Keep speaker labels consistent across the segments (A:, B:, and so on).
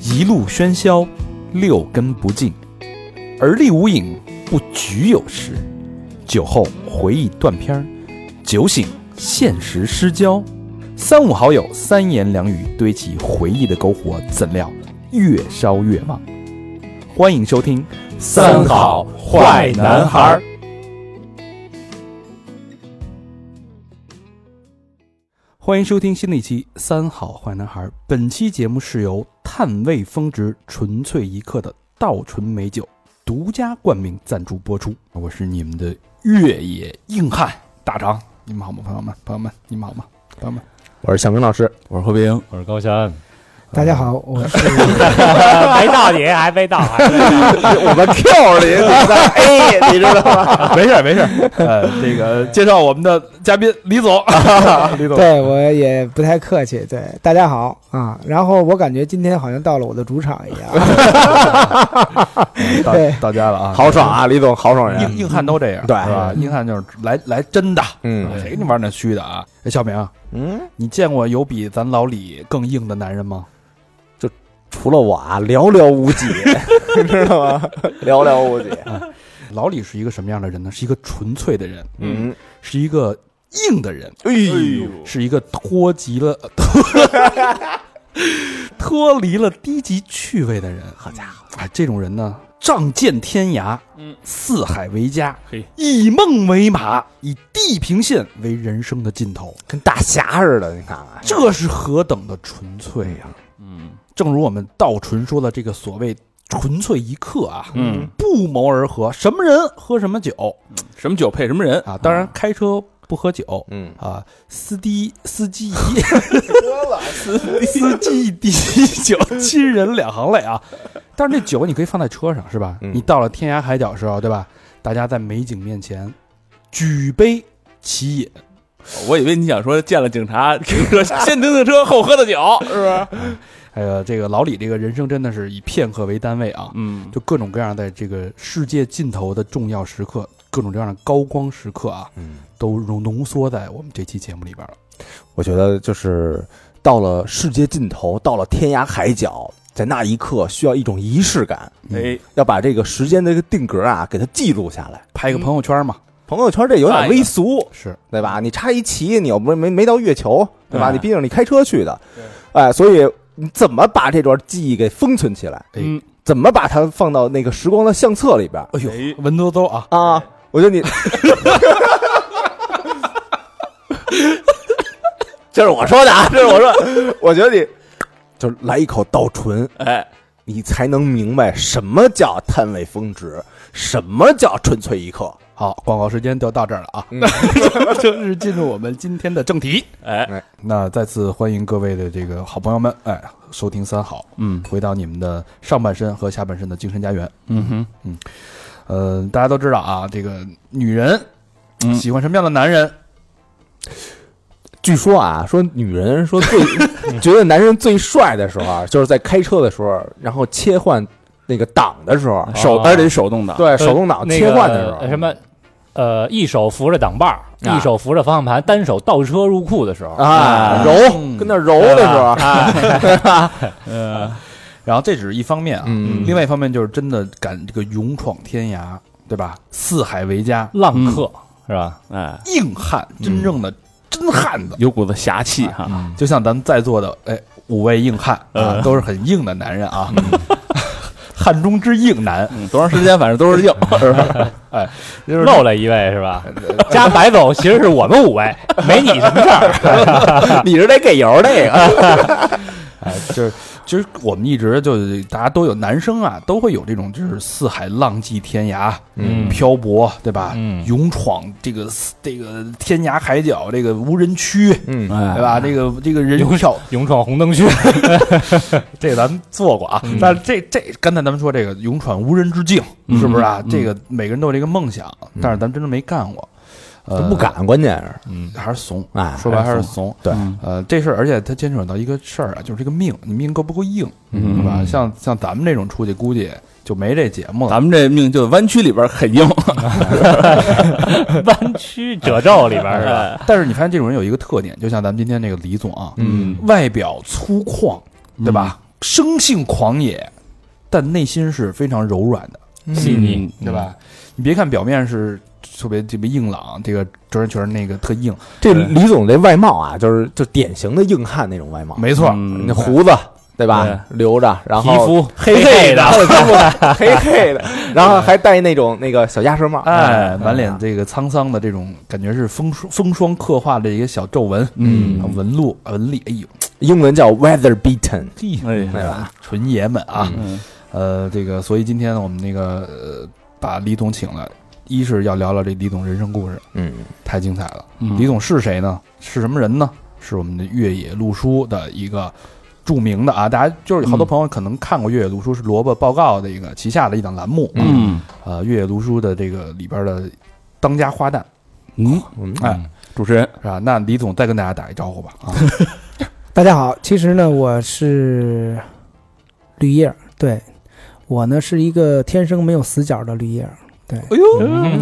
A: 一路喧嚣，六根不净，而立无影，不局有时。酒后回忆断片儿，酒醒现实失焦。三五好友三言两语堆起回忆的篝火，怎料越烧越旺。欢迎收听《
B: 三好坏男孩儿》。
A: 欢迎收听新的一期《三好坏男孩儿》。本期节目是由探味峰值纯粹一刻的稻醇美酒独家冠名赞助播出。我是你们的越野硬汉大长，你们好吗？朋友们，朋友们，你们好吗？朋友们，
B: 我是向明老师，
C: 我是何冰，
D: 我是高 山，
E: 大家好， 我是
D: 呃没到你还没到，还没到
B: 我们 Q 里在 A，你知道吗？
A: 啊没事儿没事 儿。呃，这个介绍我们的嘉宾李总，李 总，
E: 对我也不太客气，对大家好啊。然后我感觉今天好像到了我的主场一样，
A: 到
E: 对
A: 到家了啊，
B: 豪爽啊，李总，豪爽
A: 硬
B: 人，
A: 硬汉都这样，
B: 对
A: 是吧？硬汉就是来来真的，
B: 嗯
A: 谁跟你玩那虚的啊？哎，小明，
B: 嗯，
A: 你见过有比咱老李更硬的男人吗？
B: 除了我啊，寥寥无 几，你知道吗？寥寥无几，
A: 老李是一个什么样的人呢？是一个纯粹的人，
B: 嗯，
A: 是一个硬的人，
B: 哎呦，
A: 是一个脱籍了 脱离了低级趣味的人。好家伙，哎，这种人呢，仗剑天涯，
D: 嗯，
A: 四海为家，
D: 嘿
A: 以梦为马，以地平线为人生的尽头，
B: 跟大侠似的，你看啊看，
A: 这是何等的纯粹呀、
D: 嗯
A: 正如我们道纯说的这个所谓纯粹一刻啊，
D: 嗯，
A: 不谋而合，什么人喝什么酒
D: 什么酒配什么人
A: 啊？当然，开车不喝酒
B: 嗯，
A: 啊，司机司机一司机一滴酒，亲人两行泪啊。但是这酒你可以放在车上是吧？
B: 嗯
A: 你到了天涯海角的时候，对吧？大家在美景面前举杯齐饮，
D: 我以为你想说见了警察， 停车先停停车，后喝的酒，是不是？
A: 哎呀，这个老李这个人生真的是以片刻为单位啊，
D: 嗯，
A: 就各种各样在这个世界尽头的重要时刻，各种各样的高光时刻啊，
B: 嗯，
A: 都浓浓缩在我们这期节目里边了。
B: 我觉得就是到了世界尽头，到了天涯海角，在那一刻需要一种仪式感，
D: 哎，
B: 要把这个时间的这个定格啊，给它记录下来。
A: 拍个朋友圈嘛，
B: 朋友圈这有点微俗，
A: 是
B: 对吧？你插一旗，你又不是没没到月球，对吧？
D: 对
B: 你毕竟是你开车去的，哎，所以你怎么把这段记忆给封存起来？
A: 嗯
D: 嗯，
B: 怎么把它放到那个时光的相册里边
A: 哎呦
D: 哎
A: 文绉绉啊，
B: 啊？我觉得你， 这是我说的啊，这是我说， 我觉得你就是来一口稻醇，
D: 哎，
B: 你才能明白什么叫探味峰值，什么叫纯粹一刻。
A: 好，广告时间就到这儿了啊，
B: 嗯
A: 正式进入我们今天的正题。
D: 哎，
A: 那再次欢迎各位的这个好朋友们，哎，收听三好，
D: 嗯
A: 回到你们的上半身和下半身的精神家园。
D: 嗯哼，
A: 呃，大家都知道啊，这个女人
D: 嗯
A: 喜欢什么样的男人？
B: 据说啊，说女人说最觉得男人最帅的时候啊，就是在开车的时候，然后切换那个档的时候，
D: 手
C: 啊
D: 而且得手动挡，
B: 对手动挡
C: 那
B: 啊切
C: 个
B: 换的时候，
C: 呃什么，呃，一手扶着挡把儿，
B: 啊
C: 一手扶着方向盘，单手倒车入库的时候，
B: 啊
D: 啊
B: 揉
A: 嗯
B: 跟那揉的时候，啊
D: 嗯，
A: 然后这只是一方面啊，
B: 嗯
A: 另外一方面就是真的敢这个勇闯天涯，对吧？四海为家，
C: 浪客是吧？
D: 哎，
A: 硬汉，真正的真汉子。
D: 有股子侠气哈，
A: 就像咱们在座的，哎，五位硬汉啊，
D: 嗯
A: 都是很硬的男人啊， 汉中之硬男，
D: 嗯，多长时间反正都 是硬，是吧？
A: 就是
C: 漏了一位是吧？ 加白总其实是我们五位，没你什么事儿。
B: 你是得给油那个，
A: 哎，就是其实我们一直就大家都有男生啊，都会有这种就是四海浪迹天涯，
C: 嗯
A: 漂泊，对吧？
C: 嗯
A: 勇闯这个这个天涯海角，这个无人区，
B: 嗯
D: 哎
A: 对吧？这个这个人
C: 勇
A: 少。
C: 勇闯红灯区，
A: 这个咱 们做过
B: 嗯
A: 啊，但是这这刚才咱们说这个勇闯无人之境，
D: 嗯
A: 是不是啊？
D: 嗯
A: 这个每个人都有这个梦想，但是咱们真的没干过，呃，
B: 嗯都不，敢，关键是，
A: 还是怂，
B: 哎，
A: 说白了还是怂。
B: 对
D: 嗯
A: 呃，这事儿，而且它牵扯到一个事儿啊，就是这个命，你命够不够硬，
D: 嗯
A: 对吧？像像咱们这种出去，估计就没这节目了。
D: 咱们这命就弯曲里边很 硬，
C: 弯曲褶皱里边儿是吧？
D: 吧？
A: 但是你发现这种人有一个特点，就像咱们今天这个李总啊，
B: 嗯
A: 外表粗犷，对吧？生性狂野，但内心是非常柔软的，
C: 细腻，
D: 嗯
A: 对？吧？你别看表面是特别特别硬朗，这个周仁全那个特硬，
B: 这
D: 对
B: 李总这外貌啊，就是就典型的硬汉那种外貌，
A: 没错，
D: 嗯
B: 那胡子对吧，留着，然
C: 皮
B: 后
C: 肤
B: 黑
C: 黑的，
B: 的，黑黑的，然后还戴那种那个小鸭舌
D: 啊
B: 帽，嗯
A: 哎，满脸这个沧桑的这种感觉是风霜风霜刻画的一个小皱纹，
D: 嗯
A: 啊纹路纹理，哎呦，
B: 英文叫 weather beaten，
A: 嘿，
D: 哎，
B: 对吧？
A: 纯爷们啊，
D: 嗯
A: 呃，这个，所以今天呢，我们那个呃，把李总请来，一是要聊聊这李总人生故事，
B: 嗯，
A: 太精彩了。
D: 嗯
A: 李总是谁呢？是什么人呢？是我们的越野路书的一个著名的啊，大家就是有好多
D: 嗯
A: 朋友可能看过越野路书，是萝卜报告的一个旗下的一档栏目，
D: 嗯
A: 呃，越野路书的这个里边的当家花旦
D: 嗯，
B: 嗯
A: 哎
D: 主持人，
A: 是吧？那李总再跟大家打一招呼吧啊，
E: 大家好，其实呢，我是绿叶儿，对我呢是一个天生没有死角的绿叶儿。
A: 哎呦，
C: 嗯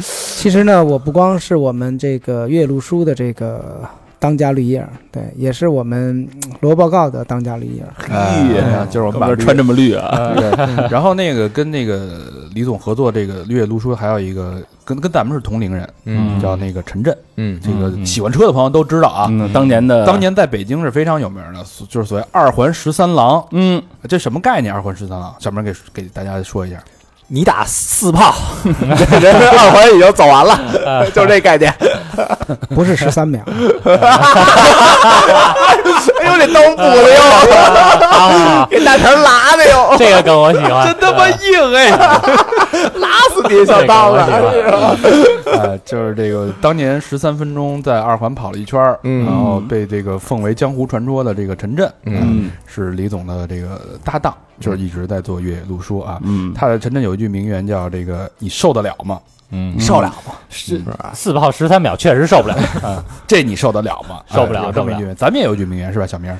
E: 其实呢，我不光是我们这个岳麓书的这个当家绿叶儿，对，也是我们嗯罗报告的当家绿叶儿。
A: 哎就是我们把
D: 哥们儿穿这么绿啊，
A: 对，然后那个跟那个李总合作这个越野路书，还有一个跟跟咱们是同龄人，
B: 嗯
A: 叫那个陈震。
B: 嗯
A: 这个
D: 嗯嗯
A: 喜欢车的朋友都知道啊，
D: 嗯，当年的
A: 当，年在北京是非常有名的，所就是所谓二环十三郎。
D: 嗯，
A: 这什么概念？二环十三郎，小明给给大家说一下。
B: 你打四 炮，人家二环已经走 完了，就这概念。
E: 不是十 三秒，
B: 哎呦，这刀补的哟， 给大肠拉的哟，
C: 这个梗我喜 欢，
B: 他妈硬哎，拉死 你小刀
C: 这
B: 子！
A: 呃，就是这个当年十三分钟在二环跑了一圈儿，
B: 嗯
A: 然后被这个奉为江湖传说的这个陈震，啊
B: 嗯
A: 是李总的这个搭档，就是一直在做越野路书啊。
D: 嗯，
A: 他的陈震有一句名言叫“这个你受得了吗？
C: 嗯
B: 受不了吗？
D: 是
C: 四炮十三秒确实受不了，
A: 这你受得了吗？
C: 受不了
A: 哎有
C: 受
A: 这
C: 不
A: 么一句
C: 了
A: 名言，咱们也有一句名言是吧，小明？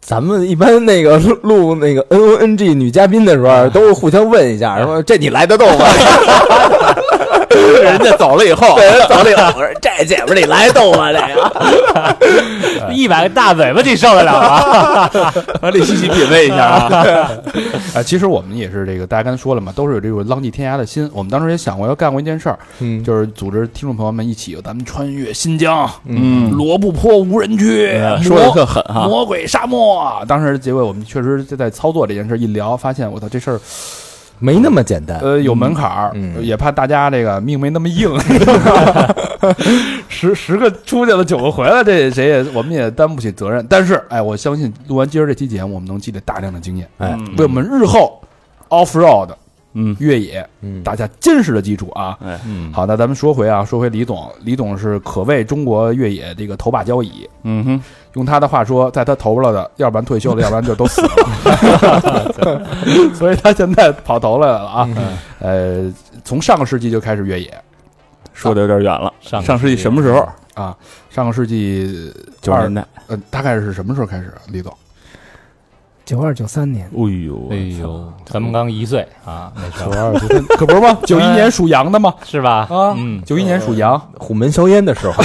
B: 咱们一般那个录录那个 N O N G 女嘉宾的时候，都是互相问一下，说这你来得动 吗？
D: 人家走了以后，
B: 对，走领我说这姐们儿你来得动吗？这个
C: 一百个大嘴巴你受得了啊吗？
D: 还得细细品味一下啊，
A: 啊，其实我们也是这个，大家刚才说了嘛，都是有这种浪迹天涯的心。我们当时也想过要干过一件事儿，
B: 嗯
A: 就是组织听众朋友们一起，咱们穿越新疆、
D: 嗯，
A: 罗布泊无人区，
D: 呃说的
A: 魔
D: 特狠哈，
A: 魔鬼沙漠。啊当时结尾我们确实就在操作这件事，一聊发现，我操，这事儿
B: 没那么简单。
A: 呃有门槛儿，
B: 嗯
A: 也怕大家这个命没那么 硬，十十个出去了，九个回来，这谁也我们也担不起责任。但是，哎，我相信录完今儿这期节目，我们能积累大量的经验，
B: 哎，
A: 为我们日后 off road
D: 嗯
A: 越野
B: 嗯
A: 打下坚实的基础啊。
D: 哎，
C: 嗯，
A: 好，那咱们说回啊，说回李总，李总是可谓中国越野这个头把交椅。
D: 嗯哼，
A: 用他的话说，在他头上的，要不然退休了，要不然就都死了。所以他现在跑头来了
B: 嗯
A: 啊。呃，从上个世纪就开始越野
D: 说的有点远了，
C: 上
D: 上世纪什么时候？
A: 啊，上个世纪
D: 九十年代，
A: 呃，大概是什么时候开始？啊李总，
E: 九二九三年，
D: 哎呦
C: 哎呦，咱们刚一岁啊，那时候
A: 可不是吗？九一年属羊的吗？
C: 是吧？
A: 啊
C: 嗯，
A: 九一年属羊，
B: 虎门销烟的时候，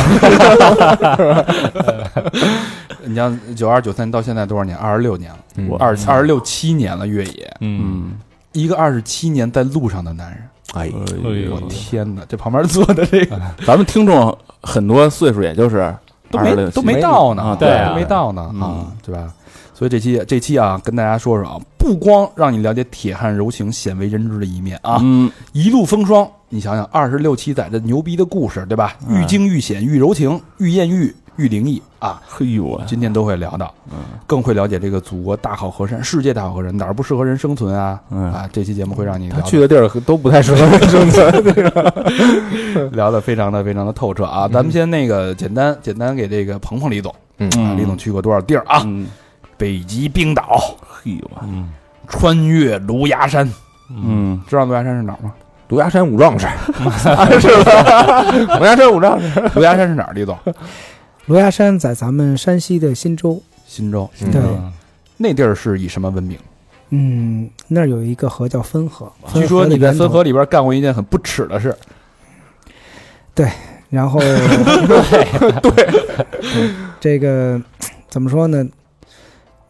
A: 你像九二九三到现在多少年？二十六年了，
C: 嗯
D: 我
A: 二二十六七年了，越野。
D: 嗯，
A: 一个二十七年在路上的男人，
B: 哎，
D: 哎
C: 呦
A: 我天哪！这旁边坐的这个
D: 咱们听众很多岁数也就是
A: 都
D: 二十六
A: 没都没到呢，
D: 啊
A: 对
C: 对啊
A: 没到呢
D: 嗯
A: 啊，对吧？所以这期这期啊，跟大家说说啊，不光让你了解铁汉柔情、鲜为人知的一面啊，
D: 嗯，
A: 一路风霜，你想想二十六七载的牛逼的故事，对吧？
D: 嗯
A: 愈惊愈险，愈柔情，愈艳遇，愈灵异啊！
D: 嘿呦啊，
A: 今天都会聊到，
D: 嗯
A: 更会了解这个祖国大好河山、世界大好河山哪儿不适合人生存啊？
D: 嗯
A: 啊，这期节目会让你
B: 他
A: 聊
B: 去的地儿都不太适合生存。
A: 聊得非常的非常的透彻
D: 嗯
A: 啊！咱们先那个简单简单给这个鹏鹏李总，啊
D: 嗯，
A: 李总去过多少地儿啊？
D: 嗯，
A: 北极冰岛，
D: 嘿呦啊，
C: 嗯
A: 穿越芦芽山，
D: 嗯，
A: 知道芦芽山是哪儿吗？
B: 芦芽山五壮士，是吧？芦芽山五壮士，
A: 芦芽山是哪儿？李总，
E: 芦芽山在咱们山西的忻州，
A: 忻州
E: 对，
D: 嗯哎
A: 那地儿是以什么闻名？
E: 嗯，那儿有一个河叫汾河，
A: 据说你在汾
E: 汾
A: 河
E: 河里源头，
A: 里边干过一件很不耻的事，
E: 然后 对这个怎么说呢？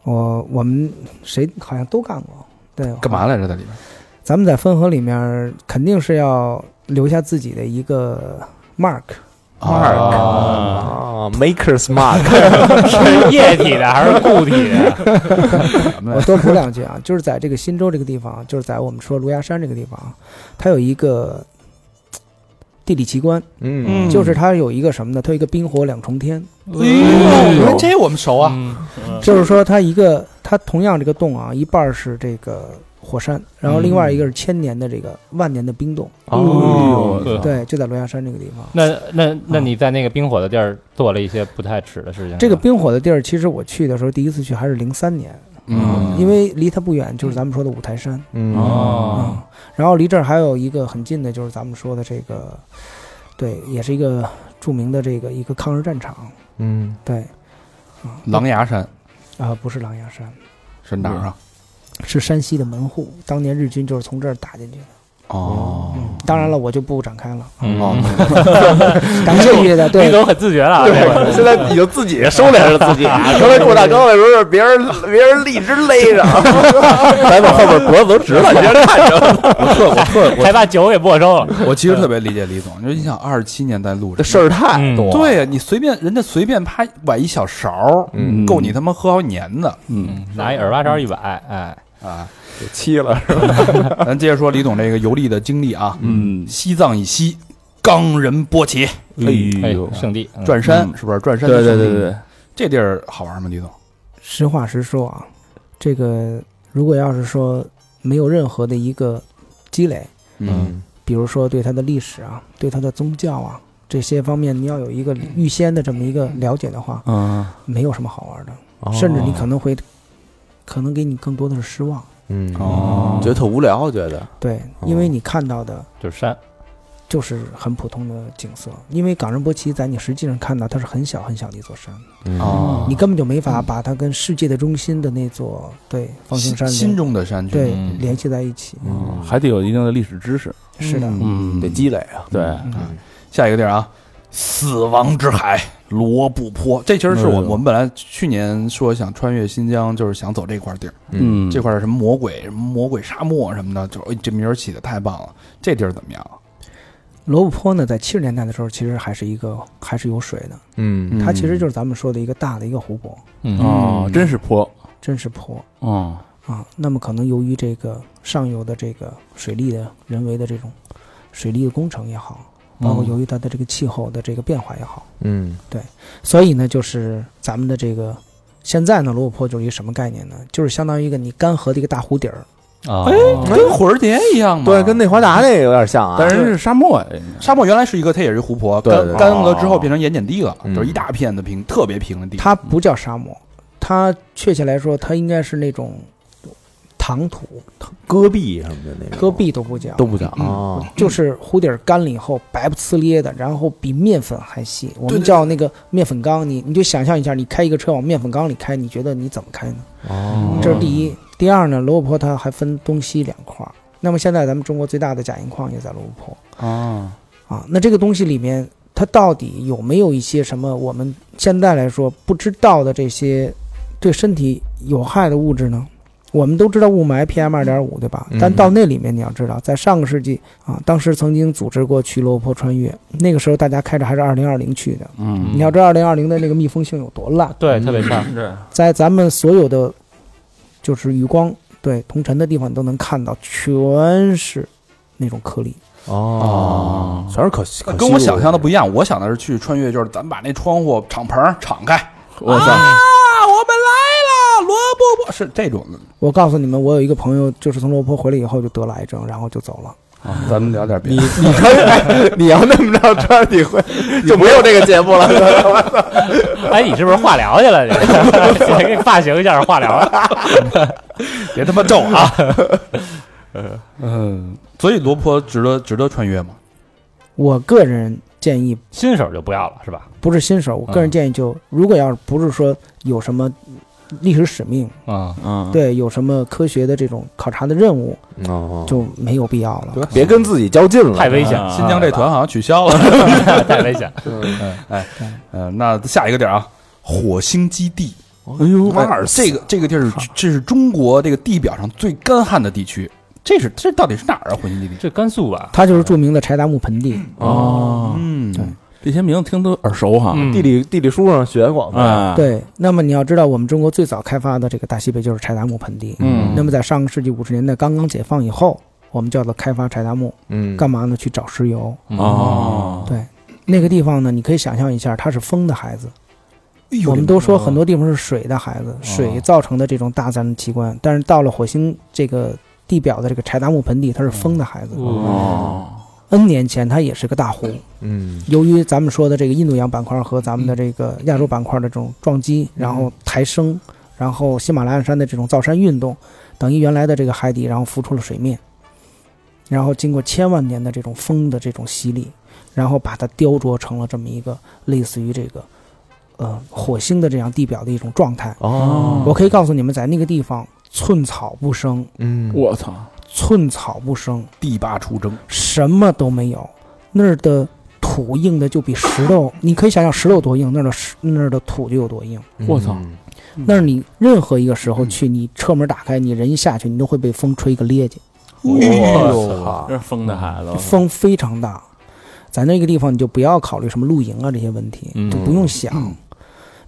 E: 我我们谁好像都干过，对，
B: 干嘛来着？在里边
E: 咱们在分合里面肯定是要留下自己的一个 mark，
B: 啊，Maker's Mark，
C: 是液体的还是固体的？
E: 我多补两句啊，就是在这个新州这个地方，就是在我们说芦芽山这个地方，它有一个嘖地理奇观，
B: 嗯
E: 就是它有一个什么呢？它有一个冰火两重天，
A: 哎呦，这我们熟啊，
C: 嗯
E: 就是说它一个它同样这个洞啊，一半儿是这个火山，然后另外一个是千年的这个万年的冰洞，
B: 哦
C: 嗯
E: 对，就在芦芽山这个地方。
C: 那
E: 嗯
C: 那那你在那个冰火的地儿做了一些不太耻的事情？
E: 这个冰火的地儿，其实我去的时候，第一次去还是零三年，
A: 嗯
E: 因为离它不远就是咱们说的五台山，
B: 嗯
C: 哦，
E: 然后离这儿还有一个很近的，就是咱们说的这个，对，也是一个著名的这个一个抗日战场，
B: 嗯
E: 对，
A: 狼牙山
E: 啊、不是狼牙山，
A: 是哪儿啊？
E: 是山西的门户，当年日军就是从这儿打进去的。
A: 哦，
E: 嗯，当然了，我就不展开了，
C: 嗯
A: 哦，
E: 感兴趣的，
C: 李
E: 对，
C: 总很自觉了啊，这 个
B: 现在已经自 己收敛着 自己，刚才过大纲的时候是别人别人一直勒着，白把后边脖子都直了，别人看着。
A: 我特我特
C: 还把酒给没收了。
A: 我我其实特别理解李总，就是你想二十七年代录
B: 这
A: 这
B: 事儿太多，，
A: 对呀，你随便人家随便啪崴一小勺儿，
B: 嗯
A: 够你他妈喝好几年的
D: 嗯，
C: 拿一耳挖勺一崴，哎，
A: 啊！
B: 给七了，
A: 咱接着说李总这个游历的经历啊，
D: 嗯，
A: 西藏以西，冈仁波齐
C: 哎
D: 哎，
C: 圣地，嗯
A: 转山
D: 嗯
A: 是不是？转山
D: 对
A: 的
D: 对对
A: 圣地
D: 对，对，
A: 这地儿好玩吗？李总？
E: 实话实说啊，这个如果要是说没有任何的一个积累，
A: 嗯，
E: 比如说对它的历史啊，对它的宗教啊这些方面，你要有一个预先的这么一个了解的话，
A: 嗯，
E: 没有什么好玩的。
A: 哦
B: 嗯
E: 甚至你
B: 哦
E: 可能会，可能给你更多的是失望。
B: 嗯
A: 哦
B: 觉得特无聊，觉得
E: 对，
B: 哦
E: 因为你看到的
C: 就是山，
E: 就是很普通的景色，因为冈仁波齐在你实际上看到它是很小很小的一座山，
A: 哦
E: 你根本就没法把它跟世界的中心的那座对方形
A: 心
E: 山
A: 心
E: 联
A: 中的山区，
E: 对
D: 嗯
E: 联系在一起。
B: 嗯
D: 还得有一定的历史知识，
E: 是的，
D: 嗯
B: 得积累啊，
D: 对，
E: 嗯
A: 下一个地儿啊，死亡之海罗布泊，这其实是我
D: 哎呦
A: 我们本来去年说想穿越新疆，就是想走这块地儿，
D: 嗯，
A: 这块儿什么魔鬼什么魔鬼沙漠什么的，就是哎这名儿起的太棒了。这地儿怎么样？
E: 罗布泊呢，在七十年代的时候，其实还是一个还是有水的，
B: 嗯
E: 它其实就是咱们说的一个大的一个湖泊，
C: 嗯
D: 哦，真是坡，
E: 真是坡
D: 哦，
E: 啊。那么可能由于这个上游的这个水利的人为的这种水利的工程也好，
D: 嗯
E: 包括由于它的这个气候的这个变化也好，
B: 嗯
E: 所以呢，就是咱们的这个现在呢，罗布泊就是一个什么概念呢？就是相当于一个你干涸的一个大湖底儿，
C: 啊，
A: 跟火儿节一样嘛，
B: 对，跟内华达那个有点像啊，
D: 哎但是是沙漠哎，
A: 沙漠原来是一个，它也是湖泊，
B: 对
A: 干
B: 对对哦
A: 干了之后变成盐碱地了，
B: 嗯
A: 就是一大片的平，特别平的地。
E: 它不叫沙漠，它确切来说，它应该是那种糖土，
B: 戈壁什么的那种，
E: 戈壁都不叫，
B: 都不像啊，
E: 就是湖底儿干了以后白不呲咧的，然后比面粉还细，我
A: 对
E: 们
A: 对
E: 叫那个面粉缸。你你就想象一下，你开一个车往面粉缸里开，你觉得你怎么开呢？
B: 哦
E: 这是第一。第二呢，罗布泊它还分东西两块儿。那么现在咱们中国最大的假银矿也在罗布泊。
D: 嗯
A: 啊，
E: 啊，那这个东西里面它到底有没有一些什么我们现在来说不知道的这些对身体有害的物质呢？我们都知道雾霾 PM 二点五，对吧？但到那里面你要知道，在上个世纪啊，当时曾经组织过去罗布泊穿越，那个时候大家开着还是二零二零去的。
A: 嗯
E: 你要知道二零二零的那个密封性有多烂，
C: 对，特别
E: 嗯
C: 差，
B: 嗯
E: 在咱们所有的就是余光对同尘的地方，你都能看到全是那种颗粒。
B: 哦，全是可嗯惜，
A: 跟我想象的不一样，我想的是去穿越，就是咱们把那窗户敞篷敞开啊，
D: 我
A: 我
D: 操，
A: 们来了，罗布泊是这种的。
E: 我告诉你们，我有一个朋友，就是从罗布泊回来以后就得了癌症，然后就走了。
A: 哦咱们聊点别的，
B: 你穿越， 你要那么着穿，你会就没有这个节 目了。
C: 哎，你是不是化疗去了？你 给你发型一下化疗，
A: 别他妈咒 啊！ 嗯，所以罗布泊值得值得穿越吗？
B: 啊
E: 我个人建议，
C: 新手就不要了，是吧？
E: 不是新手，我个人建议就，如果要是不是说有什么历史使命，
C: 嗯，
D: 嗯，
E: 对，有什么科学的这种考察的任务，
B: 哦，
E: 就没有必要了。
B: 别跟自己较劲了，
C: 太危险了，
A: 新疆这团好像取消了。
C: 太危险。
A: 嗯，那下一个点啊，火星基地哎呦，
B: 马尔萨
A: 这个这个地儿，这是中国这个地表上最干旱的地区。这是这到底是哪儿啊？混凝土地
C: 这甘肃吧，
E: 它就是著名的柴达木盆地。
D: 哦，
A: 嗯
E: 对
D: 这些名字听都耳熟哈。
C: 嗯
B: 地理地理书上学过
A: 嗯
B: 嘛，
D: 啊，，
E: 对，那么你要知道，我们中国最早开发的这个大西北就是柴达木盆地。
D: 嗯
E: 那么在上个世纪五十年代刚刚解放以后，我们叫做开发柴达木，
B: 嗯，
E: 干嘛呢？去找石油。
C: 啊
D: 哦，
E: 对，那个地方呢，你可以想象一下，它是风的孩子。
A: 哎呦
E: 我们都说很多地方是水的孩子，
A: 哦
E: 水造成的这种大自然的奇观。但是到了火星这个地表的这个柴达木盆地，它是风的孩子。
D: 哦，
E: N 年前它也是个大湖，
B: 嗯
E: 由于咱们说的这个印度洋板块和咱们的这个亚洲板块的这种撞击，然后抬升，然后喜马拉雅山的这种造山运动，等于原来的这个海底，然后浮出了水面，然后经过千万年的这种风的这种洗礼，然后把它雕琢成了这么一个类似于这个，呃，火星的这样地表的一种状态。
B: 哦，
E: 我可以告诉你们，在那个地方寸草不生，
B: 嗯
D: 我操，
A: 啊
E: 寸草不生，
A: 地坝出征，
E: 什么都没有，那儿的土硬的就比石头，你可以想想石头多硬，那儿的石那儿的土就有多硬。
D: 我操
B: 嗯
E: 那儿你任何一个时候去，你车门打开，你人一下去，你都会被风吹个趔趄，
B: 哎我操
D: 这，是疯的孩子，
E: 风非常大。在那个地方，你就不要考虑什么露营啊这些问题，
D: 嗯
E: 就不用想。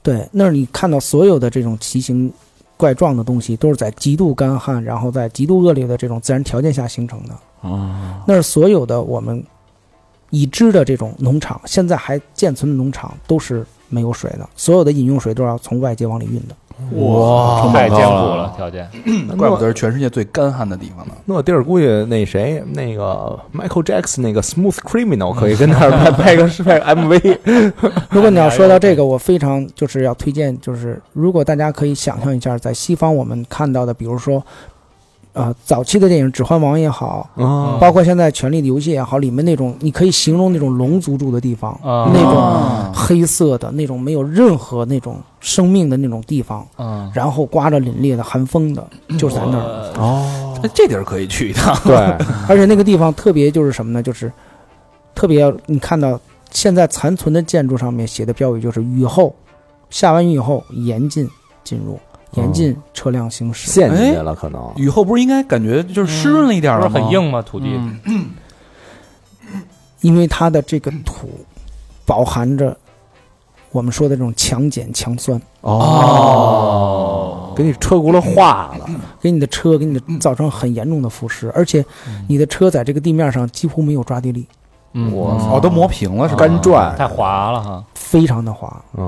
E: 对，那儿你看到所有的这种奇形怪状的东西，都是在极度干旱，然后在极度恶劣的这种自然条件下形成的。
D: 啊，
E: 那儿所有的我们已知的这种农场，现在还建存的农场都是没有水的，所有的饮用水都要从外界往里运的。哦
D: 哇
C: 太艰苦了，，条件。
A: 怪不得是全世界最干旱的地方呢。
B: 那地儿估计那谁那个 Michael Jackson 那个 Smooth Criminal 可以跟那儿拍 拍个拍个 MV，
E: 如果你要说到这个，我非常就是要推荐，就是如果大家可以想象一下，在西方我们看到的，比如说，呃，早期的电影《指环王》也好，
B: 哦
E: 包括现在《权力的游戏》也好，里面那种你可以形容那种龙族住的地方，
C: 啊
E: 那种黑色的那种没有任何那种生命的那种地方，
C: 嗯，
E: 然后刮着凛冽的寒风的，就是在那儿。
B: 哦，
A: 哎那这地儿可以去一趟。
B: 对，
E: 而且那个地方特别就是什么呢？就是特别要你看到现在残存的建筑上面写的标语就是“雨后下完雨以后严禁进入，严
B: 哦
E: 禁车辆行驶”
B: 陷进去了可能，
A: 雨后不是应该感觉就是湿润了一点儿
E: 嗯
C: 不是
A: 了吗？
C: 很
D: 嗯
C: 硬吗？土地
E: 因为它的这个土饱含着我们说的这种强碱强酸，
B: 哦，给你车轱辘化了，
E: 给你的车给你的造成很严重的腐蚀，而且
B: 嗯
E: 你的车在这个地面上几乎没有抓地力，
C: 嗯，
B: 我操，
A: 哦，都磨平了是吧？
B: 干转，
C: 太滑了哈。
E: 非常的滑，
B: 嗯，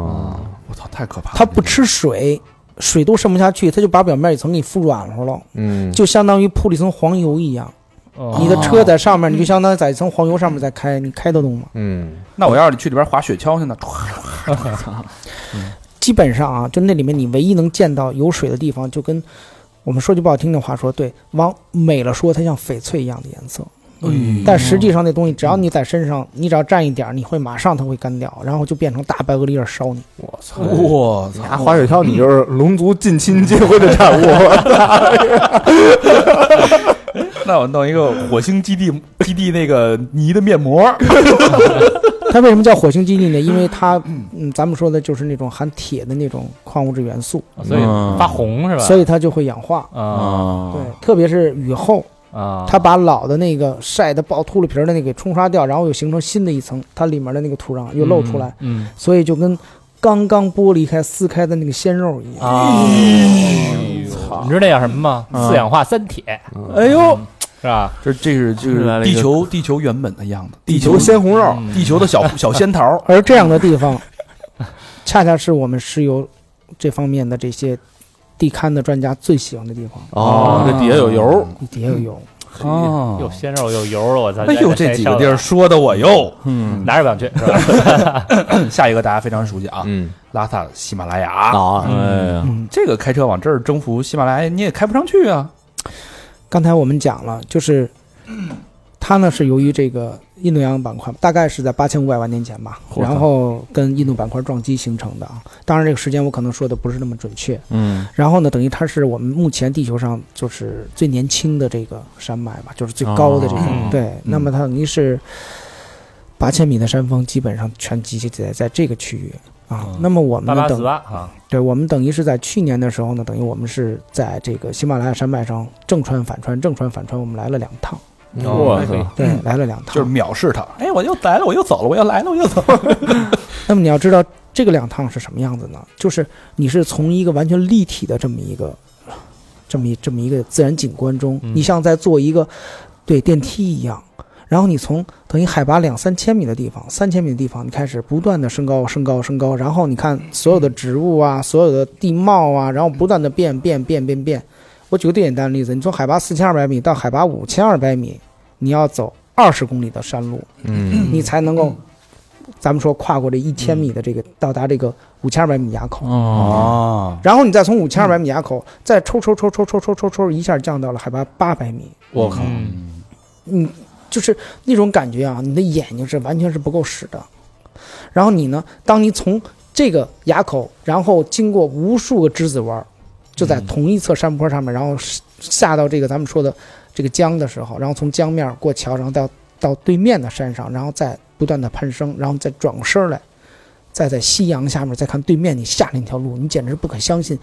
A: 我操，太可怕了！
E: 它不吃水，水都渗不下去，它就把表面一层给你敷软和了。
B: 嗯，
E: 就相当于铺了一层黄油一样，你
C: 哦
E: 的车在上面，你就相当于在一层黄油上面在开，你开得动吗？
B: 嗯，
A: 那我要是去里边滑雪橇去呢？
E: 基本上啊，就那里面你唯一能见到有水的地方，就跟我们说句不好听的话说，对，往美了说，它像翡翠一样的颜色，
D: 哎
A: 嗯
E: 但实际上那东西只要你在身上，你只要沾一点儿，你会马上它会干掉，然后就变成大白鹅粒儿烧你。
B: 我
D: 哎
B: 嗯操，
A: 我
B: 拿
A: 操，
B: 滑雪橇，你就是龙族近亲结婚的 产物，
A: 那我弄一个火星基地 基地那个泥的面膜，
E: 它为什么叫火星基地呢？因为它，嗯，咱们说的就是那种含铁的那种矿物质元素，
C: 哦所以发红是吧？
E: 嗯所以它就会氧化。
C: 啊
D: 啊，
E: 对，特别是雨后，
C: 啊，
E: 它把老的那个晒得爆秃噜皮儿的那个给冲刷掉，然后又形成新的一层，它里面的那个土壤又露出来，
C: 嗯，
E: 所以就跟刚刚剥离开、撕开的那个鲜肉一样。
C: 啊，你知道那叫什么吗？四氧化三铁
A: 哎呦，
C: 是吧？
A: 这这是这
D: 来
A: 是
D: 了一
A: 地
D: 个
A: 球地球原本的样子，地
B: 地球鲜红肉，
C: 嗯
A: 地球的小 小仙桃，
E: 而这样的地方，恰恰是我们石油这方面的这些地勘的专家最喜欢的地方。
D: 哦，这底下有油
E: 你底下有油，
A: 哦
C: 又鲜肉又油了，我操！
A: 哎呦，这几个地儿说的我哟，
D: 嗯，
C: 哪儿也不想去，是吧？
A: 下一个大家非常熟悉啊，
B: 嗯，
A: 拉萨的喜马拉雅，
B: 啊，
D: 哎呀，
E: 嗯，
A: 这个开车往这儿征服喜马拉雅，你也开不上去啊。
E: 刚才我们讲了，就是它呢是由于这个印度洋板块，大概是在八千五百万年前吧，
D: 嚯
E: 然后跟印度板块撞击形成的啊。当然，这个时间我可能说的不是那么准确。
D: 嗯
E: 然后呢，等于它是我们目前地球上就是最年轻的这个山脉吧，就是最高的这种。
C: 哦
E: 对，那么它等于是八千米的山峰，基本上全集结在在这个区域。啊
C: 嗯。
E: 那么我
C: 八
E: 们呢
C: 八四
E: 等
C: 八啊，
E: 对，我们等于是在去年的时候呢，等于我们是在这个喜马拉雅山脉上正穿反穿，正穿反穿，我们来了两趟，
D: 哇
B: 嗯
D: 塞
E: 对，
A: 嗯
E: 来了两趟。
A: 就是藐视他。哎，我又来了，我又走了，我要来了，我又走了。
E: 那么你要知道这个两趟是什么样子呢？就是你是从一个完全立体的这么一个，这么一这么一个自然景观中，
C: 嗯
E: 你像在坐一个对电梯一样，然后你从等于海拔两三千米的地方，三千米的地方，你开始不断的升高、升高、升高，然后你看所有的植物啊，所有的地貌啊，然后不断的变变变变变。我举个最简单的例子，你从海拔四千二百米到海拔五千二百米，你要走二十公里的山路，
B: 嗯
E: 你才能够，咱们说跨过这一千米的这个，到达这个五千二百米垭口，
D: 哦，
B: 啊
A: 哦，
E: 然后你再从五千二百米垭口再抽抽抽抽抽抽抽抽一下降到了海拔八百米，
B: 我靠，
C: 嗯
E: 你就是那种感觉啊，你的眼睛是完全是不够使的。然后你呢，当你从这个垭口，然后经过无数个之子湾儿，就在同一侧山坡上面，然后是下到这个咱们说的这个江的时候，然后从江面儿过桥，然后到到对面的山上，然后再不断的攀升，然后再转过身儿来。再在夕阳下面再看对面你下来那条路，你简直不可相信，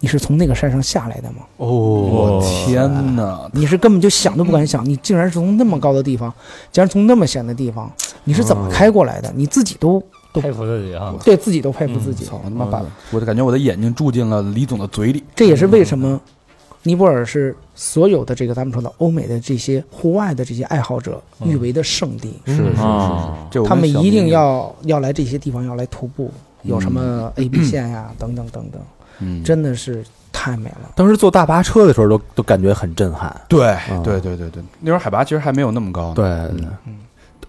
E: 你是从那个山上下来的吗？
B: 哦，
A: 我
B: 我
A: 天哪！
E: 你是根本就想都不敢想，你竟然是从那么高的地方，竟然从那么险的地方，你是怎么开过来的？你自己都
C: 佩服自己啊，
E: 对自己都佩服自
A: 嗯
E: 己。
A: 操，我他妈把我就感觉我的眼睛住进了李总的嘴里。
E: 这也是为什么尼泊尔是所有的这个咱们说的欧美的这些户外的这些爱好者
C: 嗯
E: 誉为的圣地，
B: 是是是，
A: 这我跟
E: 他们
A: 小明
E: 一定要要来这些地方要来徒步，有什
A: 嗯
E: 么 A B 线呀、等等等等，
A: 嗯
E: 真的是太美了。
B: 当时坐大巴车的时候都都感觉很震撼，
A: 对
B: 嗯
A: 对对对对，那时候海拔其实还没有那么高呢。
B: 对，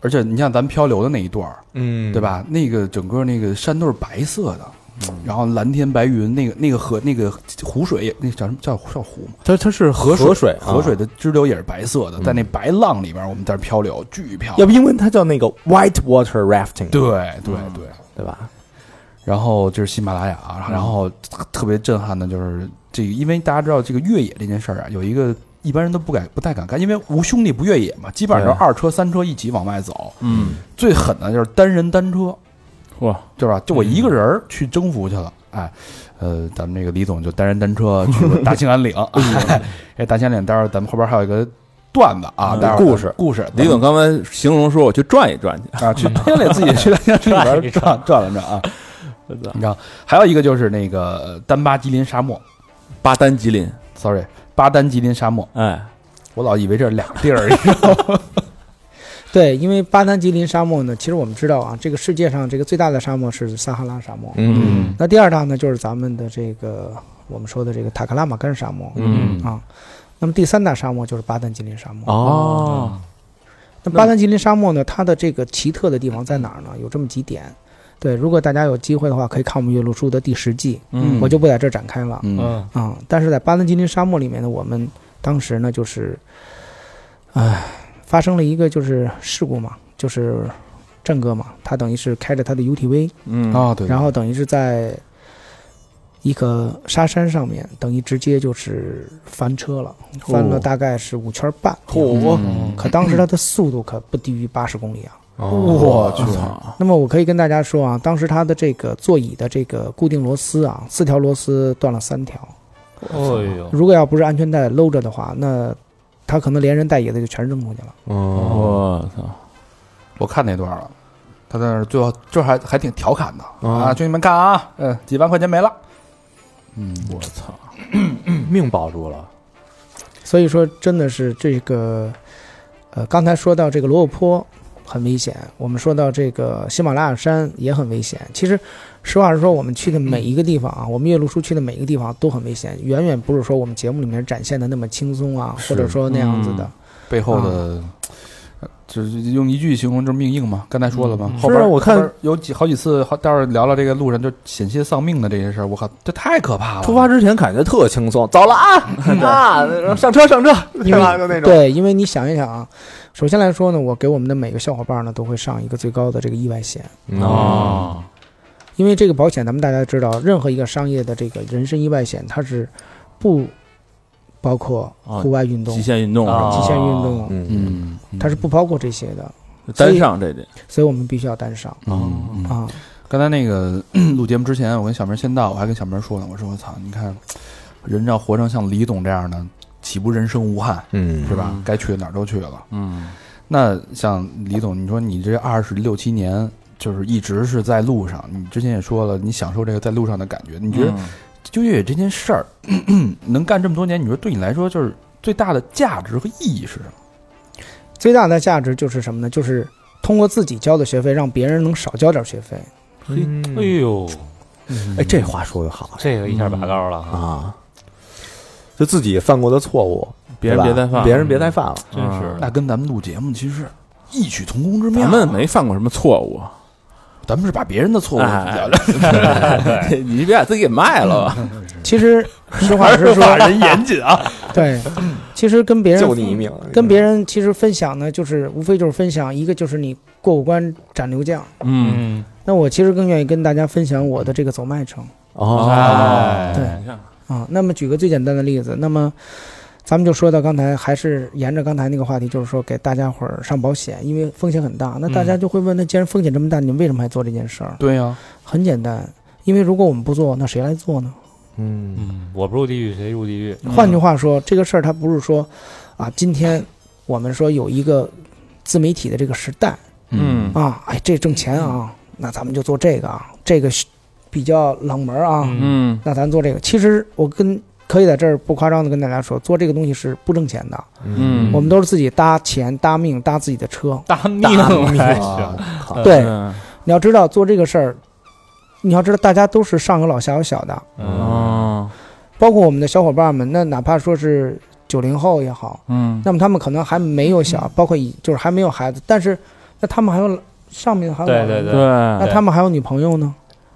A: 而且你像咱们漂流的那一段儿，
B: 嗯
A: 对？吧？那个整个那个山都是白色的，然后蓝天白云，那个那个河那个湖水也那叫什么叫叫湖吗？
B: 它它是河
A: 河
B: 水
A: 河水
B: 啊，
A: 的支流也是白色的，
B: 嗯
A: 在那白浪里边儿，我们在那儿漂流，巨漂
B: 要嗯
A: 亮。
B: 不英文它叫那个 white water rafting，
A: 对对对，
B: 对吧？
A: 然后就是喜马拉雅，啊
B: 嗯
A: 然后特特别震撼的就是这个，因为大家知道这个越野这件事儿啊，有一个一般人都不敢不太敢干，因为无兄弟不越野嘛，基本上就是
B: 对
A: 二车三车一起往外走。
D: 嗯，
A: 最狠的就是单人单车，
D: 哇，
A: 对吧？就
B: 嗯
A: 我一个人儿去征服去了，哎，呃，咱们这个李总就单人单车去了大兴 安岭，哎，大兴安岭，待会儿咱们后边还有一个段子啊，
D: 嗯
A: 待会儿
B: 故事
A: 故事，
D: 李总刚才形容说我去转一转去，
A: 啊， 去大兴安岭自己去大兴安岭里边儿转转了转啊。你知道，还有一个就是那个呃丹巴吉林沙漠
D: 巴丹吉林，
A: ，sorry，巴丹吉林沙漠，
D: 哎，
A: 我老以为这是俩地儿，你知道吗？
E: 对，因为巴丹吉林沙漠呢，其实我们知道啊，这个世界上这个最大的沙漠是撒哈拉沙漠，
B: 嗯
E: 那第二大呢，就是咱们的这个我们说的这个塔克拉玛干沙漠、
B: 嗯
E: 啊。那么第三大沙漠就是巴丹吉林沙漠。
B: 哦，
E: 那巴丹吉林沙漠呢，它的这个奇特的地方在哪儿呢？有这么几点。对，如果大家有机会的话，可以看我们岳麓书的第十季，
A: 嗯
E: 我就不在这儿展开了
A: 嗯，
C: 嗯，
E: 啊、但是在巴丹吉林沙漠里面呢，我们当时呢就是，唉，发生了一个就是事故嘛，就是战哥嘛，他等于是开着他的 UTV，
D: 嗯
A: 啊，对，
E: 然后等于是在一个沙山上面，等于直接就是翻车了，翻了大概是五圈半。
A: 我
B: 嗯
E: 可当时它的速度可不低于八十公里啊！
A: 我去，
E: 那么我可以跟大家说啊，当时它的这个座椅的这个固定螺丝啊，四条螺丝断了三条。
C: 哦呦，
E: 如果要不是安全带搂着的话，那它可能连人带椅子就全扔出去了。
B: 哦，
D: 我操，
A: 我看那段了。他在那儿最后就是还还挺调侃的啊，
B: 啊
A: 兄弟们看啊，嗯，几万块钱没了，嗯，
D: 我操，
B: 命保住了，
E: 所以说，真的是这个，呃，刚才说到这个罗布泊很危险，我们说到这个喜马拉雅山也很危险。其实，实话实说，我们去的每一个地方啊，我们岳麓书去的每一个地方都很危险，远远不是说我们节目里面展现的那么轻松啊，
A: 是
E: 或者说那样子的。
A: 背后的，呃就是用一句形容，就是命硬嘛。刚才说了嘛，后边
B: 是啊我看
A: 后边有几好几次，好待会儿聊聊这个路上就险些丧命的这些事儿，我靠，这太可怕了。
B: 出发之前感觉特轻松，走了啊啊，然后上车上车，对吧？就那种，
E: 对，因为你想一想啊，首先来说呢，我给我们的每个小伙伴呢都会上一个最高的这个意外险。
B: 哦，
D: 哦，
E: 因为这个保险，咱们大家知道，任何一个商业的这个人身意外险，它是不包括户外运动、
D: 极限运动
C: 啊
D: 是
E: 极
D: 吧
E: 限运动，
B: 嗯，
A: 嗯，
E: 它是不包括这些的，
D: 单上这得，
E: 所以我们必须要单上
A: 嗯，嗯
E: 啊。
A: 刚才那个 录节目之前，我跟小明先到，我还跟小明说呢，我说我操，你看人要活成像李总这样的，岂不人生无憾
B: 嗯
A: 是吧？该去哪儿都去了。
D: 嗯，
A: 那像李总，你说你这二十六七年，就是一直是在路上，你之前也说了，你享受这个在路上的感觉。你
D: 你
A: 觉得就越野这件事儿， 能干这么多年，你说对你来说就是最大的价值和意义是什么？
E: 最大的价值就是什么呢？就是通过自己交的学费，让别人能少交点学费。
C: 哎
B: 嗯
C: 呦，
B: 哎，这话说的好
C: 这个一下拔高了啊！
B: 啊，就自己犯过的错误，
D: 别人
B: 对吧
D: 别再犯了
B: 别人别再犯了。
D: 真是
A: 那
D: 的，
A: 跟咱们录节目其实异曲同工之妙。啊
D: 咱们，没犯过什么错误，
A: 咱们是把别人的错误
D: 哎 你别把自己给卖了吧？
E: 其实实话实说，
C: 人严谨啊！
E: 对，其实跟别人
B: 救你一命，
E: 跟别人其实分享呢，就是无非就是分享，一个就是你过五关斩六将。
D: 嗯，
C: 嗯，
E: 那我其实更愿意跟大家分享我的这个走麦城
B: 哦，
C: 哎，
E: 对啊。那么举个最简单的例子，那么咱们就说到刚才，还是沿着刚才那个话题，就是说给大家伙儿上保险，因为风险很大。那大家就会问，那既然风险这么大，你们为什么还做这件事儿？
A: 对呀、
E: 很简单，因为如果我们不做，那谁来做呢？
B: 嗯
C: 嗯，我不入地狱谁入地狱？
D: 嗯
E: 换句话说，这个事儿它不是说啊，今天我们说有一个自媒体的这个时代
D: 嗯
E: 啊，哎，这挣钱啊，那咱们就做这个啊，这个是比较冷门啊，
D: 嗯
E: 那咱做这个。其实我跟可以在这儿不夸张的跟大家说，做这个东西是不挣钱的，
D: 嗯
E: 我们都是自己搭钱、搭命、搭自己的车。
C: 大命还行，
B: 啊靠
E: 对，
D: 嗯
E: 你要知道做这个事儿，你要知道大家都是上有老下有小的，
D: 哦，
E: 包括我们的小伙伴们，那哪怕说是九零后也好。
D: 嗯，
E: 那么他们可能还没有
C: 嗯
E: 小，包括已就是还没有孩子，但是那他们还有上面还有
C: 对对对
D: 对，
E: 那他们还有女朋友呢，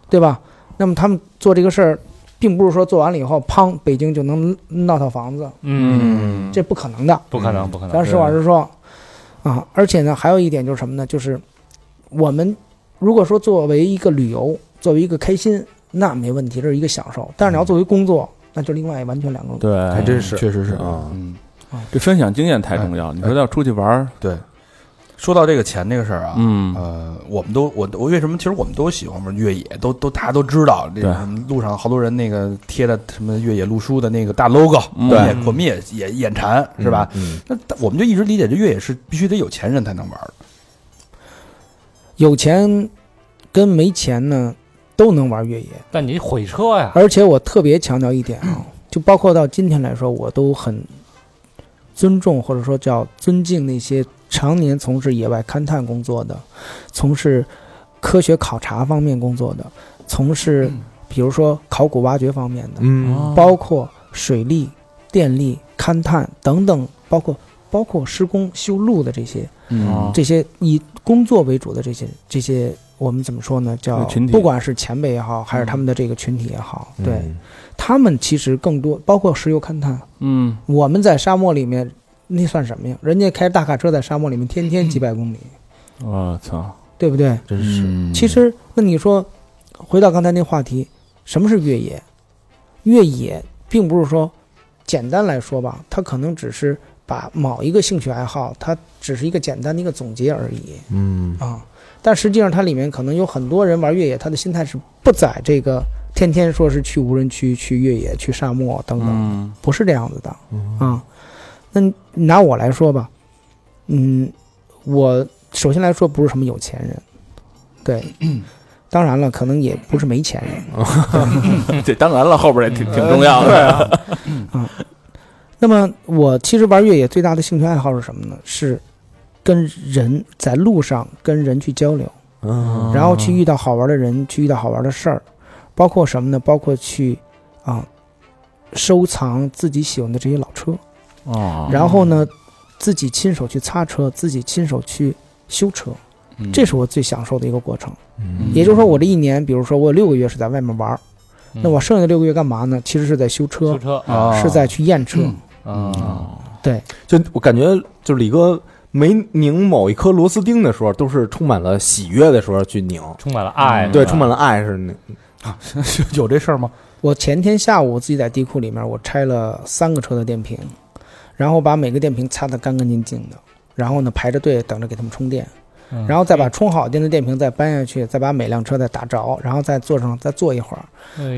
E: 对吧？那么他们做这个事儿，并不是说做完了以后，砰，北京就能闹套房子，
C: 嗯，
E: 这不可能的。
C: 不可能，不可能
E: 咱，实话实说，啊，而且呢，还有一点就是什么呢？就是我们如果说作为一个旅游，作为一个开心，那没问题，这是一个享受。但是你
C: 嗯
E: 要作为工作，那就另外完全两个。
D: 对，
B: 还真是
A: 确实是
B: 啊
A: 嗯，
D: 这分享经验太重要。你说要出去玩儿，
A: 对。说到这个钱这个事儿啊，
D: 嗯
A: 呃，我们都我我为什么其实我们都喜欢玩越野，都都大家都知道，这
D: 对
A: 种路上好多人那个贴的什么越野路书的那个大 logo，我们
D: 嗯
C: 对
A: 也我们也也眼馋是吧？？
B: 嗯
A: 那但我们就一直理解这越野是必须得有钱人才能玩儿，
E: 有钱跟没钱呢，都能玩越野。
C: 但你毁车呀，
E: 而且我特别强调一点啊，就包括到今天来说，我都很尊重或者说叫尊敬那些常年从事野外勘探工作的，从事科学考察方面工作的，从事比如说考古挖掘方面的，
B: 嗯
E: 包括水利、电力、勘探等等，包括包括施工修路的这些
D: 嗯
E: 这些以工作为主的这些这些。我们怎么说呢？叫
D: 群体
E: 不管是前辈也好，还是他们的这个群体也好，对，
B: 嗯
E: 他们其实更多包括石油勘探。
D: 嗯
E: 我们在沙漠里面，那算什么呀？人家开大卡车在沙漠里面天天几百公里，
D: 我操，
E: 对不对？
B: 真是
E: 其实，那你说，回到刚才那话题，什么是越野？越野并不是说，简单来说吧，它可能只是把某一个兴趣爱好，它只是一个简单的一个总结而已
B: 嗯
E: 啊。但实际上，它里面可能有很多人玩越野，他的心态是不在这个天天说是去无人区、去越野、去沙漠等等。
D: 嗯
E: 不是这样子的啊。那你拿我来说吧，嗯，我首先来说不是什么有钱人，对，当然了，可能也不是没钱 人。
D: 这当然了，后边也
E: 嗯
D: 挺挺重要的。
E: 那么我其实玩越野最大的兴趣爱好是什么呢？是跟人在路上跟人去交流，
B: 嗯
E: 然后去遇到好玩的人，去遇到好玩的事儿，包括什么呢？包括去啊收藏自己喜欢的这些老车。
D: 哦
E: 然后呢，自己亲手去擦车，自己亲手去修车，
D: 嗯
E: 这是我最享受的一个过程。
B: 嗯
E: 也就是说，我这一年，比如说我有六个月是在外面玩儿，
C: 嗯
E: 那我剩下的六个月干嘛呢？其实是在修车
C: 修，车
A: 啊
E: 是在去验车。
C: 啊，
B: 就我感觉，就李哥没拧某一颗螺丝钉的时候，都是充满了喜悦的时候去拧，
C: 充满了爱，
B: 对，充满了爱是那，
A: 有这事儿吗？
E: 我前天下午自己在地库里面，我拆了三个车的电瓶，然后把每个电瓶擦得干干净净的，然后呢排着队等着给他们充电。
C: 嗯
E: 然后再把充好电的电瓶再搬下去，再把每辆车再打着，然后再坐上再坐一会儿，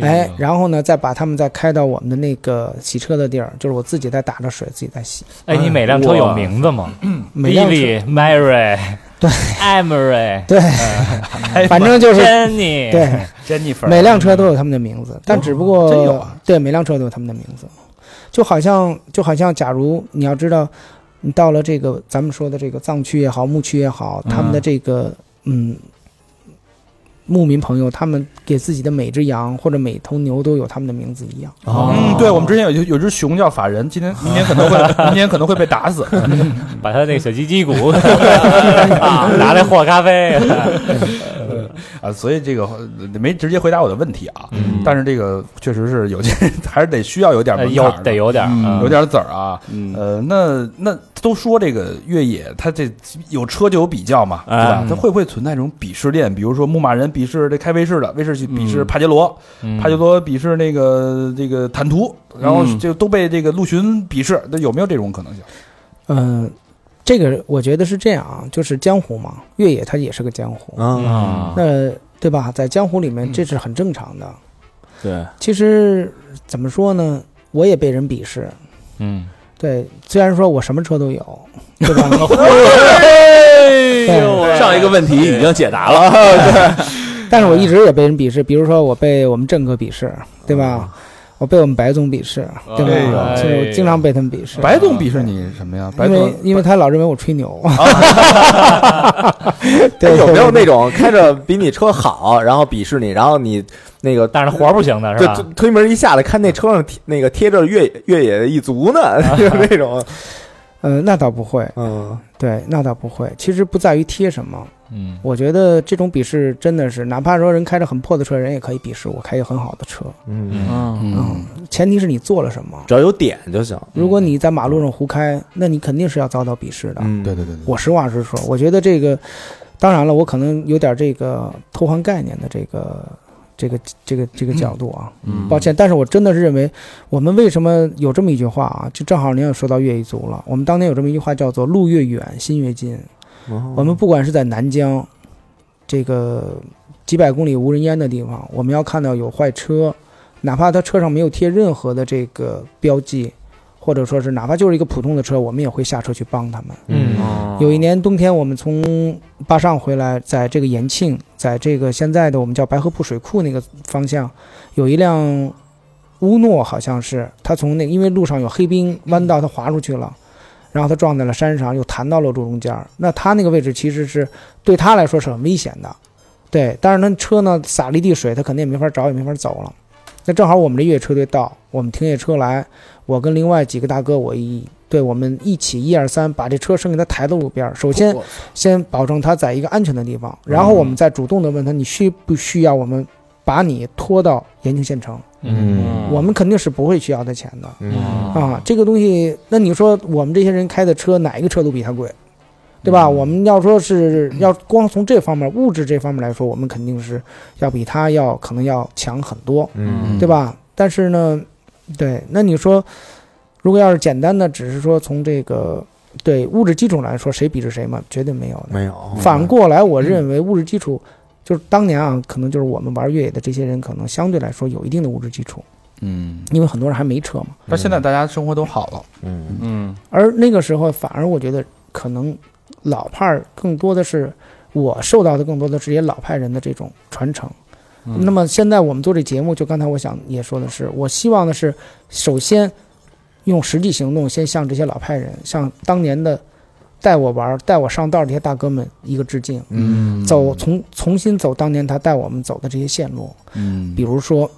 E: 哎，然后呢再把它们再开到我们的那个洗车的地儿，就是我自己再打着水自己再洗。
C: 哎，你每辆车有名字吗
E: 每辆车
C: ？Billy、Mary、对、Emery、
E: 对，反正 就是。
C: Jenny，
E: 对，
D: 珍妮粉
E: 每辆车都有他们的名字，但只不过、
D: 哦真有啊
E: 对每辆车都有他们的名字，就好像就好像，假如你要知道，你到了这个咱们说的这个藏区也好，牧区也好，他们的这个嗯牧民朋友，他们给自己的每只羊或者每头牛都有他们的名字一样。
B: 哦
A: 嗯，对，我们之前有有只熊叫法人，今天明年可能会明年可能会被打死。
C: 把他那小鸡鸡骨啊拿来和咖啡，
A: 啊，所以这个呃没直接回答我的问题啊，
C: 嗯
A: 但是这个确实是有些 还是得需要有点
C: 呃
A: 门槛
C: 有
A: 儿的
C: 得有点儿，嗯
A: 有点籽儿啊。
D: 嗯，
A: 呃，那那都说这个越野，它这有车就有比较嘛，对吧
D: 哎？
A: 它会不会存在这种鄙视链？比如说牧马人鄙视这开威士的，威士忌鄙视
D: 嗯
A: 帕杰罗，
C: 嗯
A: 帕杰罗鄙视那个这个坦途，然后
D: 嗯
A: 就都被这个陆巡鄙视，那有没有这种可能性？
E: 嗯、这个我觉得是这样啊，就是江湖嘛，越野它也是个江湖，
B: 嗯，
D: 啊，
E: 那对吧？在江湖里面
A: 嗯
E: 这是很正常的。
D: 对，
E: 其实怎么说呢，我也被人鄙视。
C: 嗯，
E: 对，虽然说我什么车都有，对吧？
D: 哎上一个问题已经解答了，
E: 但是我一直也被人鄙视，比如说我被我们郑哥鄙视，对
A: 啊
E: 吧？我被我们白总鄙视，对吧？
C: 哎呦
E: 所以我经常被他们鄙视。
A: 白总鄙视你什么呀？白
E: 因
A: 总
E: 为因为他老认为我吹牛，对，
B: 哎有没有那种开着比你车好，然后鄙视你，然后你那个
C: 但是活儿不行的是
B: 对
C: 吧
B: 推？推门一下来，看那车上贴那个贴着越越野的一族呢，就是 那种，
E: 呃，那倒不会，
B: 啊嗯
E: 对，那倒不会。其实不在于贴什么，
C: 嗯
E: 我觉得这种鄙视真的是，哪怕说人开着很破的车，人也可以鄙视我开一个很好的车。
B: 嗯，
D: 嗯
E: 嗯，前提是你做了什么。
B: 只要有点就行。
E: 如果你在马路上胡开，那你肯定是要遭到鄙视的。
B: 嗯，
A: 对对对对，
E: 我实话实说，我觉得这个，当然了，我可能有点这个偷换概念的这个这个这个这个角度啊，
D: 嗯
E: 抱歉，但是我真的是认为，我们为什么有这么一句话啊？就正好您也说到越一族了，我们当年有这么一句话叫做“路越远，心越近”。我们不管是在南疆这个几百公里无人烟的地方，我们要看到有坏车，哪怕他车上没有贴任何的这个标记，或者说是哪怕就是一个普通的车，我们也会下车去帮他们。
C: 嗯
D: 哦
E: 有一年冬天，我们从坝上回来，在这个延庆，在这个现在的我们叫白河铺水库那个方向，有一辆乌诺，好像是它从那因为路上有黑冰弯道，它滑出去了，然后它撞在了山上，又弹到了路中间儿。那它那个位置其实是对它来说是很危险的，对。但是那车呢撒了一地水，它肯定也没法找，也没法走了。那正好我们这越野车队到，我们停下车来，我跟另外几个大哥，我一对我们一起一二三把这车先给他抬到路边儿，首先先保证他在一个安全的地方，然后我
B: 嗯
E: 们再主动的问他你需不需要我们把你拖到延庆县城，
B: 嗯
E: 我们肯定是不会需要他钱的
B: 嗯
E: 啊，这个东西，那你说我们这些人开的车哪一个车都比他贵，对
B: 嗯
E: 吧？我们要说是要光从这方面物质这方面来说，我们肯定是要比他要可能要强很多，
B: 嗯
E: 对吧？但是呢，对，那你说，如果要是简单的，只是说从这个对物质基础来说，谁鄙视谁嘛？绝对没有的。
B: 没有嗯
E: 反过来，我认为物质基础就是当年啊，可能就是我们玩越野的这些人，可能相对来说有一定的物质基础，
A: 嗯，
E: 因为很多人还没车嘛。
A: 但现在大家生活都好了，
B: 嗯
D: 嗯
E: 而那个时候，反而我觉得可能老派儿更多的是我受到的更多的是一些老派人的这种传承。嗯
D: 嗯
E: 那么现在我们做这节目，就刚才我想也说的是，我希望的是，首先用实际行动先向这些老派人，向当年的带我玩儿、带我上道儿这些大哥们一个致敬。
A: 嗯
E: 走重重新走当年他带我们走的这些线路，
A: 嗯
E: 比如说，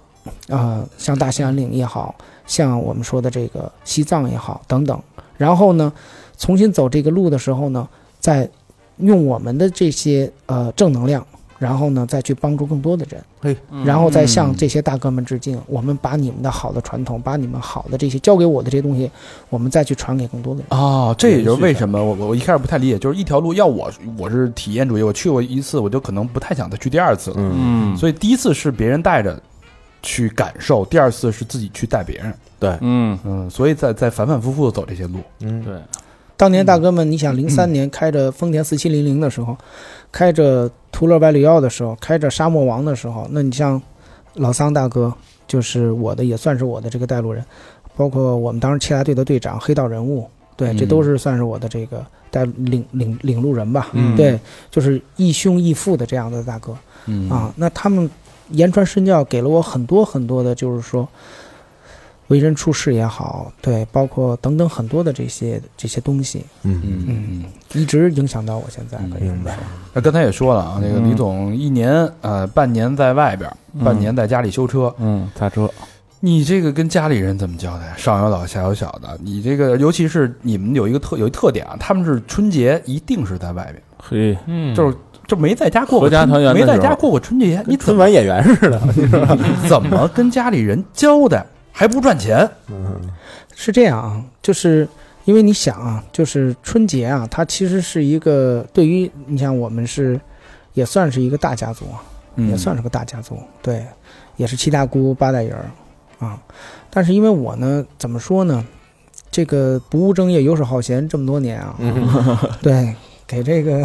E: 呃，像大兴安岭也好像我们说的这个西藏也好等等。然后呢，重新走这个路的时候呢，再用我们的这些呃正能量，然后呢再去帮助更多的人。然后再向这些大哥们致敬。我们把你们的好的传统，把你们好的这些交给我的这些东西，我们再去传给更多的人。
A: 哦，这也就是为什么我我我一开始不太理解，就是一条路，要我我是体验主义，我去过一次，我就可能不太想再去第二次了。
B: 嗯
D: 嗯，
A: 所以第一次是别人带着去感受，第二次是自己去带别人。
D: 嗯
A: 嗯，所以在在反反复复的走这些路。
B: 嗯
D: 对
E: 当年大哥们，你想零三年开着丰田四七零零的时候，开着途乐 Y 六幺的时候，开着沙漠王的时候，那你像老桑大哥，就是我的，也算是我的这个带路人，包括我们当时切拉队的队长黑道人物，对，这
B: 嗯
E: 都是算是我的这个带领领领路人吧。
B: 嗯
E: 对，就是义兄义父的这样的大哥。
A: 嗯
E: 啊，那他们言传身教给了我很多很多的，就是说为人处事也好，对，包括等等很多的这些这些东西，
B: 嗯
A: 嗯嗯。
E: 一直影响到我现在。
A: 嗯
E: 可以
B: 明白，
A: 那刚才也说了啊，那个
C: 嗯
A: 李总一年呃半年在外边，半年在家里修车，
C: 嗯，擦车，
A: 你这个跟家里人怎么交代？上有老下有小的，你这个尤其是你们有一个特有一特点啊，他们是春节一定是在外边，
D: 嘿，
C: 嗯
A: 就是就没在家过过
D: 合家
A: 春
D: 团圆的
A: 没在
D: 时候
A: 家过过春节，你怎
B: 春
A: 么
B: 晚演员似的，
A: 怎么跟家里人交代？还不赚钱？
B: 嗯
E: 是这样啊，就是因为你想啊，就是春节啊，它其实是一个对于你像我们是也算是一个大家族啊，
D: 嗯
E: 也算是个大家族，对，也是七大姑八代人儿啊。但是因为我呢，怎么说呢，这个不务正业、游手好闲这么多年啊， 对，给这个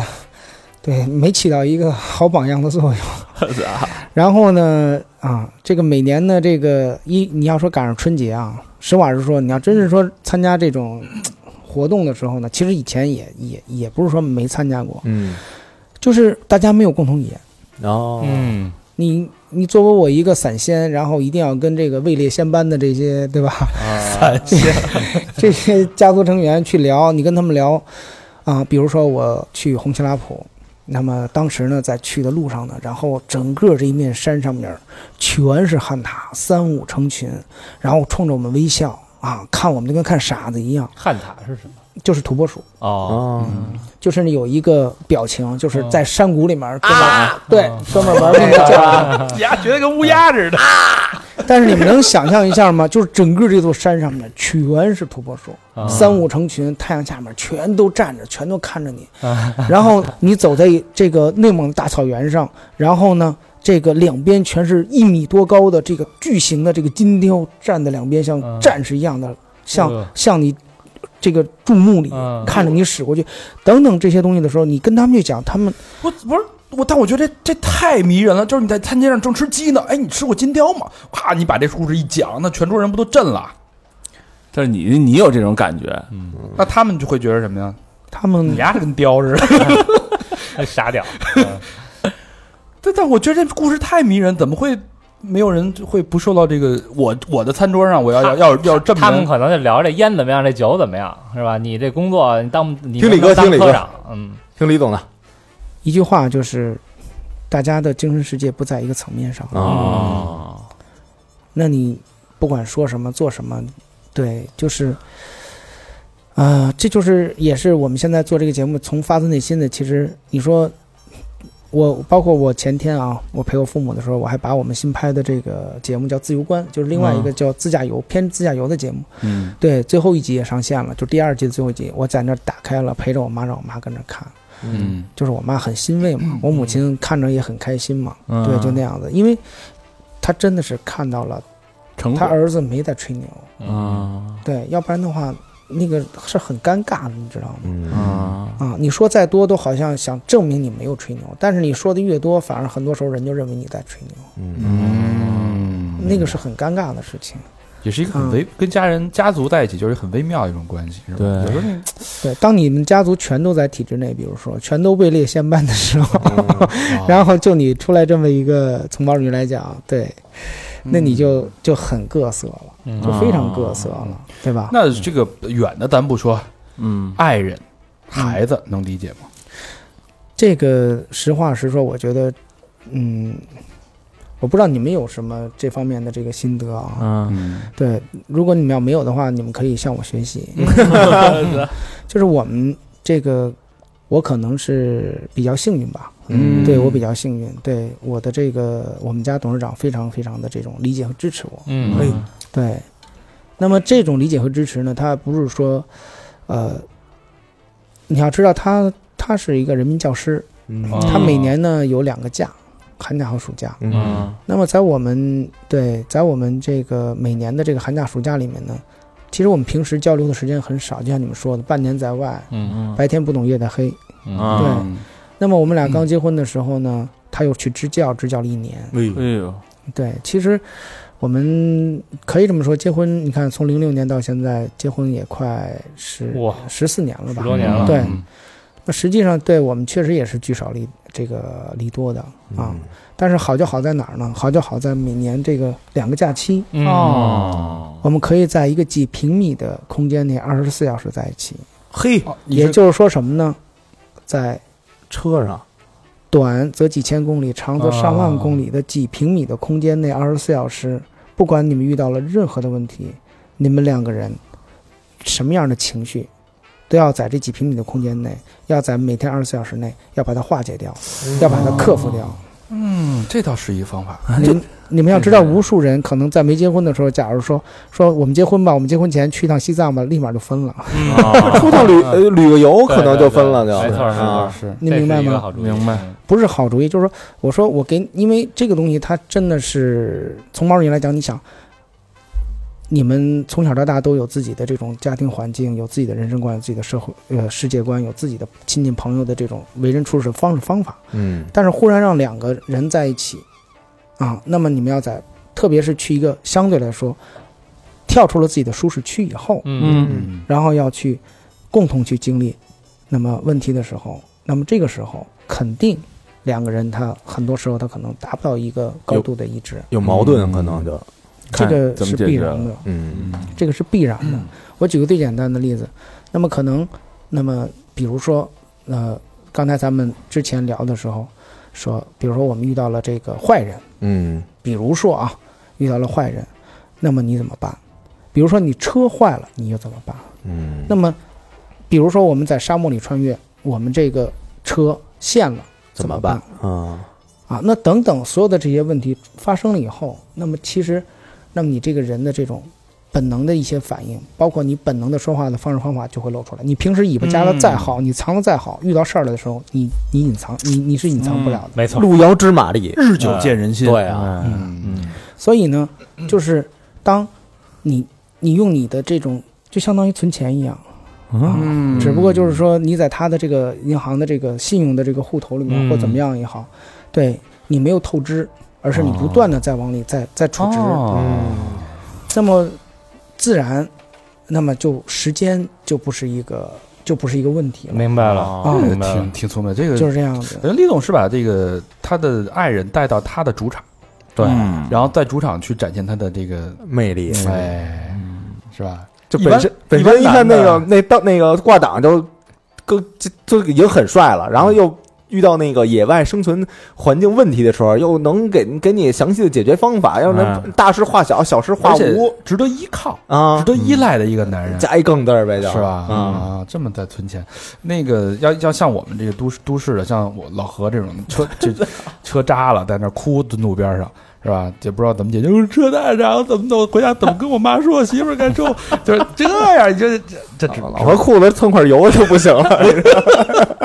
E: 对没起到一个好榜样的作用。然后呢，啊，这个每年呢，这个一你要说赶上春节啊，实话实说，你要真是说参加这种活动的时候呢，其实以前也也也不是说没参加过，
B: 嗯，
E: 就是大家没有共同语言。
B: 然后
C: 嗯，
E: 你你作为我一个散仙，然后一定要跟这个位列仙班的这些对吧？
C: 啊
E: 散仙这些家族成员去聊，你跟他们聊啊，比如说我去红旗拉普，那么当时呢在去的路上呢，然后整个这一面山上面儿全是汉塔，三五成群，然后冲着我们微笑啊，看我们就跟看傻子一样，
C: 汉塔是什么？
E: 就是土拨鼠。
C: 哦，
B: 哦，
E: 就是有一个表情，就是在山谷里面儿哥们儿、
D: 啊，
E: 对
C: 哦
E: 哥们儿玩那个叫
D: 牙觉得跟乌鸦似的。
E: 但是你们能想象一下吗？就是整个这座山上面全是土拨鼠，嗯
C: 啊哦
E: 三五成群，太阳下面全都站着，全都看着你。然后你走在这个内蒙大草原上，然后呢，这个两边全是一米多高的这个巨型的这个金雕站在两边，像
C: 嗯
E: 战士一样的，像
C: 哦
E: 像你这个注目礼
C: 嗯
E: 看着你驶过去，等等这些东西的时候，你跟他们去讲，他们
A: 不不是我，但我觉得这这太迷人了。就是你在餐街上正吃鸡呢，哎，你吃过金雕吗？哇，你把这故事一讲，那全桌人不都震了？
D: 但是你你有这种感觉，
A: 那他们就会觉得什么呀？
E: 他们
A: 你丫是跟雕似的。
C: 哎傻屌，
A: 但但我觉得这故事太迷人，怎么会没有人会不受到这个？我我的餐桌上，我要要要要这么
C: 他们可能就聊这烟怎么样，这酒怎么样，是吧？你这工作，你当你
B: 听李哥
C: 能当
B: 听李哥
C: 科长，嗯，
B: 听李总的
E: 一句话就是，大家的精神世界不在一个层面上。
B: 啊，
E: 那你不管说什么做什么，对，就是，啊、这就是也是我们现在做这个节目从发自内心的。其实你说我，包括我前天啊，我陪我父母的时候，我还把我们新拍的这个节目叫《自由观》，就是另外一个叫自驾游、偏自驾游的节目，
D: 嗯，
E: 对，最后一集也上线了，就第二季的最后一集，我在那儿打开了，陪着我妈，让我妈跟着看。
D: 嗯
E: 就是我妈很欣慰嘛，我母亲看着也很开心嘛，
D: 啊
C: 嗯
E: 对，就那样子，因为她真的是看到了
D: 成
E: 她
D: 果
E: 儿子没在吹牛，
D: 啊
E: 对，要不然的话，那个是很尴尬的，你知道吗？
B: 嗯
D: 啊，
E: 啊，你说再多都好像想证明你没有吹牛，但是你说的越多，反而很多时候人就认为你在吹牛，
A: 嗯，
E: 那个是很尴尬的事情。
A: 也是一个
E: 嗯
A: 很微、跟家人家族在一起，就是很微妙的一种关系，是吧？
D: 对
A: 有时候那
E: 对，当你们家族全都在体制内，比如说全都位列仙班的时候，
D: 嗯 啊
E: 然后就你出来这么一个从毛驴来讲，对，那
D: 嗯
E: 你就就很各色了。就非常
D: 啊
E: 各色了，对吧？
A: 那这个远的咱不说，
D: 嗯，
A: 爱人、孩子
E: 嗯
A: 能理解吗？
E: 这个实话实说，我觉得，嗯，我不知道你们有什么这方面的这个心得啊。
C: 嗯
A: 嗯
E: 对，如果你们要没有的话，你们可以向我学习。 就是我们这个，我可能是比较幸运吧。
A: 嗯
E: 对我比较幸运，对我的这个我们家董事长非常非常的这种理解和支持我。
C: 嗯，
E: 哎对，那么这种理解和支持呢，它不是说，呃，你要知道他，他是一个人民教师，
B: 嗯
C: 嗯
E: 他每年呢有两个假，寒假和暑假。
B: 嗯
E: 那么在我们对在我们这个每年的这个寒假暑假里面呢，其实我们平时交流的时间很少，就像你们说的，半年在外，
C: 嗯
E: 白天不懂夜在黑。
C: 嗯
D: 啊，
E: 那么我们俩刚结婚的时候呢，他又去支教，支教了一年。
C: 嗯
D: 哎呦，
E: 对，其实我们可以这么说，结婚，你看从零六年到现在，结婚也快十
C: 哇
E: 十四年了吧
C: 十？多年了
E: 对，
A: 嗯
E: 那实际上对我们确实也是聚少离这个离多的啊。但是好就好在哪儿呢？好就好在每年这个两个假期，
C: 嗯
D: 哦，
E: 我们可以在一个几平米的空间内二十四小时在一起。
B: 嘿，
A: 哦
E: 也就是说什么呢？在
B: 车上
E: 短则几千公里，长则上万公里的几平米的空间内，二十四小时，不管你们遇到了任何的问题，你们两个人什么样的情绪，都要在这几平米的空间内，要在每天二十四小时内，要把它化解掉，要把它克服掉。
A: 嗯，这倒是一个方法。
E: 你们你们要知道，无数人可能在没结婚的时候，假如说说我们结婚吧，我们结婚前去一趟西藏吧，立马就分了。
B: 出趟旅呃旅个游可能就分了，
C: 对
B: 就
C: 对对没错
B: 啊，
A: 是
E: 你明白吗？？
C: 明白，
E: 不是好主意，就是说，我说我给你，因为这个东西它真的是从毛主义来讲，你想，你们从小到大都有自己的这种家庭环境，有自己的人生观，有自己的社会呃世界观，有自己的亲戚朋友的这种为人处事方式方法，
B: 嗯
E: 但是忽然让两个人在一起，啊，那么你们要在，特别是去一个相对来说跳出了自己的舒适区以后，
C: 嗯
A: 嗯
E: 然后要去共同去经历那么问题的时候，那么这个时候肯定两个人他很多时候他可能达不到一个高度的一致，
B: 有矛盾可能就
E: 这
D: 看
E: 个
D: 怎么
E: 是
D: 解啊
E: 必
D: 决嗯
E: 然的，
B: 嗯
E: 这个是必然的。我举个最简单的例子，那么可能，那么比如说，呃，刚才咱们之前聊的时候说，比如说我们遇到了这个坏人，
B: 嗯
E: 比如说啊，遇到了坏人，那么你怎么办？比如说你车坏了，你又怎么办？
B: 嗯，
E: 那么，比如说我们在沙漠里穿越，我们这个车陷了，
B: 怎
E: 么
B: 么办啊？
E: 啊？那等等所有的这些问题发生了以后，那么其实，那么你这个人的这种本能的一些反应，包括你本能的说话的方式方法就会露出来。你平时尾巴夹的再
B: 嗯
E: 好，你藏的再好，遇到事儿了的时候，你你隐藏，你你是隐藏不了的。
C: 没错，
B: 路遥知马力，
A: 日久见人心。
B: 对啊，
A: 嗯，
E: 所以呢，就是当你你用你的这种，就相当于存钱一样。
D: 嗯
E: 只不过就是说你在他的这个银行的这个信用的这个户头里面
C: 嗯
E: 或怎么样也好，对你没有透支，而是你不断的在往里再再储值，
B: 啊
C: 嗯
D: 哦，
E: 那么自然，那么就时间就不是一个就不是一个问题了，
C: 明白了，
E: 啊
A: 这个
C: 明白了
A: 挺挺聪明。这个
E: 就是这样子。
A: 等于李总是把这个他的爱人带到他的主场，
C: 对
A: 嗯
E: 嗯
D: 嗯
A: 然后在主场去展现他的这个，
B: 魅力
A: 哎，是吧？
B: 就
A: 一
B: 本
A: 般
B: 身本
A: 一般
B: 身一看
A: 男
B: 那
A: 的
B: 个那到那个挂档就更就就已经很帅了，
A: 嗯
B: 然后又遇到那个野外生存环境问题的时候，又能给给你详细的解决方法，要能大事化小，小事化
A: 嗯而且
B: 无
A: 值得依靠、值
B: 啊，嗯
A: 得依赖的一个男人，
B: 加一更字儿呗，就是
A: 吧？
B: 嗯，
A: 啊，这么在存钱，那个要要像我们这个都市都市的，像我老何这种车 这车扎了，在那儿哭蹲路边上。是吧？也不知道怎么解决，就是车太然后怎么弄？回家怎么跟我妈说？媳妇儿该说， 就是这样，这这这这
B: 啊老婆裤子蹭块油就不行了，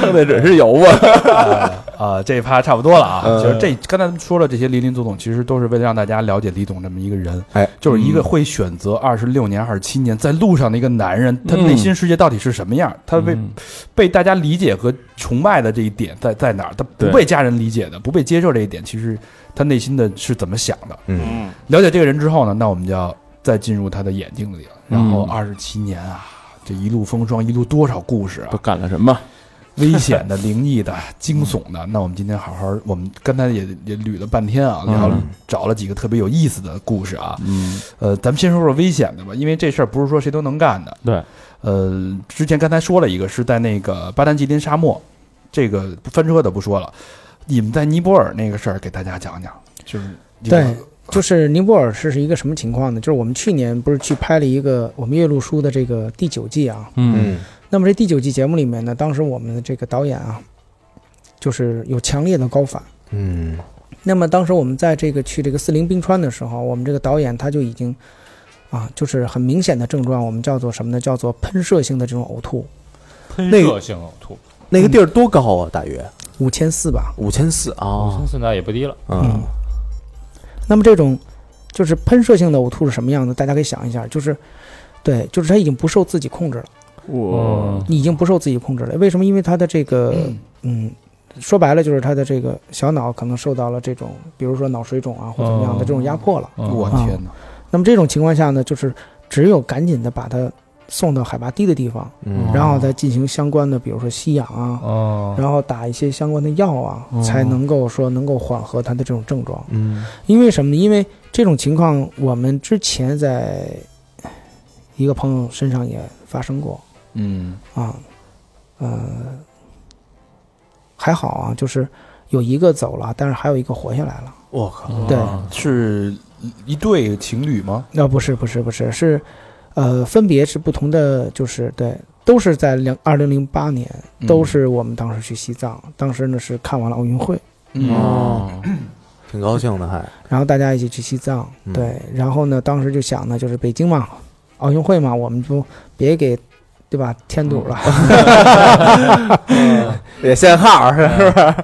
B: 蹭的只是油啊，
A: 啊，这一趴差不多了啊。
B: 嗯
A: 就是这刚才咱们说了这些林林总总，其实都是为了让大家了解李总这么一个人。
B: 哎，
A: 就是
D: 嗯
A: 一个会选择二十六年、二十七年在路上的一个男人，他
D: 嗯
A: 内心世界到底是什么样？他被
D: 嗯
A: 被大家理解和崇拜的这一点在在哪儿？他不
D: 对
A: 被家人理解的，不被接受这一点，其实他内心的是怎么想的？
B: 嗯，
D: 嗯，
A: 了解这个人之后呢，那我们就要再进入他的眼睛里了。然后
D: 嗯
A: 二十七年啊，这一路风霜，一路多少故事啊
D: 都！干了什么？
A: 危险的、灵异的、惊悚的。那我们今天好好，我们刚才也也捋了半天啊，聊了、找了几个特别有意思的故事啊。
D: 嗯，
A: 呃，咱们先说说危险的吧，因为这事儿不是说谁都能干的。
D: 对，
A: 呃，之前刚才说了一个是在那个巴丹吉林沙漠，这个翻车的不说了，你们在尼泊尔那个事儿给大家讲讲，就是一个
E: 对，就是尼泊尔是是一个什么情况呢？就是我们去年不是去拍了一个我们岳麓书的这个第九季啊，
D: 嗯
B: 嗯
E: 那么这第九季节目里面呢，当时我们的这个导演啊，就是有强烈的高反。
B: 嗯
E: 那么当时我们在这个去这个四零冰川的时候，我们这个导演他就已经啊，就是很明显的症状，我们叫做什么呢？叫做喷射性的这种呕吐，
C: 喷
B: 那
C: 射性呕吐，
B: 那个地儿多高啊？大约
E: 五千四吧。嗯
B: 五千四
C: 五
B: 啊，
C: 千现在也不低了，
B: 嗯
E: 那么这种就是喷射性的呕吐是什么样的？大家可以想一下，就是，对，就是它已经不受自己控制了，
D: 我
E: 已经不受自己控制了。为什么？因为它的这个，嗯，说白了就是它的这个小脑可能受到了这种，比如说脑水肿啊或怎么样的这种压迫了。
A: 我
E: 啊
A: 天哪！
E: 那么这种情况下呢，就是只有赶紧的把它送到海拔低的地方，
B: 嗯
E: 然后再进行相关的，比如说吸氧啊，
C: 哦，
E: 然后打一些相关的药啊，才能够说能够缓和它的这种症状。
B: 嗯
E: 因为什么呢？因为这种情况，我们之前在一个朋友身上也发生过
A: 嗯
E: 啊，呃，还好啊，就是有一个走了，但是还有一个活下来了。
A: 我靠，
E: 对，
C: 啊
A: 是一对情侣吗？
E: 那、不是不是不是是，呃，分别是不同的，就是对，都是在两二零零八年，
A: 嗯
E: 都是我们当时去西藏，当时呢是看完了奥运会，
A: 嗯
B: 哦， 挺高兴的还，
E: 然后大家一起去西藏
B: 嗯，
E: 对，然后呢，当时就想呢，就是北京嘛，奥运会嘛，我们就别给，对吧，添堵了，
B: 也限号是不是？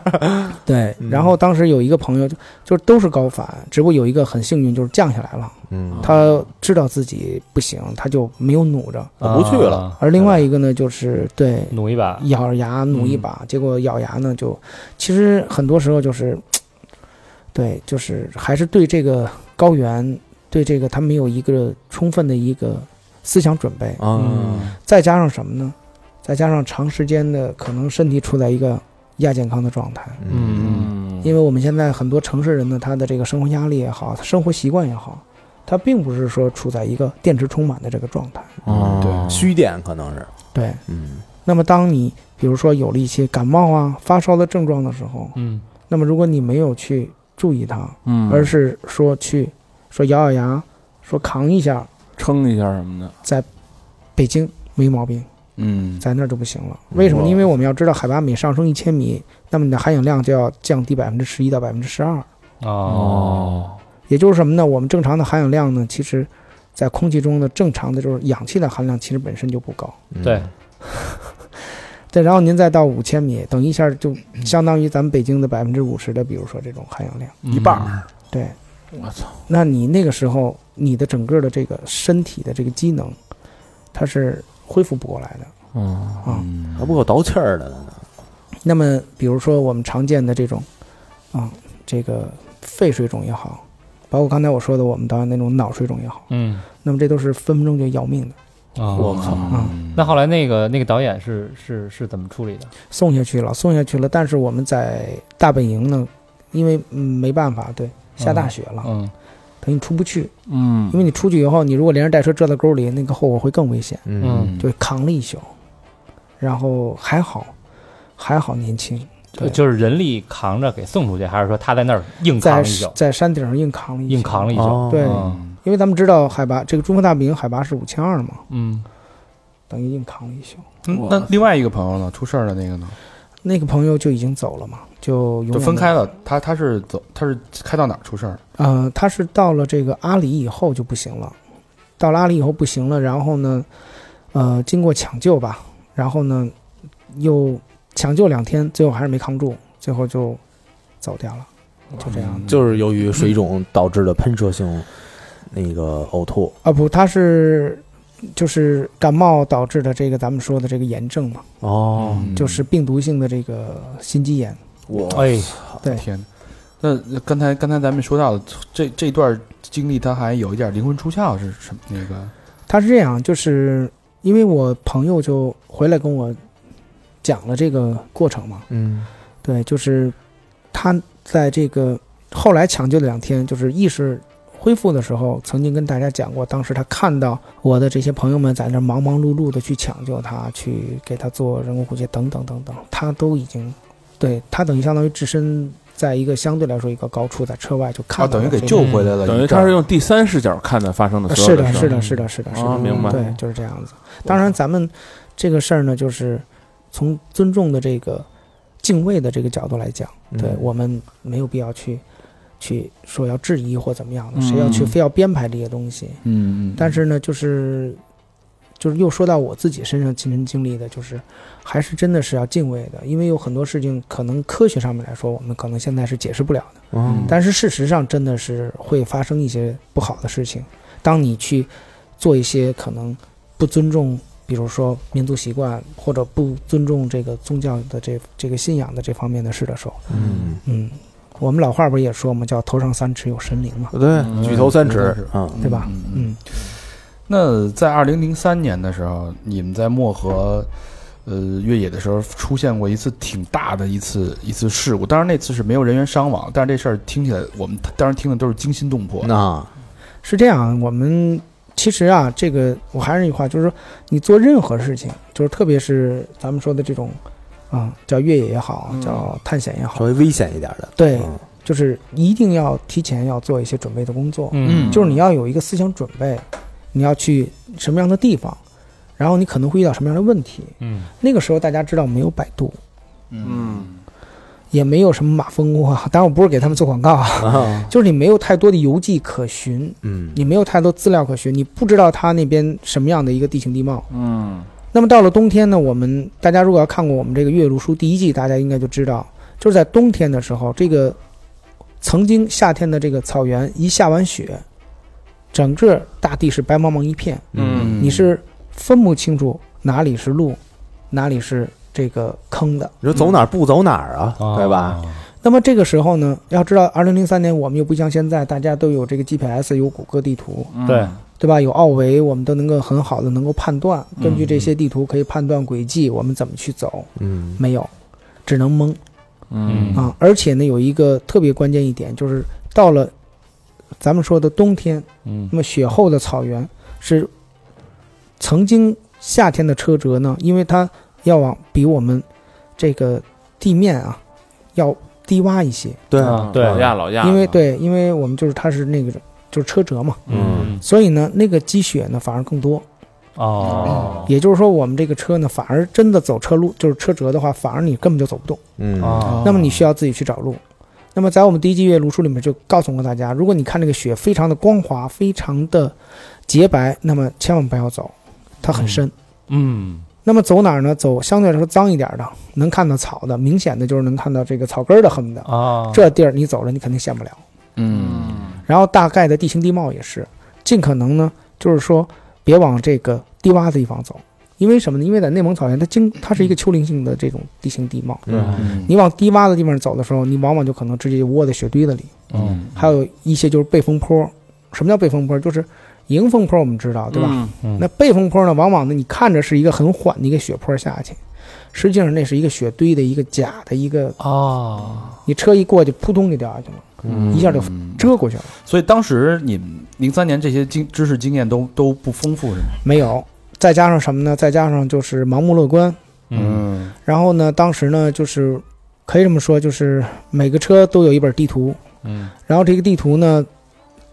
E: 对。然后当时有一个朋友就就都是高反，只不过有一个很幸运，就是降下来了，
B: 嗯
E: 他知道自己不行，他就没有努着，
B: 我不去了，
E: 而另外一个呢，就是对。
C: 努一把，
E: 咬着牙努一把，结果咬牙呢就，其实很多时候就是，对，就是还是对这个高原，对这个他没有一个充分的一个思想准备，
D: 嗯
B: 啊，
E: 再加上什么呢？再加上长时间的可能身体处在一个亚健康的状态，
B: 嗯
D: 嗯
E: 因为我们现在很多城市人呢，他的这个生活压力也好，他生活习惯也好，他并不是说处在一个电池充满的这个状态，
B: 嗯，
A: 对
B: 虚电可能是，
E: 对。
B: 嗯
E: 那么，当你比如说有了一些感冒啊、发烧的症状的时候，
C: 嗯
E: 那么如果你没有去注意它，
D: 嗯
E: 而是说去说咬咬牙，说扛一下，
D: 撑一下什么的，
E: 北京没毛病，
D: 嗯
E: 在那儿就不行了。为什么？
B: 哇
E: 因为我们要知道，海拔每上升一千米，那么你的含氧量就要降低百分之十一到百分之十二。
C: 哦
E: 也就是什么呢？我们正常的含氧量呢，其实，在空气中的正常的就是氧气的含量其实本身就不高。
B: 嗯
C: 对，
E: 对，然后您再到五千米，等一下就相当于咱们北京的百分之五十的，比如说这种含氧量。
D: 嗯
C: 一
A: 半
C: 儿，
E: 对，
D: 我操，
E: 那你那个时候你的整个的这个身体的这个机能，它是恢复不过来的。
D: 嗯
E: 啊
B: 还不够倒气儿的呢，
E: 那么，比如说我们常见的这种，啊、这个肺水肿也好，包括刚才我说的我们导演那种脑水肿也好，
C: 嗯，
E: 那么这都是分分钟就要命的。
C: 我
B: 嗯
C: 靠。
E: 啊
C: 哦
A: 嗯
C: 那后来那个那个导演是是是怎么处理的？
E: 送下去了，送下去了。但是我们在大本营呢，因为、嗯、没办法，对，下大雪了，
C: 嗯，
E: 等于出不去。
D: 嗯
E: 因为你出去以后，你如果连人带车折到沟里，那个后果会更危险。
B: 嗯
E: 就扛了一宿，然后还好，还好年轻，
C: 就就是人力扛着给送出去，还是说他在那儿硬扛
E: 在
C: 一宿，
E: 在山顶上硬扛了一宿
C: 硬扛了一宿？
B: 哦
E: 对
C: 嗯
E: 因为咱们知道海拔，这个珠峰大本营海拔是五千二嘛，
C: 嗯，
E: 等于硬扛了一宿。
A: 嗯那另外一个朋友呢？出事儿的那个呢？
E: 那个朋友就已经走了嘛，就永
A: 就
E: 远
A: 分开。了。他他是走，他是开到哪儿出事儿？
E: 呃，他是到了这个阿里以后就不行了，到了阿里以后不行了，然后呢，呃，经过抢救吧，然后呢，又抢救两天，最后还是没扛住，最后就走掉了，就这样。
B: 就是由于水肿导致的喷射性那个呕吐，
E: 啊不，他是就是感冒导致的这个咱们说的这个炎症嘛，
B: 哦，
A: 嗯
E: 就是病毒性的这个心肌炎。
B: 我
C: 哎，
E: 对
A: 啊天哪！那刚才刚才咱们说到的这这段经历，他还有一点灵魂出窍是什么？那个
E: 他是这样，就是因为我朋友就回来跟我讲了这个过程嘛，
B: 嗯
E: 对，就是他在这个后来抢救的两天，就是意识恢复的时候，曾经跟大家讲过，当时他看到我的这些朋友们在那忙忙碌碌的去抢救他，去给他做人工呼吸等等等等，他都已经，对他等于相当于置身在一个相对来说一个高处，在车外就看
A: 他
E: 到
A: 啊哦等于
E: 了
A: 给
E: 这个
A: 救回来了，
D: 等于他是用第三视角看的发生的所
E: 是
D: 有
E: 的，
A: 嗯
D: 事
E: 是
D: 儿，
E: 的，是的，是的，
A: 哦
E: 是的，
D: 啊明白
E: 对，就是这样子。当然，咱们这个事儿呢，就是从尊重的这个敬畏的这个角度来讲，对
B: 嗯
E: 我们没有必要去去说要质疑或怎么样的，
D: 嗯
E: 谁要去非要编排这些东西。
A: 嗯，
E: 但是呢，就是就是又说到我自己身上亲身经历的，就是还是真的是要敬畏的，因为有很多事情可能科学上面来说，我们可能现在是解释不了的，
B: 嗯
E: 但是事实上真的是会发生一些不好的事情。当你去做一些可能不尊重，比如说民族习惯或者不尊重这个宗教的这这个信仰的这方面的事的时候，
B: 嗯，
E: 嗯，我们老话不是也说嘛，叫头上三尺有神灵嘛，
B: 对，
A: 嗯
B: 举头三尺，嗯，
E: 对吧？
F: 嗯
E: 嗯，
F: 那在二零零三年的时候，你们在漠河，呃，越野的时候出现过一次挺大的一次一次事故。当然那次是没有人员伤亡，但是这事儿听起来，我们当时听的都是惊心动魄。
B: 那
E: 是这样，我们其实啊，这个我还是那句话，就是说你做任何事情，就是特别是咱们说的这种，啊、叫越野也好，叫探险也
B: 稍
E: 好，
B: 微危险一点的，
E: 对
B: 嗯
E: 就是一定要提前要做一些准备的工作，
C: 嗯
E: 就是你要有一个思想准备，你要去什么样的地方，然后你可能会遇到什么样的问题。
C: 嗯
E: 那个时候大家知道没有百度，
D: 嗯
E: 也没有什么马蜂窝 啊，当然我不是给他们做广告啊，
B: 啊，
E: 就是你没有太多的游记可循，
B: 嗯，
E: 你没有太多资料可循，你不知道它那边什么样的一个地形地貌。
D: 嗯
E: 那么到了冬天呢，我们大家如果要看过我们这个《岳麓书》第一季，大家应该就知道，就是在冬天的时候，这个曾经夏天的这个草原一下完雪，整个大地是白茫茫一片，
B: 嗯
E: 你是分不清楚哪里是路，哪里是这个坑的。
B: 你说走哪儿不走哪儿啊，
C: 啊
B: 对吧？？
E: 那么这个时候呢，要知道，二零零三年我们又不像现在，大家都有这个 GPS，有谷歌地图，
D: 嗯
C: 对，
E: 对吧？有奥维，我们都能够很好的能够判断，根据这
D: 嗯
E: 些地图可以判断轨迹，我们怎么去走。
B: 嗯，
E: 没有，只能蒙
D: 嗯
E: 啊！而且呢，有一个特别关键一点，就是到了咱们说的冬天，
D: 嗯
E: 那么雪后的草原是曾经夏天的车辙呢，因为它要往比我们这个地面啊要低洼一些，
B: 对
C: 啊对
D: 老
B: 嗯
D: 亚老亚，
E: 因为对，因为我们就是它是那个就是车辙嘛，
C: 嗯
E: 所以呢，那个积雪呢反而更多。
C: 哦
E: 也就是说，我们这个车呢，反而真的走车路，就是车辙的话，反而你根本就走不动。
B: 嗯，
C: 哦，
E: 那么你需要自己去找路。那么在我们第一季《月如书》里面就告诉过大家，如果你看这个雪非常的光滑，非常的洁白，那么千万不要走，它很深。
C: 嗯
E: 那么走哪儿呢？走相对来说脏一点的，能看到草的，明显的就是能看到这个草根儿的，恨不得
C: 啊
E: 这地儿你走了你肯定陷不了。
D: 嗯
E: 然后大概的地形地貌也是，尽可能呢，就是说别往这个低洼的地方走，因为什么呢？因为在内蒙草原，它经它是一个丘陵性的这种地形地貌，
B: 嗯
D: 嗯
E: 你往低洼的地方走的时候，你往往就可能直接窝在雪堆子里。
D: 嗯，
E: 还有一些就是背风坡。什么叫背风坡？就是迎风坡，我们知道，对吧？
D: 嗯？
E: 那背风坡呢，往往呢，你看着是一个很缓的一个雪坡下去，实际上那是一个雪堆的一个假的一个，
C: 哦
E: 你车一过去，扑通就掉下去了，
D: 嗯
E: 一下就
A: 嗯
E: 遮过去了。
F: 嗯所以当时你们零三年这些经知识经验都都不丰富是吗？
E: 没有，再加上什么呢？再加上就是盲目乐观。
F: 嗯
E: 然后呢，当时呢，就是可以这么说，就是每个车都有一本地图，
C: 嗯，
E: 然后这个地图呢，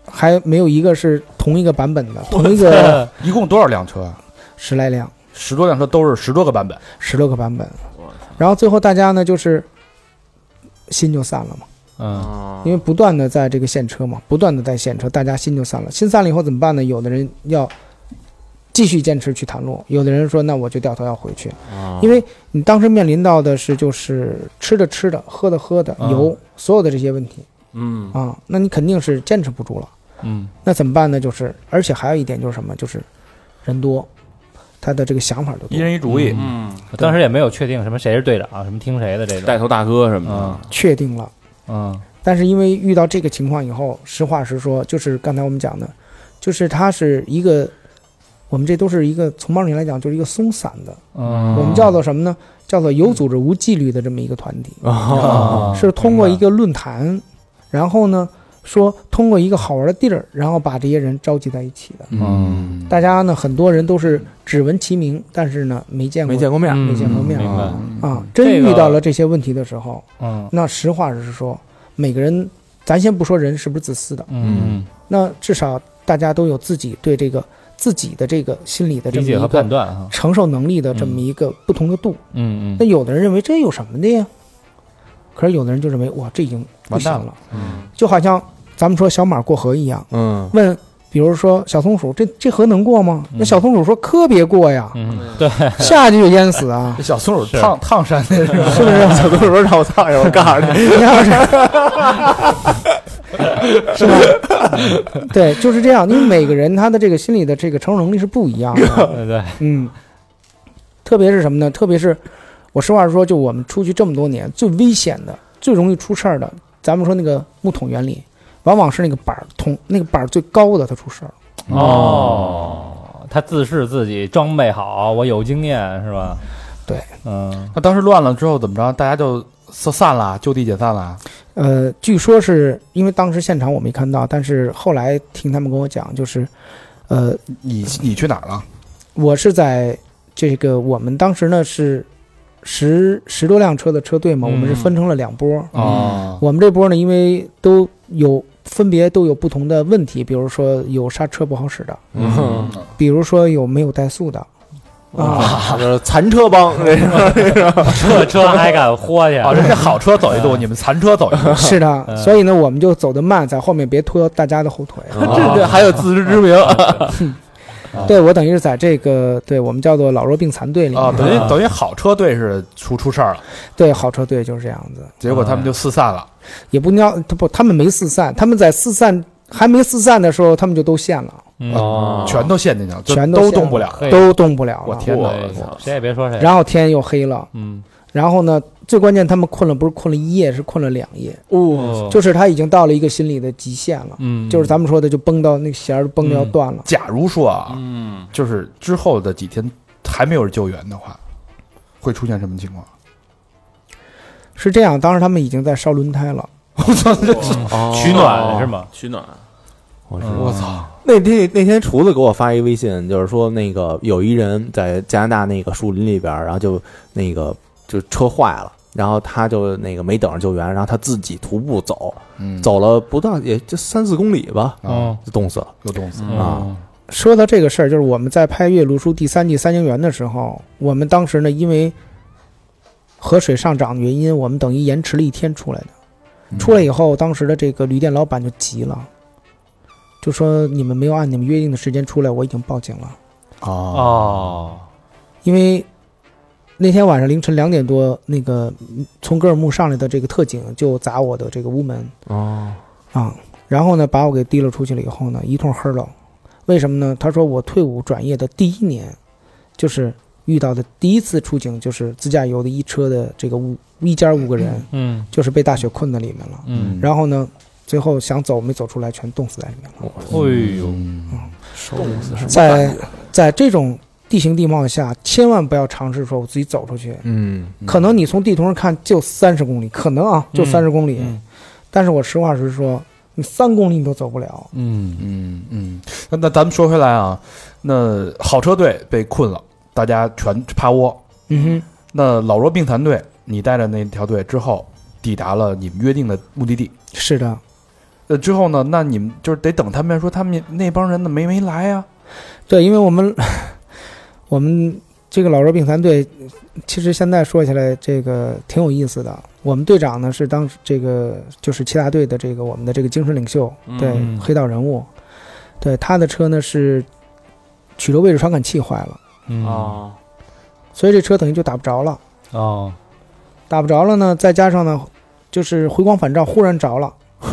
E: 还没有一个是同一个版本的，同一个
F: 一共多少辆车啊？
E: 十来辆。
F: 十多辆车都是十多个版本。
E: 十多个版本，然后最后大家呢就是心就散了嘛，
C: 嗯
A: 啊
E: 因为不断的在这个现车嘛，不断的在现车，大家心就散了。心散了以后怎么办呢？有的人要继续坚持去探路，有的人说那我就掉头要回去，
A: 啊
E: 因为你当时面临到的是就是吃的吃的，喝的喝的，
C: 嗯
E: 油所有的这些问题
D: 嗯
E: 啊，那你肯定是坚持不住了。
C: 嗯
E: 那怎么办呢？就是而且还有一点就是什么？就是人多，他的这个想法就多
F: 一。人一主意，
D: 嗯，
C: 当时也没有确定什么谁是队长，什么听谁的这
D: 带
C: 种，
D: 头大哥什么
C: 嗯
D: 的，
E: 确定了。
C: 嗯
E: 但是因为遇到这个情况以后，实话实说，就是刚才我们讲的，就是它是一个，我们这都是一个从某种意义来讲，就是一个松散的，
C: 嗯，
E: 我们叫做什么呢？叫做有组织无纪律的这么一个团体，
D: 哦
C: 啊
E: 是通过一个论坛，然后呢说通过一个好玩的地儿，然后把这些人召集在一起的。
F: 嗯，
E: 大家呢，很多人都是只闻其名，但是呢没见过
B: 没见过面儿，
E: 没见过面
C: 嗯明白
E: 啊。
C: 这
E: 真
C: 个
E: 遇到了这些问题的时候，
C: 嗯
E: 那实话实说，每个人，咱先不说人是不是自私的。
C: 嗯，
E: 那至少大家都有自己对这个自己的这个心理的这
C: 理
E: 么
C: 解和
E: 一
C: 判
E: 个
C: 断嗯哈，
E: 承受能力的这么一个不同的度。
C: 嗯
E: 那
C: 嗯
E: 有的人认为这有什么的呀？可是有的人就认为哇，这已经不行
F: 完蛋！
E: 了，就好像咱们说小马过河一样，
B: 嗯
E: 问比如说小松鼠，这这河能过吗？那小松鼠说可别过呀，
C: 嗯，对，
E: 下去就淹死啊
F: 小松鼠
C: 是
F: 烫烫山那是吧？
E: 是不是？
B: 小哥说让我操 一下，我告诉你，
E: 你要是，是吧？对，就是这样，因为每个人他的这个心理的这个承受能力是不一 样的。
C: 对对，
E: 嗯，特别是什么呢？特别是我实话实说，就我们出去这么多年，最危险的、最容易出事儿的，咱们说那个木桶原理，往往是那个板儿桶，那个板儿最高的它出事儿。
C: 哦，他自视自己装备好，我有经验是吧？
E: 对，
C: 嗯，
F: 那当时乱了之后怎么着？大家就散散了，就地解散了。
E: 呃，据说是因为当时现场我没看到，但是后来听他们跟我讲，就是，呃，
F: 你你去哪儿了？
E: 我是在这个我们当时呢是十十多辆车的车队嘛，
C: 嗯
E: 我们是分成了两波。
F: 哦，
E: 我们这波呢，因为都有分别都有不同的问题，比如说有刹车不好使的，
B: 嗯，
E: 比如说有没有怠速的，啊，
B: 就是残车 帮，啊这是
C: 这 车还敢豁嗯去？
F: 哦，人家好车走一 路，你们残车走一路。
E: 是的，所以呢，我们就走得慢，在后面别拖大家的后腿。
F: 这这还有自知之 明啊！
E: 对我等于是在这个对我们叫做老弱病残队里
A: 啊
E: 面，
F: 哦等于等于好车队是出出事儿了，
E: 对好车队就是这样子。
F: 结果他们就四散了。
E: 也不尿，他不，他们没四散，他们在四散还没四散的时候，他们就都陷了，
C: 嗯
B: 哦
F: 全都陷进去了，就
E: 全都
F: 都
E: 陷
F: 动不了。
C: 嘿哎
E: 都动不了
F: 我
E: 了。
F: 天哪！
D: 我操
C: 谁也别说谁。
E: 然后天又黑了，
C: 嗯，
E: 然后呢，最关键他们困了，不是困了一夜，是困了两夜，
C: 哦
E: 就是他已经到了一个心理的极限了，
C: 嗯，
E: 就是咱们说的就崩到那个弦儿崩的要断了。
F: 假如说啊，
D: 嗯，
F: 就是之后的几天还没有人救援的话，会出现什么情况？
E: 是这样，当时他们已经在烧轮胎了，
F: 我操！这
C: 取暖是吗？
D: 嗯哦取暖，
B: 我
F: 我操！
B: 那天那天厨子给我发一微信，就是说那个有一人在加拿大那个树林里边儿，然后就那个就车坏了，然后他就那个没等着救援，然后他自己徒步走，
F: 嗯，
B: 走了不到也就三四公里吧，
C: 哦
F: 啊，
B: 就冻死了。
F: 又冻死了
D: 嗯
B: 啊！
E: 说到这个事儿，就是我们在拍《岳麓书》第三季《三清园》的时候，我们当时呢，因为河水上涨的原因，我们等于延迟了一天出来的。
F: 嗯
E: 出来以后，当时的这个旅店老板就急了，就说：“你们没有按你们约定的时间出来，我已经报警了。
F: 啊
C: 哦，”
E: 因为那天晚上凌晨两点多，那个嗯从格尔木上来的这个特警就砸我的这个屋门，
B: 哦，
E: 啊，然后呢，把我给提溜出去了以后呢，一通黑了。为什么呢？他说我退伍转业的第一年，就是遇到的第一次出警，就是自驾游的一车的这个五一家五个人，
C: 嗯
E: 就是被大雪困在里面了。
C: 嗯，
E: 然后呢，最后想走没走出来，全冻死在里面了。
C: 哎呦，
F: 嗯
B: 冻死是
E: 在在这种地形地貌下，千万不要尝试说我自己走出去。
B: 嗯，
E: 可能你从地图上看就三十公里，可能啊就
C: 嗯
E: 三十公里，
C: 嗯
E: 但是我实话实说，你三公里你都走不了。
C: 嗯
F: 嗯嗯，那那咱们说回来啊，那好车队被困了，大家全趴窝。
E: 嗯哼。
F: 那老弱病残队，你带着那条队之后，抵达了你们约定的目的地。
E: 是的，
F: 呃，之后呢，那你们就是得等他们说他们那帮人呢没没来啊呀、
E: 对，因为我们我们这个老弱病残队，其实现在说起来这个挺有意思的。我们队长呢是当时这个就是七大队的这个我们的这个精神领袖，对、
C: 嗯
E: 黑道人物，对他的车呢是曲轴位置传感器坏了，
C: 嗯
D: 哦，
E: 所以这车等于就打不着了，
C: 哦，
E: 打不着了呢，再加上呢就是回光返照，忽然着了。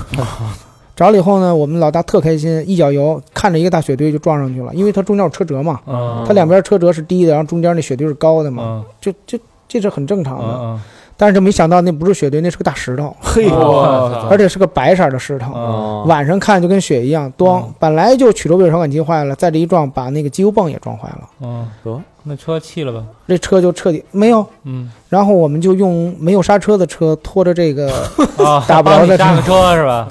E: 着了以后呢，我们老大特开心，一脚油看着一个大雪堆就撞上去了，因为它中间有车折嘛，
C: 嗯，
E: 它两边车辙是低的，然后中间那雪堆是高的嘛，
C: 嗯
E: 就就这是很正常的。
C: 嗯
E: 但是就没想到那不是雪堆，那是个大石头，
B: 嘿啊
C: 嗯，
D: 我
E: 而且是个白色的石头。
C: 嗯
E: 晚上看就跟雪一样，咣、
C: 嗯
E: 本来就曲轴位传感器坏了，再这一撞，把那个机油泵也撞坏了，
C: 嗯，
B: 得
C: 那车弃了吧？
E: 这车就彻底没有。
C: 嗯
E: 然后我们就用没有刹车的车拖着这 个
C: 啊，
E: 打不着
C: 帮你
E: 的
C: 刹个车是吧？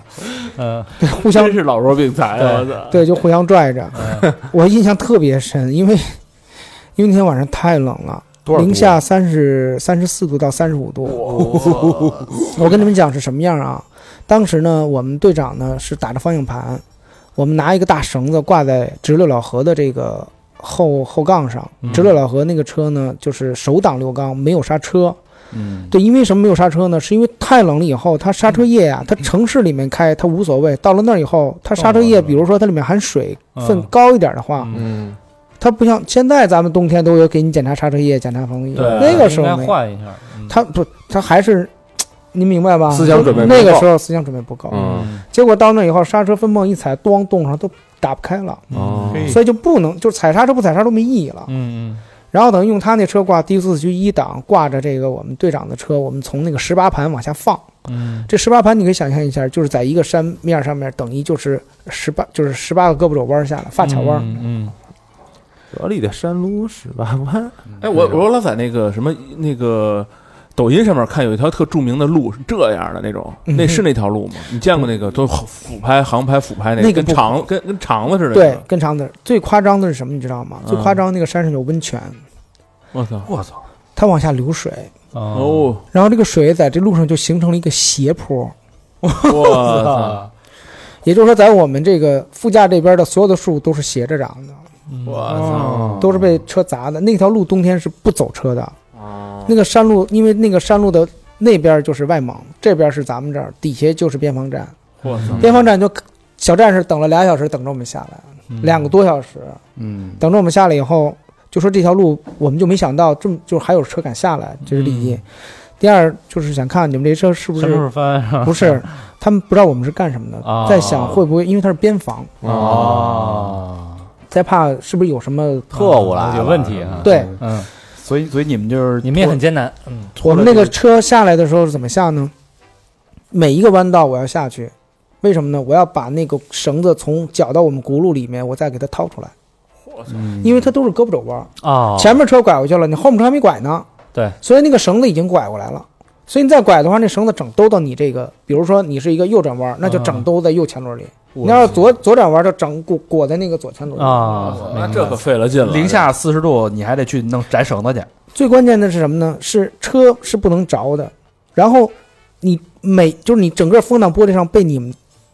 C: 嗯
E: 互相
D: 真是老弱病残啊，我
C: 对
D: 操，
E: 对就互相拽着，
C: 嗯
E: 我印象特别深，因为因为那天晚上太冷了，
F: 多少度啊
E: 零下三十三十四度到三十五度，
D: 我
E: 我跟你们讲是什么样啊？当时呢，我们队长呢是打着方向盘，我们拿一个大绳子挂在直六老河的这个后后杠上
C: 嗯。
E: 直六老河那个车呢，就是手挡六缸，没有刹车，
F: 嗯，
E: 对，因为什么没有刹车呢？是因为太冷了以后，它刹车液
F: 嗯
E: 呀、它城市里面开它无所谓，到了那儿以后，它刹车
F: 哦
E: 液，比如说它里面含水分
C: 嗯
E: 高一点的话，
C: 嗯
B: 嗯，
E: 它不像现在咱们冬天都有给你检查刹车液、检查防冻液，
C: 对，
E: 那个时候
C: 应该
E: 没有
C: 换一下。嗯
E: 它不，它还是您明白吧？
B: 思想准备不够
E: 那个时候思想准备不够，
B: 嗯
E: 结果到那以后刹车分泵一踩，咣冻上都打不开了，
B: 哦
C: 嘿
E: 所以就不能就是踩刹车不踩刹都没意义了。
C: 嗯嗯
E: 然后等于用他那车挂低速四驱一档，挂着这个我们队长的车，我们从那个十八盘往下放。
C: 嗯
E: 这十八盘你可以想象一下，就是在一个山面上面，等于就是十八就是十八个胳膊肘弯下来，发卡弯。
C: 嗯，
B: 河里的山路十八弯，
D: 哎，我我老在那个什么那个抖音上面看有一条特著名的路是这样的那种，
E: 嗯
D: 那是那条 路吗？你见过那个都俯拍、航拍、俯拍那
E: 那个
D: 跟
E: 不
D: 肠跟跟肠子似的？
E: 对，，跟长的最夸张的是什么？你知道吗？
D: 嗯
E: 最夸张那个山上有温泉，
D: 我操！
F: 我操，
E: 它往下流水，
C: 嗯，
D: 哦，
E: 然后这个水在这路上就形成了一个斜坡。
D: 我 操！
C: 嗯
E: 也就是说，在我们这个副驾这边的所有的树都是斜着长的，
D: 哦
C: 嗯
D: 我操！
F: 哦
E: 都是被车砸的。那条路冬天是不走车的，那个山路，因为那个山路的那边就是外蒙，这边是咱们这儿，底下就是边防站，
D: 我操！
E: 边防站就小战士等了俩小时，等着我们下来，
D: 嗯
E: 两个多小时，
F: 嗯，
E: 等着我们下来以后，就说这条路我们就没想到这么就是还有车敢下来，这是第一。第二就是想看你们这车是不
C: 嗯什么时
E: 是
C: 候翻啊？
E: 不是，他们不知道我们是干什么的，
C: 啊
E: 在想会不会因为他是边防，
F: 哦，
E: 在怕是不是有什么
B: 特务来了
C: 有问题啊？
E: 对，
C: 嗯，
F: 所以所以你们就是
C: 你们也很艰难。嗯
E: 我们那个车下来的时候是怎么下呢？每一个弯道我要下去，为什么呢？我要把那个绳子从绞到我们轱辘里面，我再给它掏出来，
F: 嗯
E: 因为它都是胳膊肘弯，
C: 哦，
E: 前面车拐过去了，你后面车还没拐呢。
C: 对，
E: 所以那个绳子已经拐过来了。所以你再拐的话，那绳子整兜到你这个，比如说你是一个右转弯，那
C: 嗯
E: 就整兜在右前轮里；你要是左左转弯，就整裹裹在那个左前轮里。
C: 啊，
D: 那这可费了劲了，
F: 零下四十度，你还得去弄摘绳子去。
E: 最关键的是什么呢？是车是不能着的，然后你每就是你整个风挡玻璃上被你们，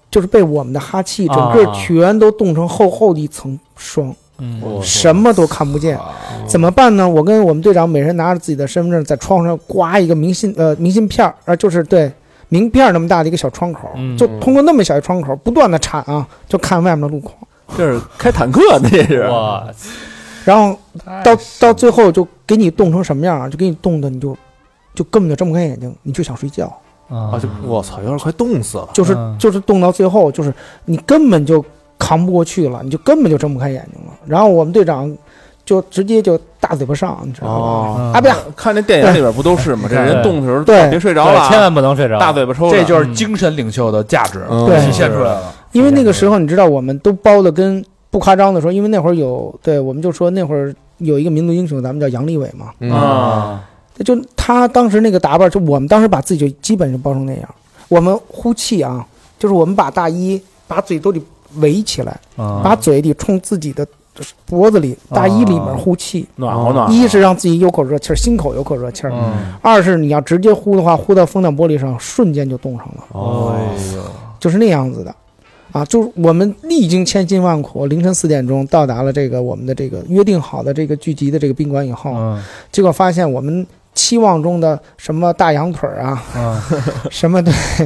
E: 就是被我们的哈气整个
C: 啊
E: 全都冻成厚厚的一层霜，
C: 嗯
D: 我
E: 什么都看不
C: 啊
E: 见，怎么办呢？我跟我们队长每人拿着自己的身份证在窗户上刮一个明信呃明信片儿，呃就是对。名片儿那么大的一个小窗口，
C: 嗯
E: 就通过那么小一窗口，不断的铲啊，就看外面的路况，
D: 这是开坦克呢，这是
C: 我
E: 然后
C: 哎
E: 到到最后就给你冻成什么样啊？就给你冻的你就就根本就睁不开眼睛，你就想睡觉，
B: 啊，
C: 啊
B: 就我操，有点快冻死了。
E: 就是、
C: 嗯
E: 就是冻到最后，就是你根本就扛不过去了，你就根本就睁不开眼睛了。然后我们队长就直接就大嘴巴上，你知道吗？
F: 嗯
B: 哦，
E: 啊不呀，
D: 看那电影里边不都是吗？这
C: 对
D: 人冻的时候
E: 对
D: 别睡着了
C: 对
D: 啊，
C: 千万不能睡着，
D: 大嘴巴抽了，
F: 这就是精神领袖的价值
B: 嗯
E: 对
F: 体现出来了。
E: 因为那个时候你知道，我们都包的跟不夸张的说，因为那会儿有对，我们就说那会儿有一个民族英雄，咱们叫杨利伟嘛，
B: 嗯
D: 啊，
E: 就他当时那个打扮，就我们当时把自己就基本就包成那样。我们呼气啊，就是我们把大衣把嘴都得
F: 哎
E: 围起来，
C: 啊，
E: 把嘴里冲自己的脖子里大衣里面呼气。
D: 暖和暖和。
E: 一是让自己有口热气儿，心口有口热气儿；
C: 啊嗯
E: 二是你要直接呼的话，呼到风挡玻璃上，瞬间就冻上了，
B: 哦，
E: 就是那样子的。啊，就是我们历经千辛万苦，凌晨四点钟到达了这个我们的这个约定好的这个聚集的这个宾馆以后，
C: 嗯
E: 结果发现我们期望中的什么大羊腿儿 啊，
C: 嗯，
E: 什 么对，什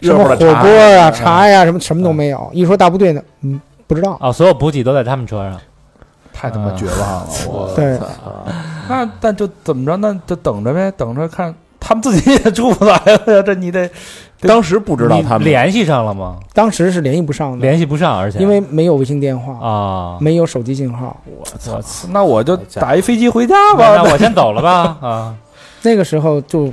D: 热
E: 么
D: 乎
E: 火
D: 的茶
E: 锅啊、茶呀、什么什么都没有。一说大部队呢，嗯，不知道。
C: 嗯啊，所有补给都在他们车上，
F: 太他妈绝望了！我
E: 对，
F: 那但就怎么着？那就等着呗，等着看他们自己也出不来了呀。这你得
D: 当时不知道他们
C: 你联系上了吗？
E: 当时是联系不上的，
C: 联系不上，而且
E: 因为没有卫星电话，
C: 啊，
E: 没有手机信号。
C: 我操，
F: 那我就打一飞机回家吧。
C: 那我先走了吧啊，
E: 那个时候就，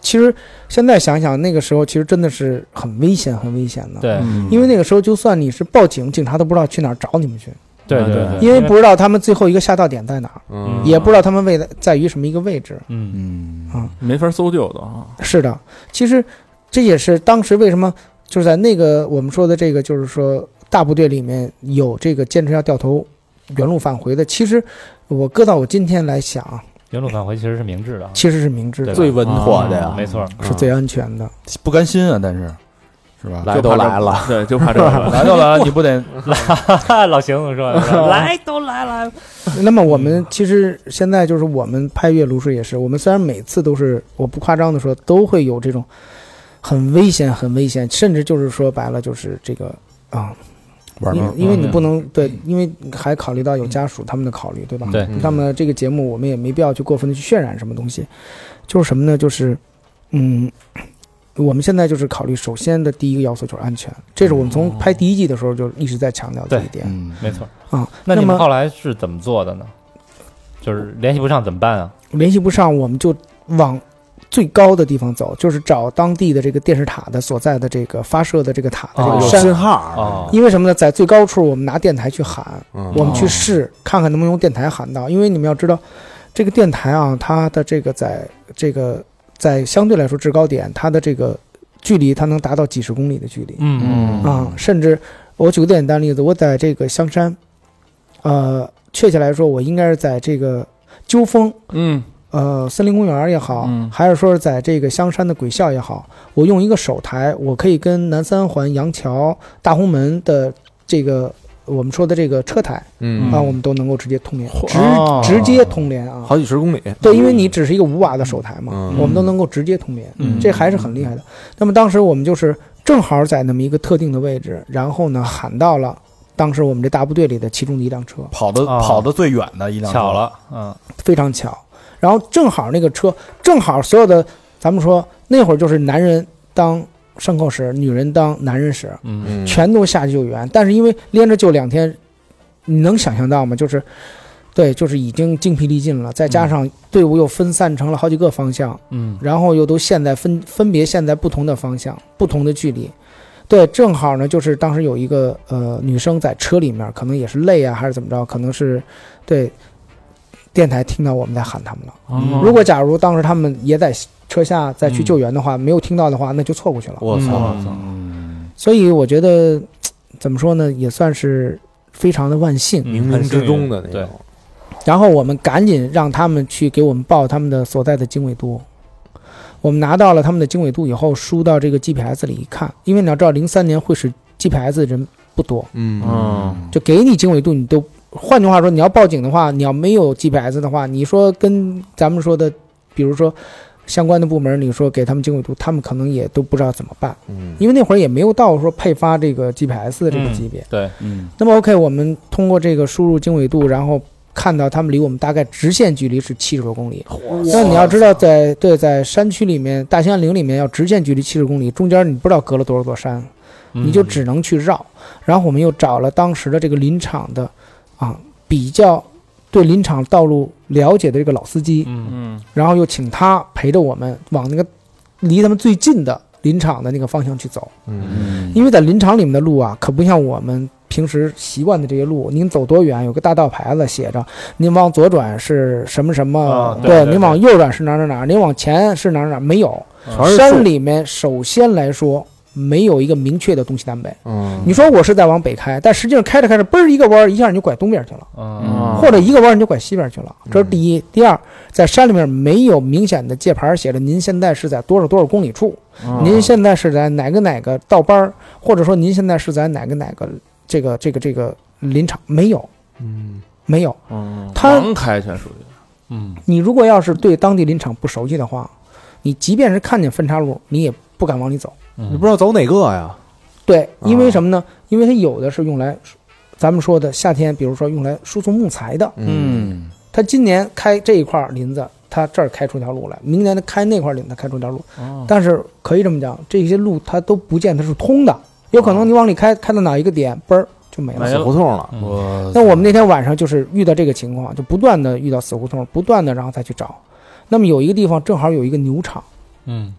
E: 其实现在想想，那个时候其实真的是很危险、很危险的。，
C: 对
F: 嗯
E: 因为那个时候就算你是报警，警察都不知道去哪儿找你们去，
C: 对对
D: 对
C: 对，
E: 因为不知道他们最后一个下到点在哪儿，
B: 嗯
E: 也不知道他们位在于什么一个位置。
C: 嗯
F: 嗯
D: 没法搜救的啊。
E: 是的，其实这也是当时为什么就是在那个我们说的这个，就是说大部队里面有这个坚持要掉头原路返回的。其实我搁到我今天来想，
C: 原路返回其实是明智的啊，
E: 其实是明智的，
C: 对
B: 嗯
C: 吧嗯
B: 最稳妥的呀
C: 没错，
E: 是最安全的。
F: 不甘心啊，但是是是吧？
B: 来都来了，
D: 对，就怕这个。
F: 来都来了，你不得
C: 老邢总说的，来都来了，
E: 那么我们其实现在就是我们拍《岳炉石》也是，我们虽然每次都是我不夸张的说，都会有这种很危险、很危险，甚至就是说白了就是这个啊，
F: 玩
E: 因
F: 命
E: 为？因
C: 嗯
E: 为你不能对，因为还考虑到有家属他们的考虑，对吧？
C: 对
B: 嗯
E: 那么这个节目我们也没必要去过分的去渲染什么东西，就是什么呢？就是嗯。我们现在就是考虑，首先的第一个要素就是安全，这是我们从
C: 哦
E: 拍第一季的时候就一直在强调这一点
F: 嗯，
C: 没错。
E: 啊。
C: 那你
E: 么
C: 们后来是怎么做的呢？就是联系不上怎么办啊？
E: 联系不上，我们就往最高的地方走，就是找当地的这个电视塔的所在的这个发射的这个塔的这
C: 哦
E: 个
B: 有
E: 山。
B: 信号，
C: 哦，
E: 因为什么呢？在最高处，我们拿电台去喊，
B: 嗯
E: 我们去试，看看能不能用电台喊到。因为你们要知道，这个电台啊，它的这个在这个在相对来说制高点，它的这个距离，它能达到几十公里的距离。
C: 嗯嗯
E: 啊，甚至我举个简单例子，我在这个香山，呃，确切来说，我应该是在这个鸠峰
D: 嗯，
E: 呃，森林公园儿也好，
D: 嗯
E: 还是说是在这个香山的鬼校也好，我用一个手台，我可以跟南三环、杨桥、大红门的这个我们说的这个车台
B: 嗯
E: 啊，我们都能够直接通联，直
F: 哦
E: 直接通联啊。
B: 好几十公里，
E: 对，因为你只是一个五瓦的手台嘛，
B: 哦嗯
E: 我们都能够直接通联，
F: 嗯
E: 这还是很厉害的。那么当时我们就是正好在那么一个特定的位置，然后呢喊到了当时我们这大部队里的其中的一辆车，
F: 跑的
C: 啊
F: 跑的最远的一辆车
C: 巧，了，嗯，
E: 非常巧。然后正好那个车，正好所有的，咱们说那会儿就是男人当牲口使，女人当男人使，
B: 嗯
E: 全都下去救援。但是因为连着救两天，你能想象到吗？就是，对，就是已经精疲力尽了，再加上队伍又分散成了好几个方向，
C: 嗯，
E: 然后又都现在分分别现在不同的方向、不同的距离。对，正好呢，就是当时有一个呃女生在车里面，可能也是累啊，还是怎么着，可能是对电台听到我们在喊他们了。
A: 哦
D: 嗯
E: 如果假如当时他们也在车下再去救援的话，没有听到的话，那就错过去了。
B: 我操，
F: 嗯，
E: 所以我觉得怎么说呢，也算是非常的万幸。
B: 冥嗯冥之中的那
C: 对
B: 种，
E: 然后我们赶紧让他们去给我们报他们的所在的经纬度。我们拿到了他们的经纬度以后，输到这个 GPS 里一看，因为你要知道，零三年会使 GPS 的人不多，
B: 嗯
D: 嗯
E: 就给你经纬度你都，换句话说，你要报警的话，你要没有 GPS 的话，你说跟咱们说的，比如说相关的部门，你说给他们经纬度，他们可能也都不知道怎么办，
B: 嗯，
E: 因为那会儿也没有到说配发这个 GPS 的这个级别。
C: 对，
F: 嗯
E: 那么 OK，我们通过这个输入经纬度，然后看到他们离我们大概直线距离是七十多公里。那你要知道在，对在山区里面，大兴安岭里面要直线距离七十公里，中间你不知道隔了多少座山，
C: 嗯
E: 你就只能去绕。然后我们又找了当时的这个林场的啊比较对林场道路了解的这个老司机，
C: 嗯
D: 嗯
E: 然后又请他陪着我们往那个离他们最近的林场的那个方向去走。
B: 嗯
F: 嗯，
E: 因为在林场里面的路啊，可不像我们平时习惯的这些路。您走多远，有个大道牌子写着，您往左转是什么什么，
C: 啊对
E: 对
C: 对
E: 您往右转是哪儿哪儿哪儿，您往前是哪儿哪儿哪儿，没有。
C: 啊
B: 全是
E: 山
B: 树，
E: 里面首先来说。没有一个明确的东西南北。
B: 嗯
E: 你说我是在往北开，但实际上开着开着，嘣儿一个弯儿，一下你就拐东边去了，
C: 嗯
E: 或者一个弯儿你就拐西边去了。这是第一。第二，在山里面没有明显的界牌写着您现在是在多少多少公里处。
D: 嗯
E: 您现在是在哪个哪个倒班儿，或者说您现在是在哪个哪个这个这个这个林场？没有，
B: 嗯
E: 没有。
D: 嗯，
E: 他
D: 盲开全属于
C: 嗯
E: 你如果要是对当地林场不熟悉的话，你即便是看见分岔路，你也不敢往里走。
B: 你不知道走哪个呀？
E: 对，因为
B: 啊
E: 什么呢？因为它有的是用来，咱们说的夏天，比如说用来输送木材的。
F: 嗯
E: 他今年开这一块儿林子，他这儿开出条路来；明年他开那块儿林子，他开出条路。但是可以这么讲，这些路它都不见它是通的，有可能你往里开，开到哪一个点，嘣儿就没了。
B: 死胡同嗯了，
F: 我
E: 那我们那天晚上就是遇到这个情况，就不断的遇到死胡同，不断的然后再去找。那么有一个地方正好有一个牛场，
C: 嗯，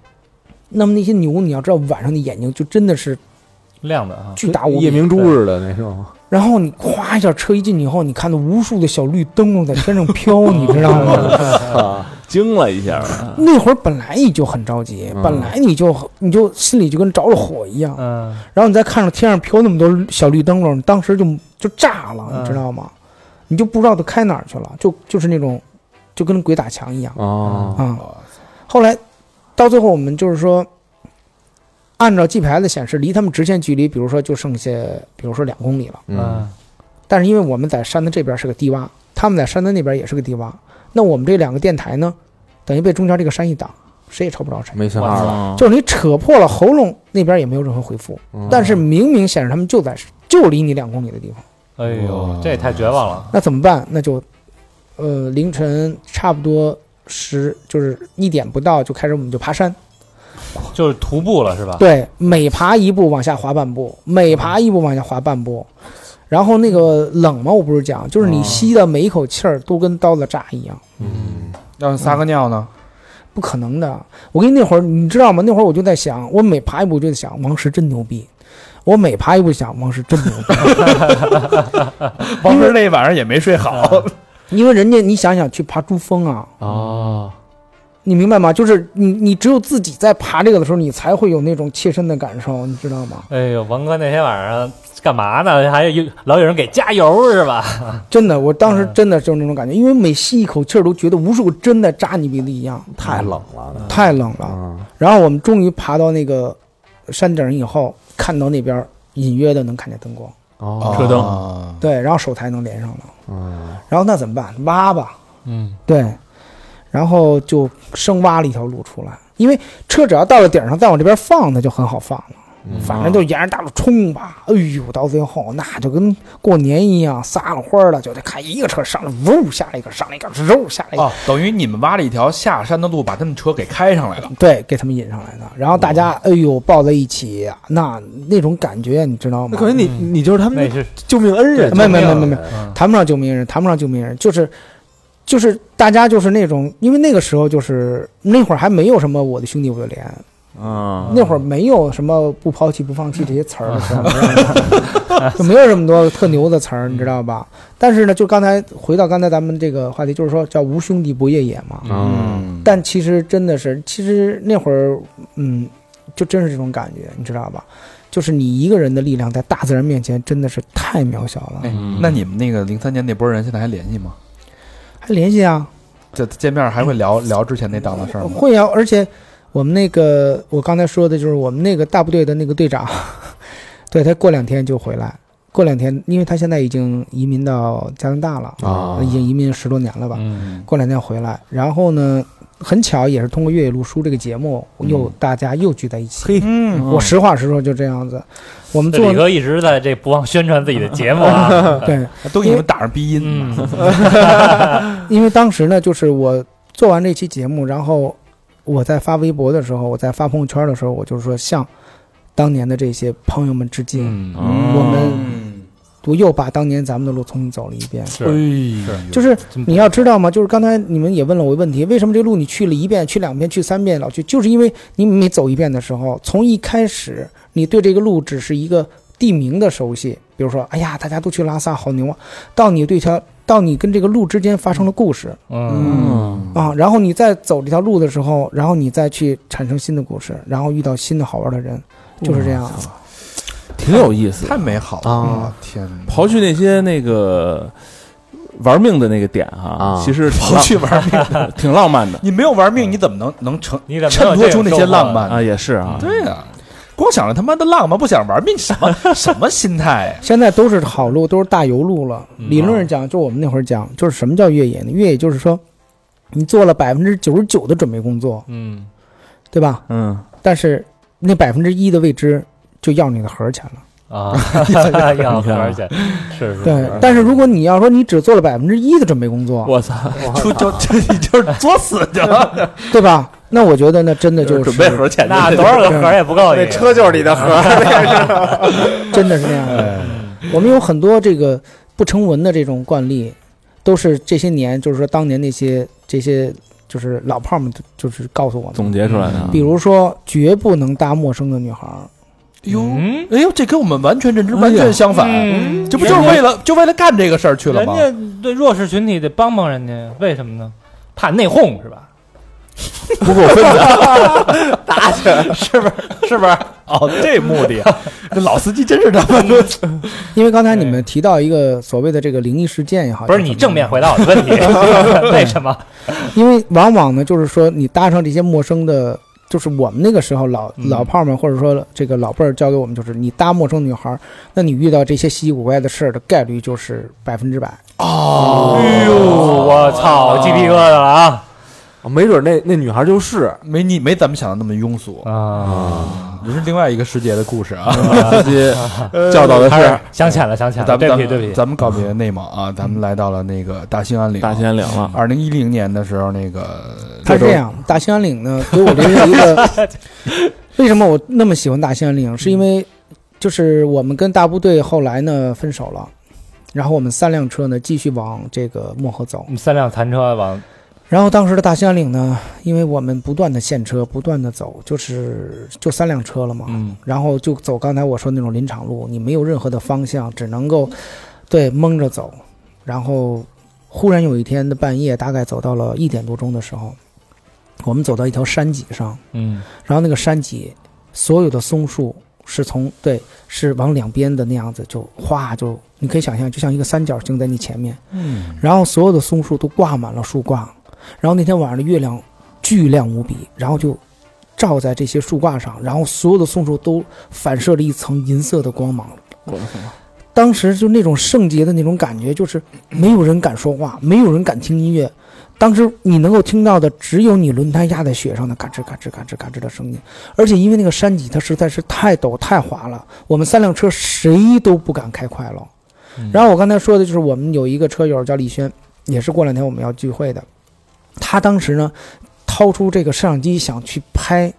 E: 那么那些牛你要知道晚上的眼睛就真的是
C: 亮的啊，
E: 巨大无
B: 夜
E: 比。
B: 明珠似的那 种，
E: 然后你咵一下车一进去以后，你看到无数的小绿灯笼在天上飘，你知道吗？
D: 惊了一下，
E: 那会儿本来你就很着急，
B: 嗯
E: 本来你就你就心里就跟着了火一样，
C: 嗯
E: 然后你再看着天上飘那么多小绿灯笼，你当时就就炸了，
B: 嗯
E: 你知道吗？你就不知道都开哪儿去了，就就是那种就跟鬼打墙一样。
B: 哦，
E: 啊、后来到最后我们就是说，按照记牌的显示，离他们直线距离，比如说就剩下，比如说两公里了。
B: 嗯，
E: 但是因为我们在山的这边是个低洼，他们在山的那边也是个低洼，那我们这两个电台呢，等于被中间这个山一挡，谁也超不着谁。
B: 没信号了，
D: 啊，
E: 就是你扯破了喉咙那边也没有任何回复，
B: 嗯
E: 但是明明显示他们就在就离你两公里的地方，
C: 哎呦
F: 哇，
C: 这也太绝望了。
E: 那怎么办？那就，呃，凌晨差不多十就是一点不到就开始我们就爬山，
C: 就是徒步了是吧？
E: 对，每爬一步往下滑半步，每爬一步往下滑半步。然后那个冷嘛，我不是讲，就是你吸的每一口气儿都跟刀子扎一样，
B: 嗯
F: 要是撒个尿呢？
E: 不可能的。我跟你那会儿，你知道吗？那会儿我就在想，我每爬一步我就在想，王石真牛逼。我每爬一步想，王石真牛逼，
F: 王石那一晚上也没睡好，
E: 因为人家你想想去爬珠峰啊，
D: 哦，
E: 你明白吗？就是你你只有自己在爬这个的时候，你才会有那种切身的感受，你知道吗？
C: 哎呦，王哥那天晚上干嘛呢？还有老有人给加油是吧？
E: 真的，我当时真的就是那种感觉，因为每吸一口气儿都觉得无数个针在扎你鼻子一样，
B: 太冷了，
E: 太冷了。
B: 啊，
E: 然后我们终于爬到那个山顶以后，看到那边隐约的能看见灯光，
B: 哦，
D: 车灯
F: 灯，
E: 对，然后手台能连上了，
B: 嗯
E: 然后那怎么办？挖吧，
D: 嗯，
E: 对，然后就生挖了一条路出来，因为车只要到了顶上，再往这边放，它就很好放了，
B: 嗯
E: 反正就沿着大路冲吧，哎呦，到最后那就跟过年一样，撒了欢儿了，就得看一个车上来，呜下来一个，上来一个，呜下来一个，
F: 哦，等于你们挖了一条下山的路，把他们车给开上来了。
E: 对，给他们引上来的，然后大
B: 哦
E: 家哎呦抱在一起，啊那那种感觉你知道吗？
B: 那可能你你就是他
C: 那
B: 们的
C: 是
B: 救命恩人，
E: 没没没没没，
C: 嗯
E: 谈不上救命人，谈不上救命人，就是就是大家就是那种，因为那个时候就是那会儿还没有什么我的兄弟我的连，
D: 嗯，
E: 那会儿没有什么不抛弃不放弃这些词儿的时候，就没有这么多特牛的词儿，你知道吧？但是呢，就刚才回到刚才咱们这个话题，就是说叫无兄弟不夜也嘛。
B: 嗯，
E: 但其实真的是，其实那会儿，嗯，就真是这种感觉，你知道吧？就是你一个人的力量在大自然面前真的是太渺小了
F: 哎。，那你们那个零三年那波人现在还联系吗？
E: 还联系啊，
F: 这见面还会聊聊之前那档子事儿吗？
E: 会啊，而且我们那个我刚才说的就是我们那个大部队的那个队长， 对他过两天就回来，过两天，因为他现在已经移民到加拿大了
B: 啊
E: 已经移民十多年了吧，
C: 嗯
E: 过两天回来，然后呢，很巧也是通过越野路书这个节目，又大家又聚在一起。
B: 嘿
E: 嗯，我实话实说就这样子，我们
C: 这
E: 做
C: 李哥一直在这不忘宣传自己的节目啊。
E: 对，
F: 嗯都给你们打上鼻音
C: 嗯
F: 嘛。，
E: 因为当时呢，就是我做完这期节目，然后我在发微博的时候，我在发朋友圈的时候，我就说向当年的这些朋友们致敬，
C: 嗯，
E: 我们
F: 嗯，
E: 我又把当年咱们的路重新走了一遍。
C: 是，
F: 哎
E: 就是你要知道嘛，就是刚才你们也问了我一个问题，为什么这路你去了一遍、去两遍、去三遍老去？就是因为你每走一遍的时候，从一开始你对这个路只是一个地名的熟悉，比如说，哎呀，大家都去拉萨，好牛啊！到你对它，到你跟这个路之间发生了故事，
C: 嗯，
E: 啊，然后你再走这条路的时候，然后你再去产生新的故事，然后遇到新的好玩的人，就是这样。啊
D: 挺有意思的。
F: 太美好了
B: 啊！
F: 天哪，
D: 刨去那些那个玩命的那个点哈，
B: 啊
D: 其实
F: 刨去玩命，
D: 挺浪漫的
F: 你没有玩命，你怎么能能成
C: 你怎么
F: 衬
C: 能有
F: 托
C: 这
F: 出
C: 种
F: 那些
C: 收获
F: 浪
C: 呢？
F: 漫
D: 啊，？也是啊，
F: 对呀，光想着他妈的浪漫，不想玩命，什么什么心态呀？
E: 现在都是好路，都是大油路了。理论上讲，就我们那会儿讲，就是什么叫越野呢？越野就是说，你做了百分之九十九的准备工作，
C: 嗯，
E: 对吧？
D: 嗯，
E: 但是那百分之一的未知就要你的盒儿钱了。
C: 啊，要喝而且是
F: 嗯
C: 是，
E: 对，但是如果你要说你只做了百分之一的准备工作，
D: 我操，
F: 就就 就你就是作死去了，
E: 对吧？那我觉得那真的
F: 就
E: 就是是
F: 准备盒钱去
C: 那多少个盒儿也不够你。
B: 就是你的盒，
E: 真的是那样
C: 哎
E: 的。我们有很多这个不成文的这种惯例，都是这些年，就是说当年那些这些就是老炮儿们，就是告诉我们，
D: 总结出来的啊，
E: 比如说绝不能搭陌生的女孩儿。
F: 哟，
C: 嗯，
F: 哎呦，这跟我们完全认知完全相反，
C: 嗯
F: 这不就是为了就为了干这个事儿去了
C: 人
F: 吗？
C: 家对弱势群体得帮帮人家呀，为什么呢？怕内讧是吧？
B: 不过分的，
F: 是不是？哦，这目的，这老司机真是他妈的，
E: 因为刚才你们提到一个所谓的这个灵异事件也好，
C: 不是
E: 叫
C: 你
E: 什么
C: 正面回答我的 问题，为什么？
E: 因为往往呢，就是说你搭上这些陌生的就是我们那个时候老
C: 嗯
E: 老炮儿们，或者说这个老辈儿教给我们，就是你搭陌生女孩儿，那你遇到这些稀奇古怪的事儿的概率就是百分之百。
C: 哎呦，我操，鸡皮疙瘩了啊！
B: 没准那那女孩就是
F: 没你没咱们想的那么庸俗，
A: 哦
C: 啊，
F: 这是另外一个世界的故事啊。
D: 自己 教导的
C: 还
D: 是
C: 是想起来了，想起来了，
F: 呃咱们咱们
C: 对不起，对不起，
F: 咱们告别内蒙啊，咱们来到了那个大兴安岭。
D: 大
C: 嗯
D: 兴安岭了，
F: 二零一零年的时候，那个
E: 他是这样，大兴安岭 呢，给我留下一个。 为什么我那么喜欢大兴安岭？是因为就是我们跟大部队后来呢分手了，然后我们三辆车呢继续往这个漠河走
C: 我。们三辆残车往
E: 然后当时的大兴安岭呢，因为我们不断的限车，不断的走，就是就三辆车了嘛，
F: 嗯，
E: 然后就走刚才我说那种林场路，你没有任何的方向，只能够对蒙着走。然后忽然有一天的半夜，大概走到了一点多钟的时候，我们走到一条山脊上，
C: 嗯
E: 然后那个山脊所有的松树是从对是往两边的那样子就哗就，你可以想象就像一个三角形在你前面，
F: 嗯，
E: 然后所有的松树都挂满了树挂，然后那天晚上的月亮巨亮无比，然后就照在这些树挂上，然后所有的松树都反射着一层银色的光芒。当时就那种圣洁的那种感觉，就是没有人敢说话，没有人敢听音乐。当时你能够听到的，只有你轮胎压在雪上的嘎吱嘎吱嘎吱嘎吱的声音。而且因为那个山脊它实在是太陡太滑了，我们三辆车谁都不敢开快了。然后我刚才说的就是我们有一个车友叫李轩，也是过两天我们要聚会的，他当时呢掏出这个摄像机想去拍，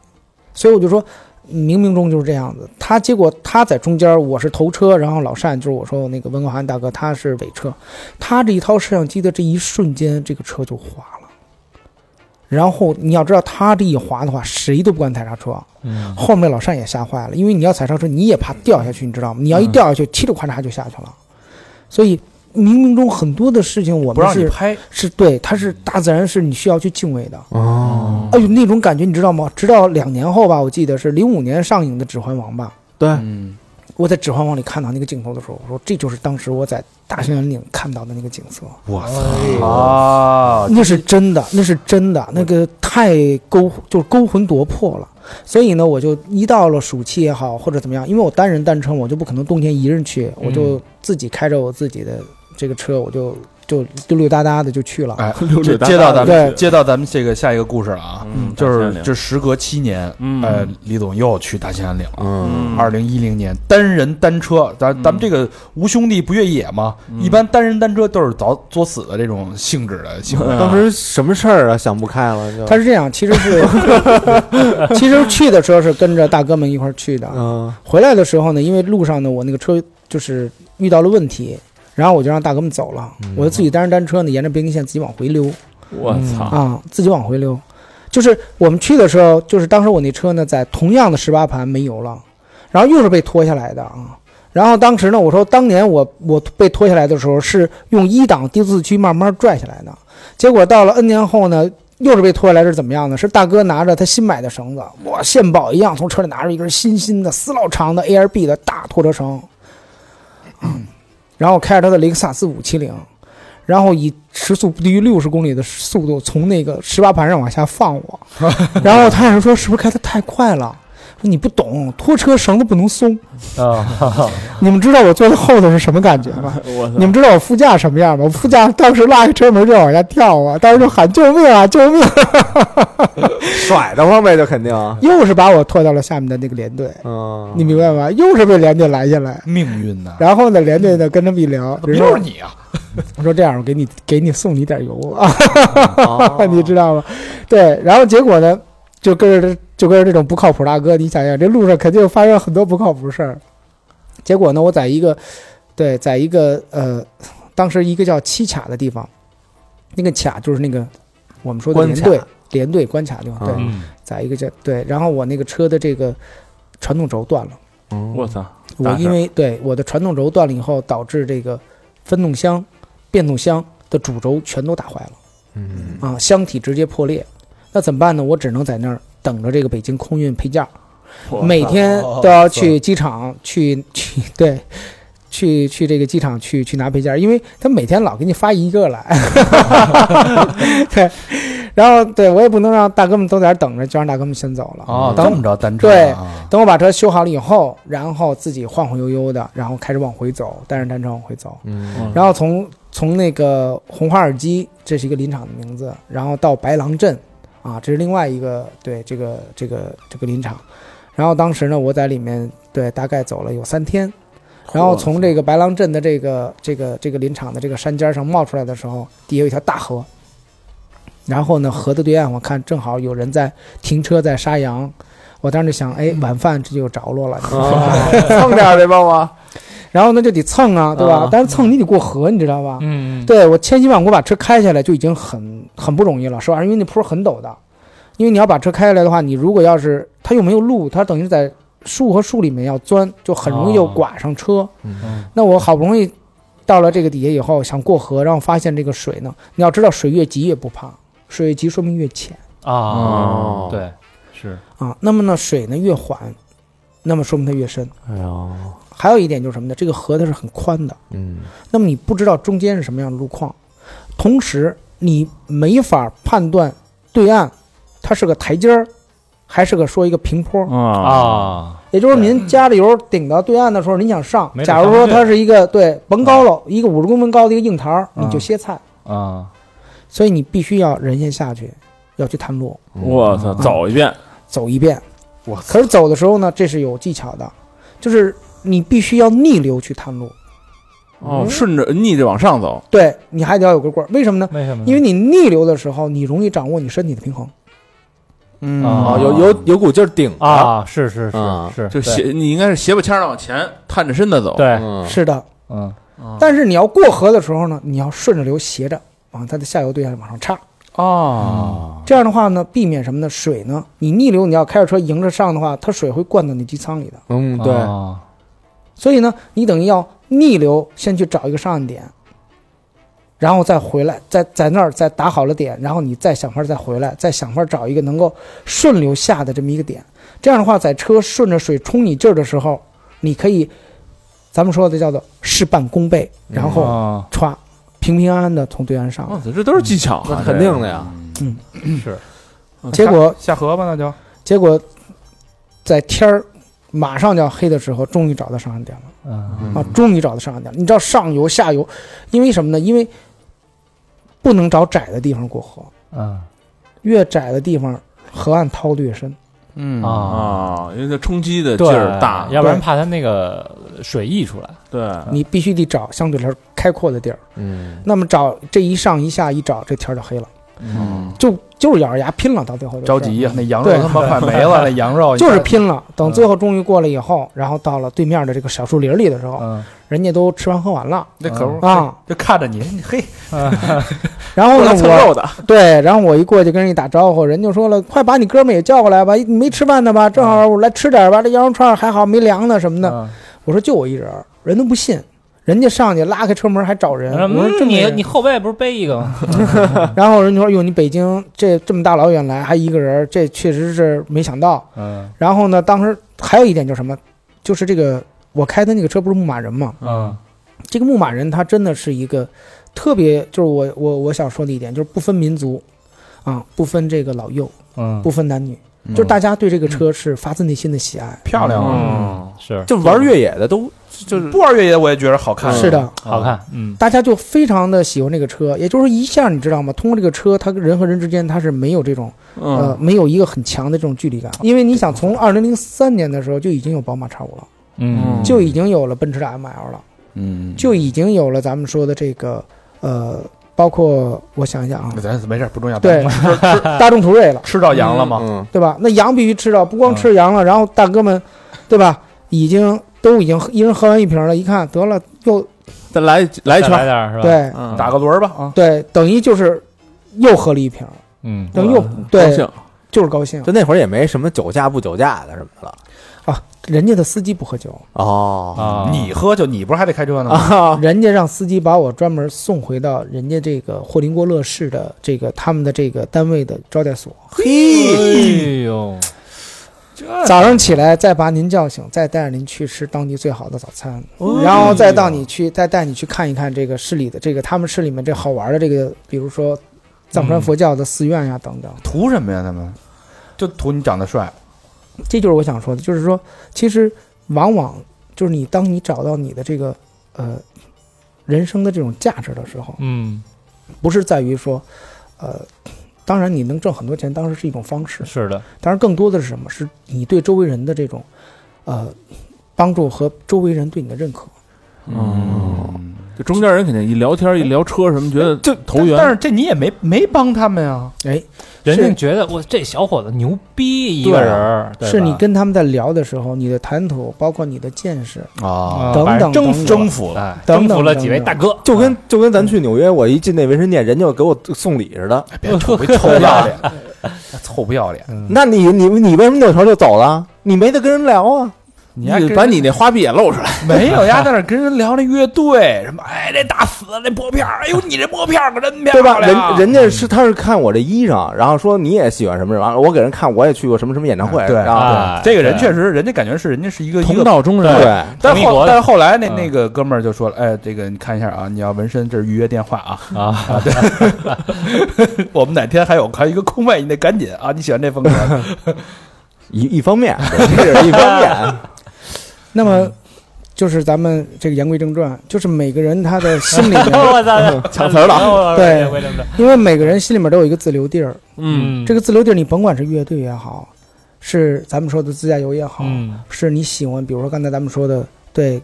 E: 所以我就说。冥冥中就是这样子，他结果他在中间，我是头车，然后老单就是我说那个温国涵大哥，他是尾车，他这一掏摄像机的这一瞬间，这个车就滑了。然后你要知道，他这一滑的话，谁都不敢踩刹车，啊
C: 嗯
E: 后面老单也吓坏了，因为你要踩刹车，你也怕掉下去，你知道吗？你要一掉下去，嘁里咔嚓就下去了。所以冥冥中很多的事情，我
F: 不
E: 们
F: 让你
E: 是
F: 拍，
E: 是对，它是大自然，是你需要去敬畏的。
B: 哦，
E: 哎呦，那种感觉你知道吗？直到两年后吧，我记得是零五年上映的《指环王》吧。
B: 对，
F: 嗯，
E: 我在《指环王》里看到那个镜头的时候，我说这就是当时我在大兴安岭看到的那个景色，
A: 我
F: 哎
A: 操！
F: 啊，
E: 那是真的，那是真的，那个太勾就是勾魂夺魄了。所以呢，我就一到了暑期也好，或者怎么样，因为我单人单车，我就不可能冬天一人去，我就自己开着我自己的这个车，我就就溜溜达达的就去了。
F: 哎，
D: 溜
F: 接
D: 溜
F: 接到
D: 达达
F: 咱
E: 对
F: 们接到咱们这个下一个故事了啊，
D: 嗯
F: 就是这时隔七年，
D: 嗯
F: 呃，李总又去大兴安岭了。
B: 嗯，
F: 二零一零年单人单车，咱咱们这个无兄弟不越野嘛，一般单人单车都是早作死的这种性质的行 为。
B: 当时什么事儿啊？想不开了就
E: 他是这样，其实是， 其实去的时候是跟着大哥们一块儿去的，
B: 嗯
E: 回来的时候呢，因为路上呢，我那个车就是遇到了问题，然后我就让大哥们走了，我就自己单人单车呢，沿着边境线自己往回溜
D: 我操，
E: 啊，自己往回溜。就是我们去的时候，就是当时我那车呢，在同样的十八盘没油了，然后又是被拖下来的啊。然后当时呢，我说当年我我被拖下来的时候是用一档低速区慢慢拽下来的，结果到了 N 年后呢，又是被拖下来是怎么样呢？是大哥拿着他新买的绳子，哇，献宝一样从车里拿出一根新新的丝老长的 ARB 的大拖车绳，嗯然后开着他的雷克萨斯五七零，然后以时速不低于六十公里的速度从那个十八盘上往下放我，然后他也是说是不是开的太快了？说你不懂，拖车绳子不能松。
C: 啊，哈哈
E: 你们知道我坐在后头是什么感觉 吗？
D: 我
E: 你们知道我副驾什么样吗？我副驾当时拉开车门就往下跳啊，当时就喊救命啊，救命！
B: 甩得慌呗，就肯定，
E: 又是把我拖到了下面的那个连队，
B: 嗯，
E: 你明白吗？又是被连队拦下来。
F: 命运呐，
E: 然后呢，连队呢跟他们一聊，
F: 怎么
E: 人
F: 又
E: 说
F: 是你啊？
E: 我说这样，我给你给你送你点油啊，
B: 哦
E: 你知道吗？对，然后结果呢，就跟着就跟着这种不靠谱大哥，你想想这路上肯定发生很多不靠谱事儿。结果呢，我在一个对，在一个呃，当时一个叫七卡的地方，那个卡就是那个我们说的
B: 关
E: 连
B: 卡
E: 队连队关卡的地方，对，
B: 嗯
C: 嗯，
E: 在一个叫对，然后我那个车的这个传动轴断了。
D: 我操，
E: 我
D: 大事
E: 因为对我的传动轴断了以后，导致这个分动箱、变动箱的主轴全都打坏了
B: 嗯
E: 啊，箱体直接破裂。那怎么办呢？我只能在那儿等着这个北京空运配件儿，
D: 我
E: 每
D: 操
E: 天都要去机场去去对。去去这个机场去 去拿配件儿，因为他每天老给你发一个来，对，然后对我也不能让大哥们都在这儿等着，就让大哥们先走了。
D: 哦
F: 啊，
E: 等
F: 这么着单车
E: 嗯对
F: 啊，
E: 等我把车修好了以后，然后自己晃晃悠悠的，然后开始往回走，带着单车往回走。
B: 嗯
E: 然后从从那个红花耳机，这是一个林场的名字，然后到白狼镇，啊，这是另外一个对这个这个这个林场。然后当时呢，我在里面对大概走了有三天，然后从这个白狼镇的这个这个这个林场的这个山尖上冒出来的时候，底下有一条大河。然后呢，河的对岸我看正好有人在停车在杀羊，我当时就想，哎，晚饭这就有着落了。
B: 嗯啊蹭点儿这帮吗？
E: 然后呢就得蹭啊，对吧
B: 啊？
E: 但是蹭你得过河，你知道吧？
C: 嗯，
E: 对我千辛万苦把车开下来就已经很很不容易了，是吧？因为那坡很陡的，因为你要把车开下来的话，你如果要是它又没有路，它等于是在树和树里面要钻，就很容易就
C: 哦
E: 刮上车。
C: 嗯
E: 那我好不容易到了这个底下以后，想过河，然后发现这个水呢，你要知道水越急也不怕，水越急说明越浅
C: 啊，
B: 哦
C: 对，是
E: 啊。那么呢，水呢越缓，那么说明它越深。
B: 哎呀，
E: 还有一点就是什么呢？这个河它是很宽的。
B: 嗯，
E: 那么你不知道中间是什么样的路况，同时你没法判断对岸它是个台阶儿，还是个说一个平坡。
C: 嗯
D: 啊
C: 啊，
E: 也就是说，您加着油顶到对岸的时候，您想上
C: 没，准嗯
E: 假如说
C: 上不去
E: 它是一个对甭高楼，一个五十公分高的一个硬台儿，
C: 嗯
E: 你就歇菜。
C: 啊，
E: 所以你必须要人先下去，要去探路，
D: 我操，走一遍，
E: 走一遍。
F: 我
E: 可是走的时候呢，这是有技巧的，就是你必须要逆流去探路，
D: 哦，顺着逆着往上走，
E: 对你还得要有个棍儿。为什么呢？
C: 为什么呢？
E: 因为你逆流的时候，你容易掌握你身体的平衡。
F: 嗯
C: 啊
B: 哦，有有有股劲儿顶着，
C: 啊，是是
B: 啊
C: 是是，
D: 就
C: 对
D: 斜，你应该是斜吧腔的往前探着身子走。，
C: 对，
B: 嗯，
E: 是的，
F: 啊
C: 嗯，
E: 但是你要过河的时候呢，你要顺着流斜着往它的下游对岸往上插。
F: 啊，
E: 这样的话呢，避免什么呢？水呢，你逆流，你要开着车迎着上的话，它水会灌到你机舱里的。
B: 嗯，对，
A: 哦
C: 啊
E: 所以呢，你等于要逆流，先去找一个上岸点，然后再回来，再在那儿再打好了点，然后你再想法儿再回来，再想法儿找一个能够顺流下的这么一个点。这样的话，在车顺着水冲你劲儿的时候，你可以，咱们说的叫做事半功倍，然后
C: 啊，
E: 歘、平平安安的从对岸上
D: 我
E: 来。
D: 操，这都是技巧
B: 那
D: 啊，
B: 肯定的呀，
F: 嗯
E: 结果
F: 下河吧，那就
E: 结果在天儿马上就要黑的时候，终于找到上岸点了。
C: 嗯
E: 啊，终于找到上岸点了。你知道上游、下游，因为什么呢？因为不能找窄的地方过河，
C: 嗯
E: 越窄的地方河岸掏得越深。
F: 嗯
D: 这
C: 啊，
D: 啊，因为它冲击的劲
C: 对
D: 儿大，
C: 要不然怕它那个水溢出来。
D: 对，
F: 嗯
E: 你必须得找相对来说开阔的地儿。
B: 嗯，
E: 那么找这一上一下一找，这天儿就黑了，
F: 嗯，
E: 就就是咬着牙拼了，到最后就是
F: 着急呀，那嗯羊肉
E: 对
F: 他妈快没 了，那羊肉
E: 嗯就是
F: 你
E: 拼了。等最后终于过了以后，然后到了对面的这个小树林里的时
F: 看
E: 候，
F: 嗯，
E: 人家都吃完喝完了
F: 那可不
E: 啊。
F: 就看着你，你嘿，
E: 然后呢，
D: 蹭
E: 我
D: 肉的，
E: 对，然后我一过去跟人一打招呼，人就说了：“快把你哥们儿也叫过来吧，你没吃饭呢吧？正好我来吃点儿吧，这羊肉串儿还好没凉呢什么的。
F: 嗯
E: 我说：“就我一人儿，人都不信。”人家上去拉开车门还找人，我说这么一
C: 啊你
E: 人
C: 你后背不是背一个吗？
E: 然后人就说：“哟，你北京这这么大老远来还一个人儿，这确实是没想到。
F: 嗯”
E: 然后呢，当时还有一点就是什么，就是这个我开的那个车不是牧马人嘛，
F: 嗯
E: 这个牧马人他真的是一个特别，就是我我我想说的一点就是不分民族，啊，不分这个老幼，
F: 嗯，
E: 不分男女，就是大家对这个车是发自内心的喜爱。
F: 漂亮啊，
C: 嗯，是
B: 就玩越野的都就是
F: 嗯不玩越野我也觉得好
D: 嗯
F: 看，
E: 是的，
C: 好看，嗯
E: 大家就非常的喜欢这个车，也就是说一下你知道吗？通过这个车，它跟人和人之间它是没有这种呃
D: 嗯，
E: 没有一个很强的这种距离感，因为你想从二零零三年的时候就已经有宝马叉五了，
C: 嗯，
E: 就已经有了奔驰的 ML 了，
F: 嗯，
E: 就已经有了咱们说的这个呃，包括我想一想啊，
F: 嗯咱没事儿不重要，
E: 对
F: 咱们，
E: 大众途锐了，
F: 吃到羊了吗？
B: 嘛，
E: 对吧？那羊必须吃到，不
D: 嗯
E: 光吃羊了，然后大哥们，对吧？已经都已经一人喝完一瓶了，一看得了又
D: 再来来一
C: 再来
D: 圈，
C: 点儿是吧？，
E: 对
D: 嗯，
F: 打个轮儿吧啊，
E: 对，等于就是又喝了一瓶，
C: 嗯
E: 等于又
D: 高
E: 对
D: 兴，
E: 就是高兴
B: 就那会儿也没什么酒驾不酒驾的什么的
E: 啊！人家的司机不喝酒，
B: 哦，
C: 啊，
F: 你喝酒，你不是还得开
B: 啊
F: 车呢
E: 啊
F: 吗？
D: 啊
E: 人家让司机把我专门送回到人家这个霍林郭勒市的这个他们的这个单位的招待所。
B: 嘿，
C: 哎呦，
E: 早上起来再把您叫醒，再带着您去吃当地最好的早餐，
A: 哦
E: 然后再
F: 哎
E: 到你去，再带你去看一看这个市里的这个他们市里面这好玩的这个，比如说藏传佛教的寺院呀、等等。
A: 图什么呀？他们就图你长得帅，
E: 这就是我想说的，就是说，其实往往就是你当你找到你的这个呃人生的这种价值的时候，
C: 嗯，
E: 不是在于说，呃，当然你能挣很多钱，当然是一种方式，
C: 是的，
E: 当然更多的是什么？是你对周围人的这种呃帮助和周围人对你的认可。
D: 嗯，这中间人肯定一聊天一聊车什么，觉得
A: 就
D: 投缘
A: 但是这你也没没帮他们呀。
E: 哎，
C: 人家
E: 是
C: 觉得我这小伙子牛逼，一个人儿，对吧
E: 是你跟他们在聊的时候，你的谈吐，包括你的见识
A: 啊，
C: 啊
E: 等
C: 把人
E: 等
C: 征
E: 等等
C: 服
A: 征服了。
C: 哎，
E: 等
C: 征
E: 等
C: 服了几位大哥，
B: 就跟就跟咱去纽约，我一进那纹身店，人家给我送礼似的。
A: 哎别臭臭不要脸，臭不要脸！
B: 那你你你为什么扭头就走了？你没得跟人聊啊！
A: 你还跟人
D: 把你那花臂也露出来，
A: 没有呀，在那儿跟人聊那乐队什么，哎，这大死那拨片儿，哎呦，你这拨片儿可真漂
B: 对吧？
A: 亮，
B: 人人家是他是看我这衣裳，然后说你也喜欢什么什么，我给人看我也去过什么什么演唱会，
A: 对
B: 然后
C: 啊，
A: 这个人
C: 对
A: 确实，人家感觉是人家是一个一
D: 同
A: 个。
D: 道中人。
B: 对，
A: 但
C: 同一
A: 后
C: 国的
A: 但是后来那
C: 嗯
A: 那个哥们儿就说了，哎，这个你看一下啊，你要纹身，这是预约电话 啊，
C: 啊，
A: 我们哪天还有还有一个空位，你得赶紧啊，你喜欢这风格，
B: 一一方面，这是一方面。
E: 那
C: 嗯
E: 么，就是咱们这个言归正传，就是每个人他 的心里面，
C: 我操，
B: 抢词儿
C: 了
E: 对
C: 为什么？
E: 因为每个人心里面都有一个自留地儿，
D: 嗯，
E: 这个自留地儿你甭管是乐队也好，是咱们说的自驾游也好，
C: 嗯
E: 是你喜欢，比如说刚才咱们说的，对，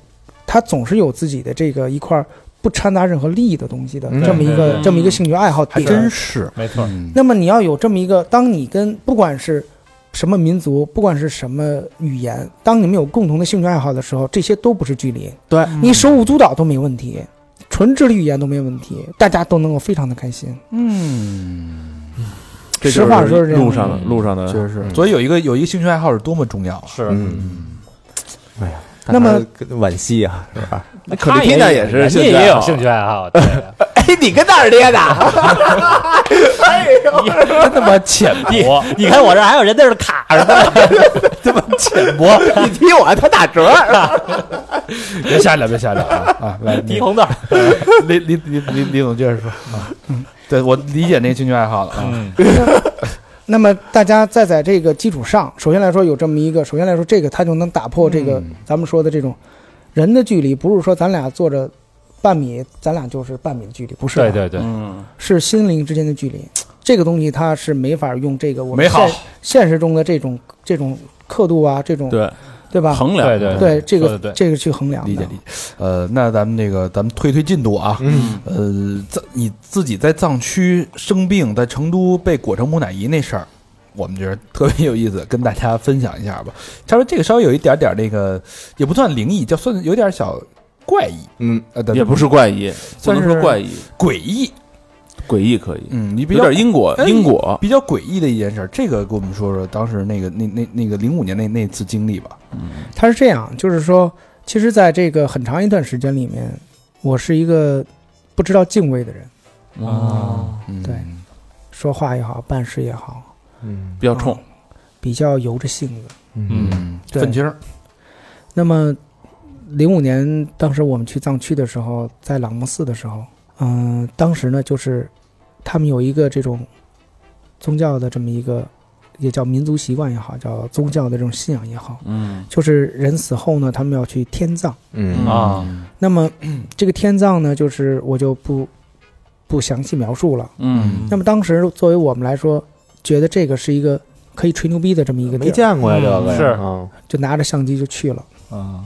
E: 他总是有自己的这个一块儿不掺杂任何利益的东西的
B: 嗯
E: 这么一
C: 对对
E: 个
C: 对
E: 这么一个兴趣爱好
A: 还
E: 点，
A: 真是。
C: 没错，
E: 那么你要有这么一个，当你跟不管是什么民族，不管是什么语言，当你们有共同的兴趣爱好的时候，这些都不是距离。
B: 对
C: 嗯
A: 嗯
E: 你手舞足蹈都没问题，纯智力语言都没问题，大家都能够非常的开心。
A: 嗯，
D: 这
E: 实话
D: 就
E: 说
D: 是
E: 是这样
D: 路上的路上的，
A: 确实，所以有一个有一个兴趣爱好是多么重要啊！
C: 是
B: 嗯，哎呀，
E: 那么
B: 但是惋惜啊，是吧？
D: 可丽缇娜也是
C: 人
D: 兴
C: 家
D: 趣爱好
C: 也有兴趣爱好，对，啊
B: 哎，你跟哪儿爹的？
A: 真他妈浅薄，
C: 你看我这还有人在这卡着呢，
A: 浅薄，
B: 你踢我，他打折。
A: 别瞎聊，别瞎聊 啊！啊，来，你哎
C: 提红豆，
A: 李李李李李总接着说啊，对我理解那兴趣爱好了啊，
C: 嗯，
E: 那么大家再在这个基础上，首先来说有这么一个，首先来说这个它就能打破这
C: 嗯
E: 个、咱们说的这种人的距离，不是说咱俩坐着半米，咱俩就是半米的距离，不是的，
C: 对对对，
D: 嗯，
E: 是心灵之间的距离。这个东西它是没法用这个我们
A: 美好
E: 现现实中的这种这种刻度啊，这种
D: 对，
E: 对吧？
D: 衡量
C: 对对
E: 啊对这
C: 说
E: 个
C: 得对
E: 这个去衡量的
A: 理解理解。呃，那咱们这个咱们推推进度啊，
B: 嗯，
A: 呃，藏你自己在藏区生病，在成都被裹成木乃伊那事儿，我们觉得特别有意思，跟大家分享一下吧。他说这个稍微有一点点那个，也不算灵异，叫算有点小怪异，
B: 嗯，
A: 呃，但
D: 也不是怪异，不
A: 算
D: 能
A: 是
D: 说怪异，
A: 诡异，
D: 诡异可以，
A: 嗯，你比
D: 有
A: 较
D: 点因果
A: 哎
D: 因果。
A: 比较诡异的一件事儿，这个给我们说说当时那个那那那个零五年那那次经历吧。
E: 他是这样，就是说，其实在这个很长一段时间里面，我是一个不知道敬畏的人，
C: 哦，
A: 嗯，
E: 对说话也好，办事也好，啊
B: 嗯
D: 比较冲，
E: 比较由着性子。
A: 嗯，
E: 对
A: 愤青儿，
E: 那么，零五年当时我们去藏区的时候，在朗木寺的时候，嗯、当时呢就是他们有一个这种宗教的这么一个，也叫民族习惯也好，叫宗教的这种信仰也好，
D: 嗯
E: 就是人死后呢，他们要去天葬。
B: 嗯
C: 啊，
E: 那么 这个天葬呢，就是我就不不详细描述了。
D: 嗯，
E: 那么当时作为我们来说，觉得这个是一个可以吹牛逼的这么一个
B: 没
E: 地儿，
B: 见过呀，这个呀
C: 是
B: 嗯
E: 就拿着相机就去了。
C: 啊，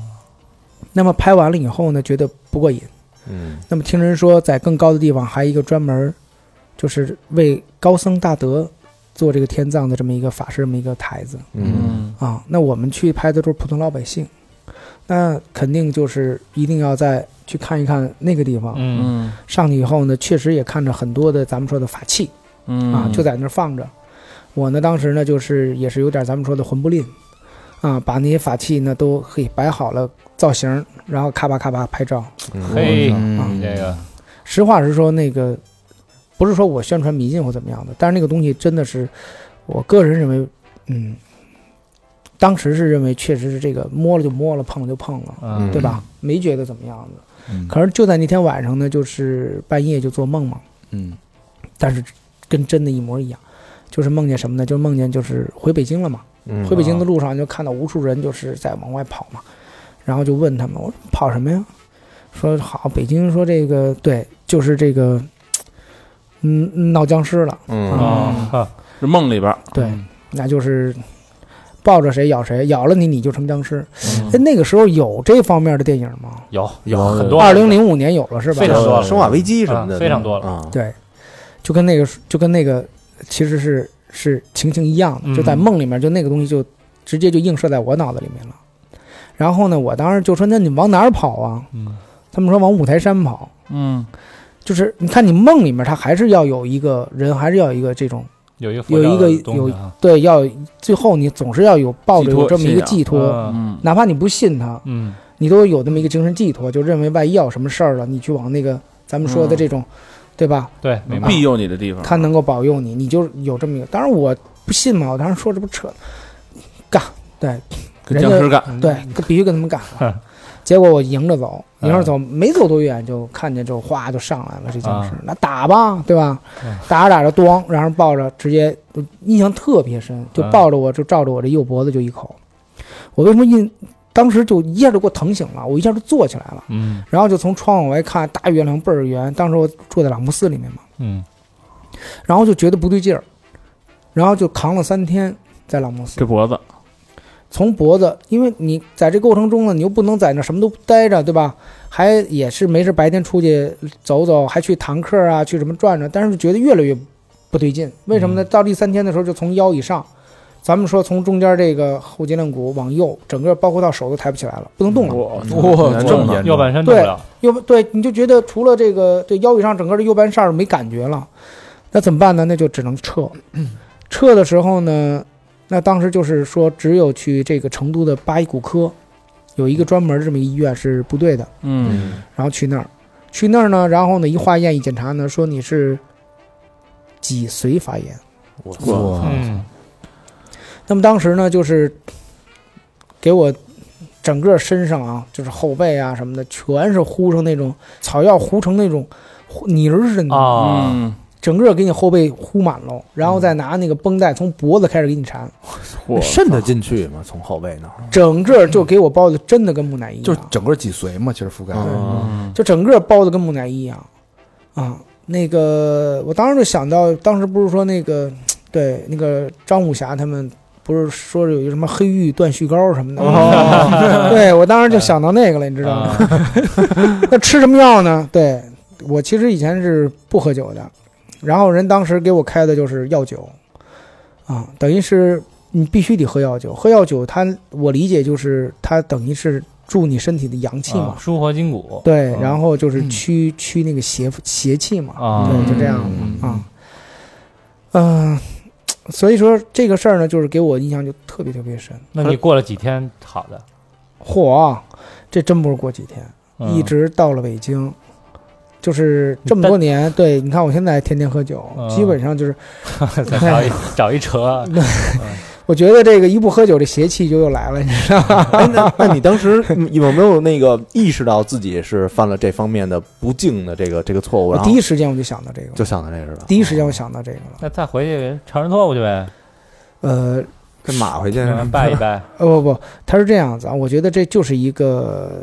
E: 那么拍完了以后呢，觉得不过瘾。
B: 嗯
E: 那么听人说，在更高的地方还有一个专门就是为高僧大德做这个天葬的这么一个法师这么一个台子
B: 嗯
E: 啊。那我们去拍的都是普通老百姓，那肯定就是一定要再去看一看那个地方。
C: 嗯
D: 嗯
E: 上去以后呢，确实也看着很多的咱们说的法器
D: 嗯
E: 啊，就在那儿放着。我呢，当时呢就是也是有点咱们说的魂不吝啊，把那些法器呢都嘿摆好了造型，然后咔吧咔吧拍照。
C: 嘿，
A: 嗯
C: 你哎这个
E: 实话实说，那个不是说我宣传迷信或怎么样的，但是那个东西真的是，我个人认为，嗯，当时是认为确实是这个摸了就摸了，碰了就碰了，
C: 嗯
E: 对吧？没觉得怎么样的。
A: 嗯
E: 可是就在那天晚上呢，就是半夜就做梦嘛，
A: 嗯
E: 但是跟真的一模一样。就是梦见什么呢？就是梦见就是回北京了嘛，
B: 嗯
E: 回北京的路上就看到无数人就是在往外跑嘛，然后就问他们，我说跑什么呀？说好，北京说这个对，就是这个，嗯，闹僵尸了，
B: 嗯
C: 啊，哈
D: 是梦里边儿，
E: 对，那就是抱着谁咬谁，咬了你你就成僵尸。
D: 嗯
E: 哎，那个时候有这方面的电影吗？
C: 有
B: 有
C: 很多
E: 二零零五年有了是吧？
C: 非常多了
B: 生化危机什么的，
C: 啊非常多了
B: 啊，
E: 对，就跟那个就跟那个其实是是情形一样的，就在
C: 嗯
E: 梦里面，就那个东西就直接就映射在我脑子里面了。然后呢，我当时就说：“那你往哪儿跑啊？”
D: 嗯
E: 他们说往五台山跑，
D: 嗯
E: 就是你看你梦里面，他还是要有一个人，还是要有一个这种
C: 有一个
E: 有一个有对，要最后你总是要有抱着
D: 寄托
E: 有这么一个
D: 信
E: 寄托，
C: 啊
D: 嗯
E: 哪怕你不信他，
C: 嗯
E: 你都有那么一个精神寄托，就认为万一要有什么事儿了，你去往那个咱们说
D: 嗯
E: 的这种，对吧？
C: 对，明白
D: 庇佑你的地方，
E: 他能够保佑你，你就有这么一个。当然我不信嘛，我当时说这不扯，干对
D: 跟僵尸干，
E: 对，必须跟他们干。结果我迎着走，
D: 嗯
E: 迎着走，没走多远就看见就哗就上来了这僵尸，
D: 啊
E: 那打吧，对吧？
D: 嗯
E: 打着打着咣，然后抱着直接，我印象特别深，就
D: 嗯
E: 抱着我就照着我这右脖子就一口。我为什么印？当时就一下就给我疼醒了，我一下就坐起来了，
C: 嗯
E: 然后就从窗往外看，大月亮倍儿圆。当时我住在朗姆寺里面嘛，
C: 嗯，
E: 然后就觉得不对劲儿，然后就扛了三天在朗姆
D: 这
E: 斯，
D: 脖子，
E: 从脖子，因为你在这过程中呢，你又不能在那什么都不待着，对吧？还也是没事白天出去走走，还去堂客啊，去什么转转，但是觉得越来越不对劲，为什么呢？
D: 嗯
E: 到第三天的时候就从腰以上，咱们说从中间这个后脊梁骨往右，整个包括到手都抬不起来了，不能动了。
D: 哇
B: 嗯
F: 哇这么严
C: 右半身动不了，
E: 右对，你就觉得除了这个对腰以上整个的右半扇儿没感觉了，那怎么办呢？那就只能撤。 撤的时候呢，那当时就是说只有去这个成都的八一骨科，有一个专门这么一医院是部队的，
D: 嗯
B: 嗯
E: 然后去那儿，去那儿呢，然后呢一化验一检查呢，说你是脊髓发炎。
D: 哇
F: 哇，
C: 嗯
E: 那么当时呢，就是给我整个身上啊，就是后背啊什么的，全是糊成那种草药糊成那种糊泥儿似的，
C: 啊，
D: 嗯，
E: 整个给你后背糊满喽，然后再拿那个绷带从脖子开始给你缠，
D: 嚯
B: 渗得进去吗？从后背那儿，
E: 整个就给我包的真的跟木乃伊一
F: 就是
E: 样，
F: 整个脊髓嘛，其实覆盖。
D: 嗯
E: 就整个包的跟木乃伊一样啊。那个我当时就想到，当时不是说那个对那个张武侠他们。不是说有一个什么黑玉断续膏什么的， 对我当时就想到那个了，你知道吗？
C: 啊
E: 那吃什么药呢？对我其实以前是不喝酒的，然后人当时给我开的就是药酒，啊，等于是你必须得喝药酒。喝药酒它，我理解就是它等于是助你身体的阳气嘛，
C: 啊舒活筋骨，
E: 对，
C: 嗯
E: 然后就是
F: 嗯
E: 驱驱那个邪邪气嘛，
C: 啊
E: 对，就这样啊，嗯、所以说这个事儿呢，就是给我印象就特别特别深。
C: 那你过了几天好的，
E: 嚯啊，这真不是过几天。
C: 嗯
E: 一直到了北京，就是这么多年。对，你看我现在天天喝酒，
C: 嗯
E: 基本上就是， 哎
C: 再找一找一辙，
E: 我觉得这个一不喝酒，这邪气就又来了，你知 道吗？
B: 哎，那那你当时有没有那个意识到自己是犯了这方面的不敬的这个这个错误？
E: 我
C: 啊
B: 然后
E: 第一时间我就想到这个
B: 就
E: 了，
B: 想到这是吧？
E: 第一时间我想到这个了。
C: 那再回去长人拖过去呗，
E: 呃，
B: 跟马回去是吧
C: 嗯拜一拜，
E: 呃不不，他是这样子啊，我觉得这就是一个，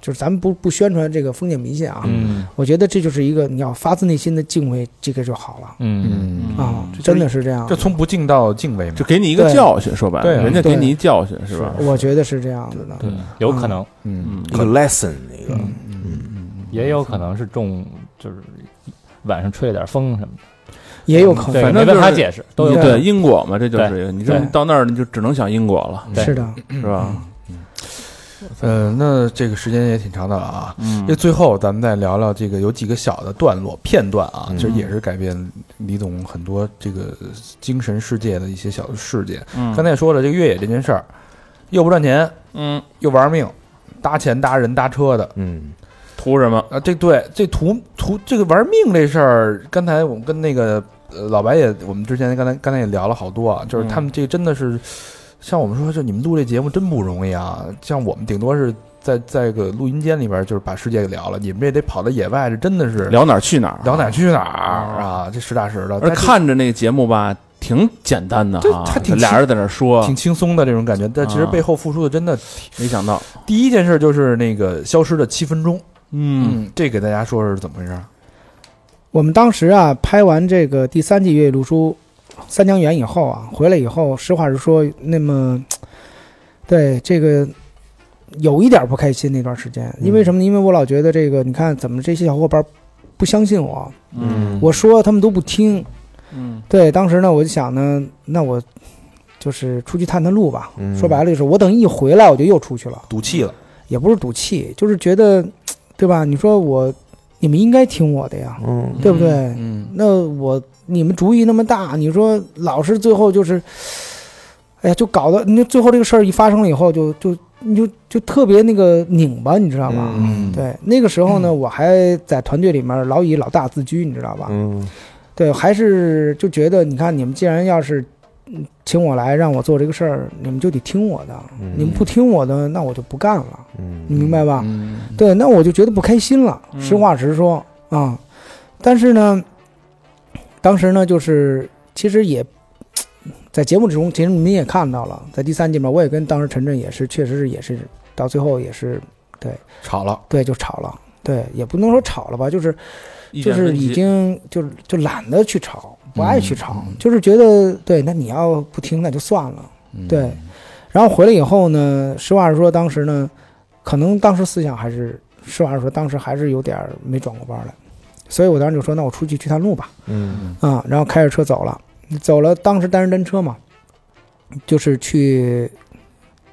E: 就是咱们不不宣传这个封建迷信啊，
C: 嗯
E: 我觉得这就是一个你要发自内心的敬畏这个就好了
C: 嗯
F: 嗯，
E: 啊，
D: 这就是
E: 真的是这样
F: 这，从不敬到敬畏嘛
D: 就，给你一个
E: 对
D: 教训，说白了，
F: 对啊
D: 人家给
E: 对
D: 你一教训是吧？
E: 我觉得是这样子的。
C: 对，有可能，
F: 嗯
D: 嗯
B: 一个 lesson 一个，
C: 也有可能是中，就是晚上吹了点风什么的，
E: 也有可
C: 对
D: 反
E: 能
D: 正
C: 没办法
D: 就是
C: 解释，都有可
D: 对
C: 能
D: 因果嘛，这就是
C: 对
D: 一个，你这
E: 对
D: 到那儿你就只能想因果了，
C: 对
E: 是的，
D: 是吧？
F: 呃，那这个时间也挺长的了啊。
D: 嗯
F: 这最后咱们再聊聊这个有几个小的段落片段啊，
B: 嗯
F: 其实也是改变李总很多这个精神世界的一些小的事件。
D: 嗯
F: 刚才也说了，这个越野这件事儿，又不赚钱，
D: 嗯，
F: 又玩命，搭钱搭人搭车的，
B: 嗯
D: 图什么？
F: 啊，这对这图图这个玩命这事儿，刚才我们跟那个呃老白也，我们之前刚才刚才也聊了好多啊，就是
D: 嗯
F: 他们这真的是，像我们说，就你们录这节目真不容易啊，像我们顶多是在在个录音间里边就是把世界给聊了，你们这得跑到野外，这真的是
D: 聊哪儿去哪儿，啊
F: 聊哪儿去哪儿啊，这实打实
A: 哦
F: 的，
D: 而
F: 但是
D: 看着那个节目吧，挺简单的
F: 这
D: 啊，
F: 还挺
D: 俩人在那儿说
F: 挺，轻松的这种感觉，但其实
D: 啊
F: 背后付出的真的，
D: 没想到，
F: 第一件事就是那个消失的七分钟，
D: 嗯，，
F: 这给大家说说是怎么回事儿，
E: 我们当时啊拍完这个第三季《越狱路书》三江源以后啊，回来以后，实话实说，那么对这个有一点不开心那段时间，因为什么呢？因为我老觉得这个，你看怎么这些小伙伴不相信我，
D: 嗯
E: 我说他们都不听。
D: 嗯
E: 对，当时呢，我就想呢，那我就是出去探探路吧。
B: 嗯
E: 说白了就是，我等一回来我就又出去了，
F: 赌气了，
E: 也不是赌气，就是觉得，对吧？你说我，你们应该听我的呀，
B: 嗯
E: 对不对？
F: 嗯，
E: 那我你们主意那么大，你说老是最后就是，哎呀，就搞得那最后这个事儿一发生了以后就，就你就就特别那个拧巴，你知道吧？
B: 嗯
E: 对，那个时候呢，我还在团队里面老以老大自居，你知道吧？
B: 嗯
E: 对，还是就觉得，你看你们既然要是嗯请我来让我做这个事儿，你们就得听我的，
B: 嗯
E: 你们不听我的，那我就不干了，你
B: 嗯
E: 明白吧？
F: 嗯，
E: 对，那我就觉得不开心了，实话实说啊、但是呢，当时呢，就是其实也在节目之中，其实你们也看到了，在第三季嘛，我也跟当时陈震也是，确实是也是到最后也是
F: 吵了，
E: 对就吵了，对，也不能说吵了吧，就是
D: 意
E: 就
D: 见
E: 是
D: 分
E: 已
D: 歧
E: 经就是就懒得去吵，不爱去吵，
F: 嗯嗯
E: 就是觉得对，那你要不听那就算了。
F: 嗯
E: 对，然后回来以后呢，实话实说，当时呢，可能当时思想还是实话实说，当时还是有点儿没转过弯儿来，所以我当时就说，那我出去去探路吧，
B: 嗯
E: 啊、然后开着车走了，走了，当时单人单车嘛，就是去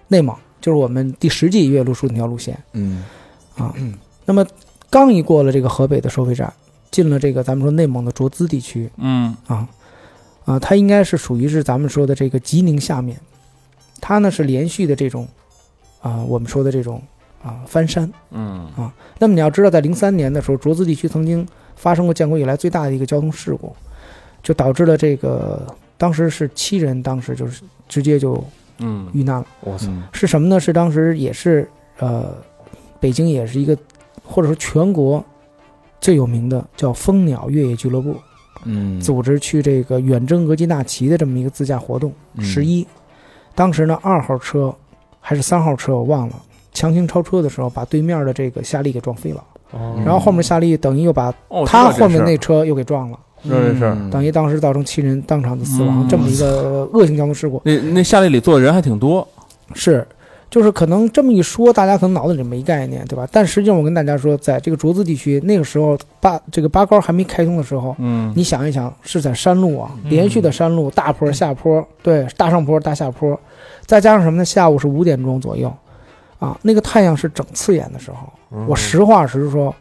E: 内蒙，就是我们第十季岳麓书那条路线。
F: 嗯
E: 那么刚一过了这个河北的收费站，进了这个咱们说内蒙的卓资地区，
D: 嗯
E: 啊啊，它应该是属于是咱们说的这个吉宁下面，它呢是连续的这种啊，我们说的这种啊翻山。
D: 嗯
E: 那么你要知道，在零三年的时候，卓资地区曾经发生过建国以来最大的一个交通事故，就导致了这个当时是七人，当时就是直接就
D: 嗯
E: 遇难了。
B: 我操
F: 嗯
E: 是什么呢？是当时也是呃，北京也是一个或者说全国最有名的叫蜂鸟越野俱乐部。
F: 嗯，
E: 组织去这个远征额济纳旗的这么一个自驾活动。
F: 嗯
E: 十一、当时呢，二号车还是三号车我忘了，强行超车的时候把对面的这个夏利给撞飞了，
A: 嗯
B: 哦
E: 然后后面夏利等于又把
D: 哦，
E: 他后面那车又给撞了，
D: 知道这事儿
F: 嗯
E: 等于当时造成七人当场的死亡，
D: 嗯
E: 这么一个恶性交通事故
D: 那那夏利里坐的人还挺多，
E: 是。就是可能这么一说，大家可能脑子里没概念，对吧？但实际上，我跟大家说，在这个卓资地区，那个时候八这个八高还没开通的时候，
D: 嗯
E: 你想一想，是在山路啊，连续的山路，大坡、下坡，对，大上坡、大下坡，再加上什么呢？下午是五点钟左右，啊，那个太阳是整刺眼的时候。我实话实说，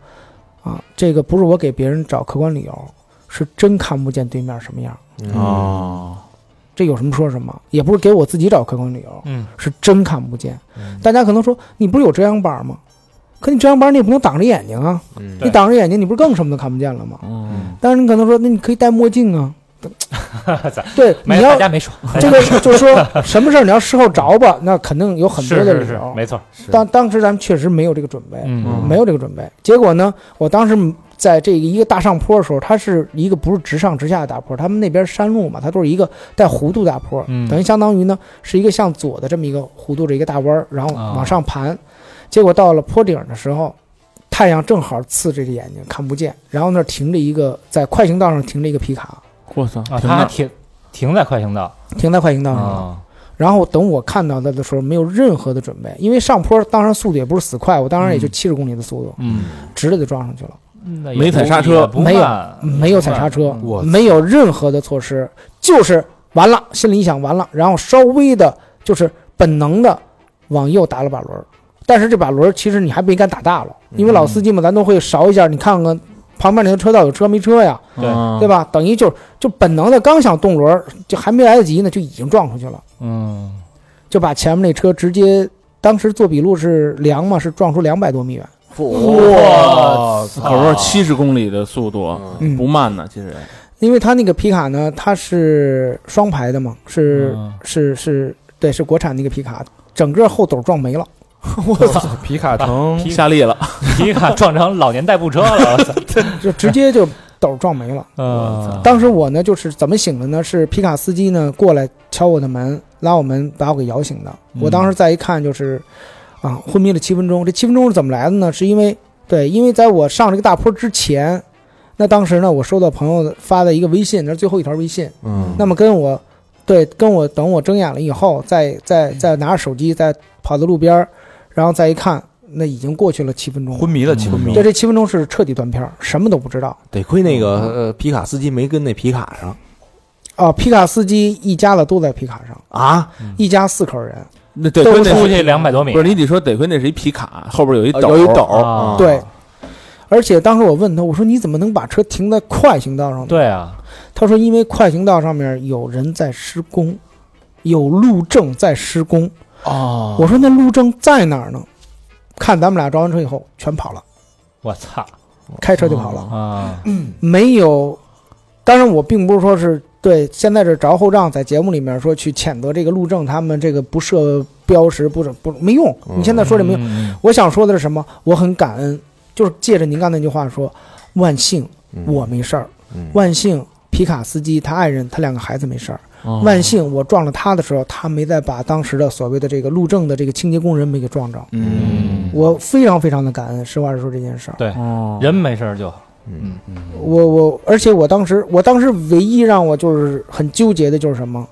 E: 啊，这个不是我给别人找客观理由，是真看不见对面什么样。
C: 嗯
D: 哦，
E: 这有什么说什么，也不是给我自己找客观理由，
C: 嗯，
E: 是真看不见。
B: 嗯
E: 大家可能说，你不是有遮阳板吗？可你遮阳板你也不能挡着眼睛啊，
B: 嗯
C: 对
E: 你挡着眼睛，你不是更什么都看不见了吗？
D: 嗯
E: 但是你可能说，那你可以戴墨镜啊。 对，你
C: 没有大
E: 要
C: 家没说
E: 这个就是说什么事儿你要事后着吧，那肯定有很多
C: 是
E: 的
C: 是
E: 理
C: 是
E: 由，。
C: 没错，
E: 当当时咱们确实没有这个准备，
C: 嗯
E: 没有这个准备。结果呢，我当时在这个一个大上坡的时候，它是一个不是直上直下的大坡，他们那边山路嘛，它都是一个带弧度大坡，
C: 嗯
E: 等于相当于呢是一个向左的这么一个弧度的一个大弯儿，然后
C: 啊
E: 往上盘。结果到了坡顶的时候，太阳正好刺这个眼睛，看不见。然后那儿停着一个在快行道上停着一个皮卡，
D: 我操，
C: 啊，
D: 停
C: 他
D: 那
C: 还
D: 儿
C: 停停在快行道
E: 停在快行道上了。
C: 啊，
E: 然后等我看到他的时候，没有任何的准备，因为上坡当然速度也不是死快，我当然也就七十公里的速度，
C: 嗯，
E: 直着就撞上去了，
C: 那也
D: 没踩
C: 不
D: 刹车
C: 也不
E: 没有
C: 慢
E: 没有踩刹车
C: 嗯，
F: 我
E: 没有任何的措施，就是完了，心里一想完了，然后稍微的就是本能的往右打了把轮儿，但是这把轮儿其实你还没敢打大了，因为老司机嘛，咱都会勺一下，你看看旁边那个车道有车没车呀，对
D: 对
E: 吧？等于就就本能的刚想动轮儿，就还没来得及呢，就已经撞出去了。
C: 嗯，
E: 就把前面那车直接，当时做笔录是量嘛，是撞出两百多米远。
D: 哇
C: 哇，
D: 可不是七十公里的速度，
E: 嗯
D: 不慢呢，其实
E: 因为他那个皮卡呢，它是双排的嘛，是、
C: 嗯
E: 是是，对，是国产那个皮卡，整个后斗撞没了，
F: 我操，嗯皮卡腾
C: 皮
D: 下力了，
C: 皮卡撞成老年代步车了，我操！
E: 就直接就斗撞没了。
C: 嗯，
E: 当时我呢就是怎么醒的呢？是皮卡司机呢过来敲我的门，拉我门把我给摇醒的。
C: 嗯
E: 我当时再一看就是，啊，昏迷了七分钟。这七分钟是怎么来的呢？是因为对，因为在我上这个大坡之前，那当时呢我收到朋友发的一个微信，那是最后一条微信。
B: 嗯
E: 那么跟我对跟我等我睁眼了以后，再
A: 嗯
E: 再再拿着手机再跑到路边儿，然后再一看，那已经过去了七分钟了。
A: 昏迷了，昏迷
E: 对，这七分钟是彻底断片儿，什么都不知道。
B: 得亏那个呃皮卡司机没跟那皮卡上
E: 啊，皮卡司机一家子都在皮卡上，
B: 啊，
A: 嗯
E: 一家四口人。
A: 啊
D: 那得
E: 都
D: 亏那
E: 出
C: 出去两百多米
D: 不，是你得说得亏那是一皮卡，后边有一
B: 呃
D: 斗，
B: 有一斗
C: 啊
E: 对，而且当时我问他，我说你怎么能把车停在快行道上呢？
C: 对啊，
E: 他说因为快行道上面有人在施工，有路政在施工。
A: 啊
F: 哦
E: 我说那路政在哪儿呢？看咱们俩招完车以后，全跑了，
C: 我操
E: 开车就跑了，
C: 啊！
E: 没有。当然，我并不是说是对，现在这着后账，在节目里面说去谴责这个路政他们这个不设标识，不是不没用。你现在说这没用。
C: 嗯
E: 我想说的是什么？我很感恩，就是借着您刚才那句话说，万幸
C: 嗯
E: 我没事儿，
B: 嗯
E: 万幸皮卡司机他爱人他两个孩子没事儿，
D: 哦
E: 万幸我撞了他的时候，他没再把当时的所谓的这个路政的这个清洁工人没给撞着，
F: 嗯
E: 我非常非常的感恩。实话实说这件事儿，
D: 哦
C: 人没事儿就好
B: 嗯
E: 我我而且我当时我当时唯一让我就是很纠结的就是什么，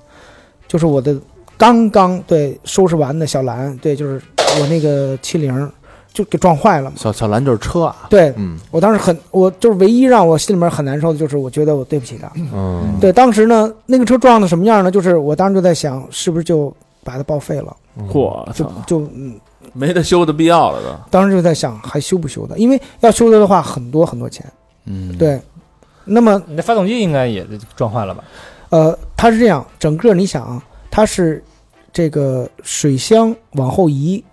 E: 就是我的刚刚对收拾完的小蓝，对就是我那个七零就给撞坏了嘛，
B: 小小蓝就是车啊，
E: 对，
B: 嗯
E: 我当时很，我就是唯一让我心里面很难受的就是，我觉得我对不起他。
B: 嗯
E: 对，当时呢，那个车撞的什么样呢？就是我当时就在想，是不是就把它报废了？
D: 嗯我
E: 就
D: 操，
E: 就嗯，
D: 没得修的必要了都。
E: 当时就在想还修不修的？因为要修的的话，很多很多钱。
F: 嗯，
E: 对，那么
C: 你的发动机应该也撞坏了吧？
E: 呃，它是这样，整个你想啊，它是这个水箱往后移，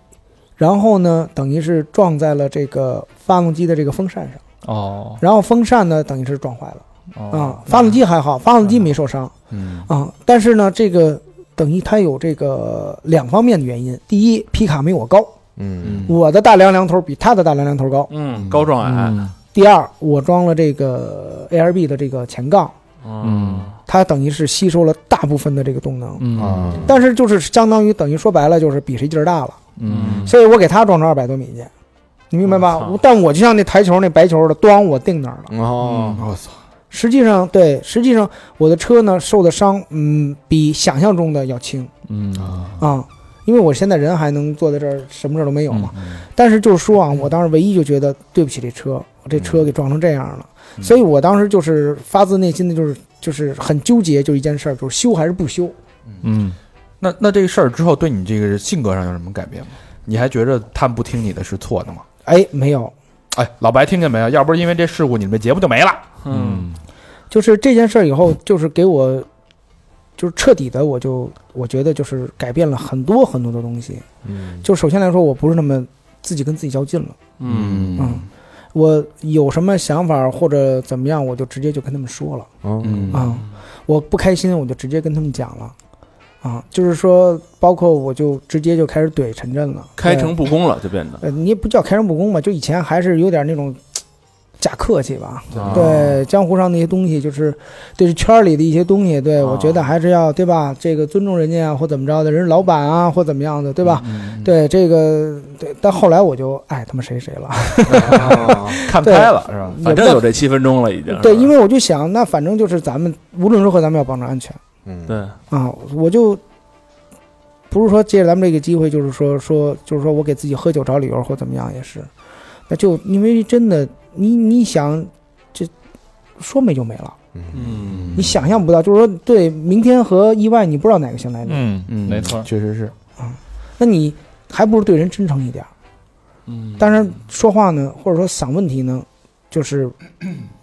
E: 然后呢，等于是撞在了这个发动机的这个风扇上，
C: 哦
E: 然后风扇呢，等于是撞坏了啊、
C: 哦，
E: 发动机还好，发动机没受伤。
F: 嗯
E: 啊，但是呢，这个等于它有这个两方面的原因。第一，皮卡没我高，
B: 嗯
F: 嗯，
E: 我的大梁梁头比他的大梁梁头高。
D: 嗯，高壮矮，
E: 第二，我装了这个 ARB 的这个前杠，
D: 嗯
E: 它等于是吸收了大部分的这个动能，
F: 嗯
B: 啊，
E: 但是就是相当于等于说白了就是比谁劲儿大了，
F: 嗯
E: 所以我给他装成二百多米去，你明白吧？
C: 我操
E: 我但我就像那台球那白球的，咣我定那儿了。
B: 哦，
F: 我操，
E: 实际上，对，实际上我的车呢受的伤，嗯，比想象中的要轻。
F: 嗯
E: 啊，因为我现在人还能坐在这儿，什么事儿都没有嘛。但是就是说啊，我当时唯一就觉得对不起这车，我这车给撞成这样了，所以我当时就是发自内心的就是就是很纠结，就一件事儿，就是修还是不修。
C: 嗯，
F: 那那这个事儿之后对你这个性格上有什么改变吗？你还觉着他们不听你的是错的吗？
E: 哎，没有，
F: 哎，老白听见没有？要不是因为这事故，你们这节目就没了。
D: 嗯，
E: 就是这件事儿以后，就是给我，就是彻底的，我就我觉得就是改变了很多很多的东西。
B: 嗯
E: 就首先来说，我不是那么自己跟自己较劲了，
D: 嗯
E: 嗯，我有什么想法或者怎么样，我就直接就跟他们说了。
B: 哦
F: 嗯
E: 啊、我不开心我就直接跟他们讲了，啊，就是说，包括我就直接就开始怼陈震了，
D: 开诚布公了就变得。
E: 呃，呃，你也不叫开诚布公吧，就以前还是有点那种嘖假客气吧，
D: 啊
E: 对，江湖上那些东西就是对圈里的一些东西，对、
D: 啊
E: 我觉得还是要对吧，这个尊重人家啊，或怎么着的，人是老板啊，或怎么样的，
D: 嗯
E: 对吧？对这个，对，但后来我就爱他妈谁谁 了，
F: 看
E: 对
F: 开了是吧？
D: 反正有这七分钟了，已经。
E: 对，因为我就想，那反正就是咱们无论如何，咱们要保证安全。
B: 嗯，
D: 对，
E: 啊，我就不是说借着咱们这个机会，就是说说，就是说我给自己喝酒找理由或怎么样也是，那就因为真的，你你想这说没就没了，
D: 嗯
E: 你想象不到，就是说对明天和意外，你不知道哪个先来临，
C: 嗯
F: 嗯，
C: 没错，
F: 确实是。
E: 那你还不如对人真诚一点儿。
D: 嗯，
E: 当然，说话呢，或者说想问题呢，就是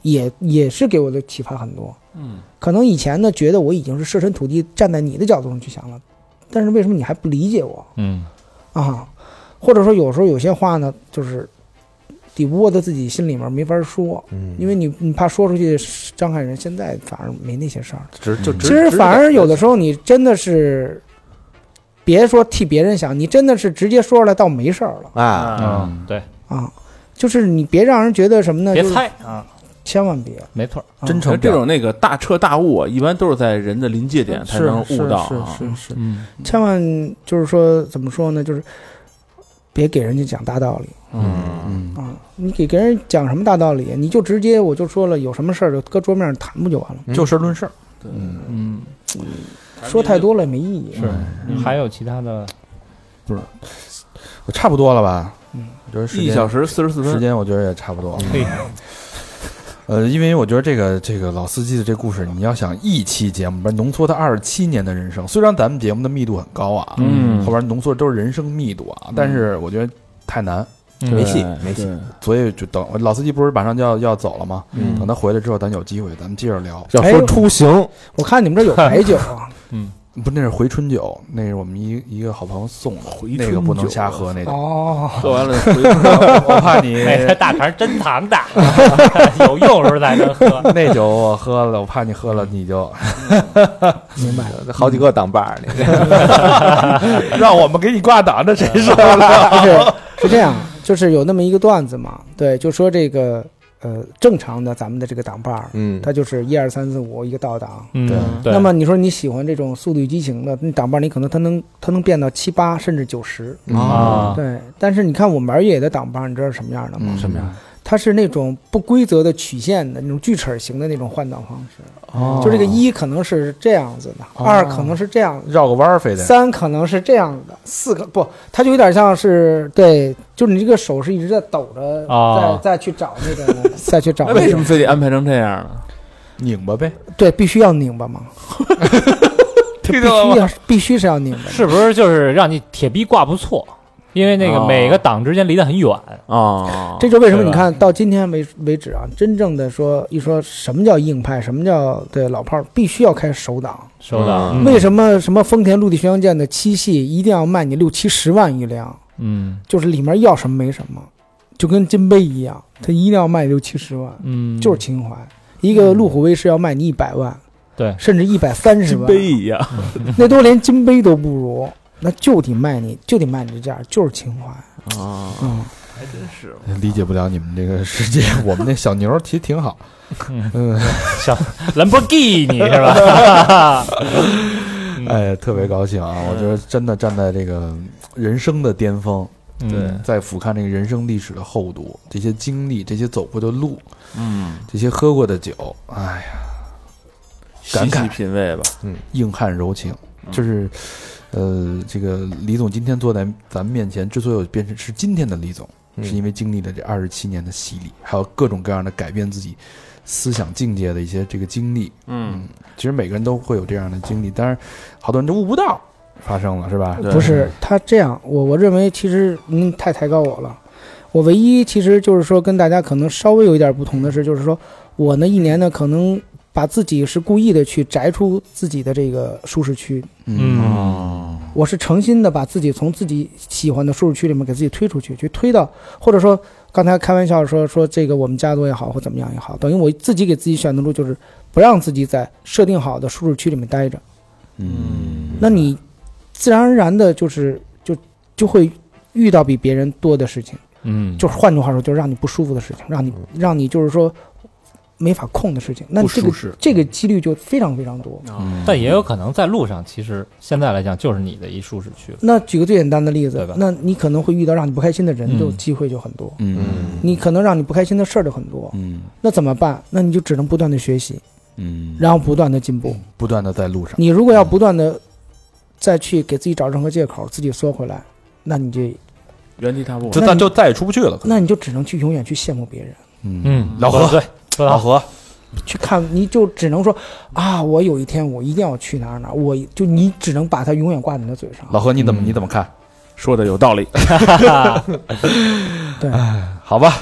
E: 也也是给我的启发很多。
D: 嗯，
E: 可能以前呢，觉得我已经是设身处地站在你的角度上去想了，但是为什么你还不理解我？
C: 嗯
E: 啊，或者说有时候有些话呢，就是得窝在自己心里面没法说，
B: 嗯
E: 因为你你怕说出去伤害人。现在反而没那些事儿了。
B: 嗯直就
E: 其
B: 直，
E: 实反而有的
B: 直
E: 时候你真的是别说替别人想，你真的是直接说出来，倒没事儿了
B: 啊，
C: 啊，
A: 嗯
C: 对，
E: 啊。就是你别让人觉得什么呢？
C: 别
E: 就是
C: 猜啊，
E: 千万别。
C: 没错，
A: 真
D: 其
A: 诚
D: 实这
A: 表
D: 种那个大彻大悟，啊，一般都是在人的临界点才
E: 是
D: 能悟到
E: 是
D: 啊。
E: 是是是，
D: 嗯
E: 千万就是说怎么说呢？就是别给人家讲大道理
D: 嗯
A: 嗯
E: 啊！你给给人讲什么大道理？你就直接我就说了，有什么事儿就搁桌面上谈不就完了吗？
A: 就事论事儿，
D: 嗯，
E: 说太多了嗯也没意义。
C: 是。还有其他的，
A: 我差不多了吧？
E: 嗯，
A: 我觉得时
D: 一
A: 间
D: 小时四十四
A: 时
D: 分，
A: 间，我觉得也差不
D: 嗯
A: 多。
C: 嘿，
A: 呃，因为我觉得这个这个老司机的这故事，你要想一期节目，把浓缩他二十七年的人生，虽然咱们节目的密度很高啊，
D: 嗯
A: 后边浓缩的都是人生密度啊，但是我觉得太难，
B: 没戏没戏
D: 对，
A: 所以就等呃老司机不是马上就要要走了吗？
D: 嗯
A: 等他回来之后，咱有机会咱们接着聊。
B: 要说出行，
E: 我看你们这有白酒啊，
A: 不，那是回春酒，那是我们一一个好朋友送的，
D: 回
A: 那个不能瞎喝，那个。
E: 哦，
D: 喝完了 回
A: 哦我怕 你
C: 哎，这大肠真糖的，有用时候才能喝。
A: 那酒我喝了，我怕你喝了你就
E: 明白了。
B: 好几个挡把儿，那个
A: 让我们给你挂档，这谁受？
E: 是是这样，就是有那么一个段子嘛，对，就说这个呃，正常的咱们的这个档把儿，
B: 嗯，
E: 它就是一二三四五一个倒档。
C: 嗯
A: 对
C: 对，
E: 那么你说你喜欢这种《速度与激情》的，那档把儿你可能它能它能变到七八甚至九十，
A: 嗯
C: 啊，
E: 对。但是你看我们玩越野的档把儿，你知道是什么样的吗？
A: 什么
D: 呀？
E: 它是那种不规则的曲线的那种锯齿儿形的那种换挡方式，
D: 哦
E: 就这个一可能是这样子的，
A: 哦
E: 二可能是这样子的
A: 绕个弯儿非得。
E: 三可能是这样的，四个不，它就有点像是对，就是你这个手是一直在抖着，
C: 哦
E: 再再去找 那个，再去找
D: 那
E: 那
D: 为
E: 个
D: 什么非得安排成这样呢？
A: 拧巴呗，
E: 对，必须要拧 巴嘛，必须要必须是要拧巴的，
C: 是不是就是让你铁臂挂不错？因为那个
D: 哦
C: 每个档之间离得很远，
D: 啊，
E: 这就为什么
C: 对吧
E: 你看到今天为为止啊，真正的说一说什么叫硬派，什么叫对老炮儿，必须要开手挡。
C: 收到？
D: 嗯
E: 为什么什么丰田陆地巡洋舰的七系一定要卖你六七十万一辆？
C: 嗯
E: 就是里面要什么没什么，就跟金杯一样，它一定要卖六七十万。
C: 嗯，
E: 就是情怀。一个路虎卫士要卖你一百万，
C: 对
E: 甚至一百三十万，
D: 一样，
E: 那都连金杯都不如，那就得卖你，就得卖你这价，就是情怀。
D: 啊，
E: 嗯，
D: 还真是，
A: 理解不了你们这个世 界。我们那小牛儿其实挺好，嗯，
C: 兰博基尼是吧？
A: 哎，特别高兴啊！我觉得真的站在这个人生的巅峰，
C: 嗯
D: 对
A: 在俯瞰这个人生历史的厚度，这些经历，这些走过的路，
D: 嗯，
A: 这些喝过的酒，哎呀，
D: 细细品味吧，
A: 硬汉柔情，就是。呃，这个李总今天坐在咱们面前，之所以变成是今天的李总，
B: 嗯
A: 是因为经历了这二十七年的洗礼，还有各种各样的改变自己思想境界的一些这个经历，
D: 嗯，
A: 其实每个人都会有这样的经历，但是好多人都悟不到发生了，是吧？
D: 对
E: 不是他这样，我我认为其实您太抬高我了。我唯一其实就是说跟大家可能稍微有一点不同的是，就是说我呢一年呢可能把自己是故意的去摘出自己的这个舒适区，
A: 嗯
D: 哦，
E: 我是诚心的把自己从自己喜欢的舒适区里面给自己推出去，去推到，或者说刚才开玩笑说说这个我们家族也好或怎么样也好，等于我自己给自己选的路就是不让自己在设定好的舒适区里面待着，
A: 嗯
E: 那你自然而然的就是就就会遇到比别人多的事情，
C: 嗯，
E: 就是换句话说就是让你不舒服的事情，让你让你就是说没法控的事情，那
A: 不
E: 这个
A: 舒适，
E: 这个几率就非常非常多。
D: 嗯
A: 嗯
C: 但也有可能在路上，其实现在来讲就是你的一舒适区了。
E: 那举个最简单的例
C: 对
E: 子
C: 吧，
E: 那你可能会遇到让你不开心的人，就
C: 嗯
E: 机会就很多。
A: 嗯
E: 你可能让你不开心的事儿就很多，
A: 嗯
E: 那怎么办？那你就只能不断的学习，
A: 嗯，
E: 然后不断的进步。
A: 不断的在路上，
E: 你如果要不断的再去给自己找任何借口，自己缩回来，那你就
D: 原地踏步，
A: 就
E: 那
A: 但
E: 你
A: 就再也出不去了。可能
E: 那你就只能去永远去羡慕别人，
A: 嗯，
C: 嗯，
A: 老何
C: 对，说得
A: 老
C: 好，
A: 何，
E: 去看你就只能说啊，我有一天我一定要去哪儿哪儿，我就你只能把它永远挂在你的嘴上。
A: 老何，你怎么
C: 嗯
A: 你怎么看？
D: 说的有道理，
E: 对，
A: 好吧，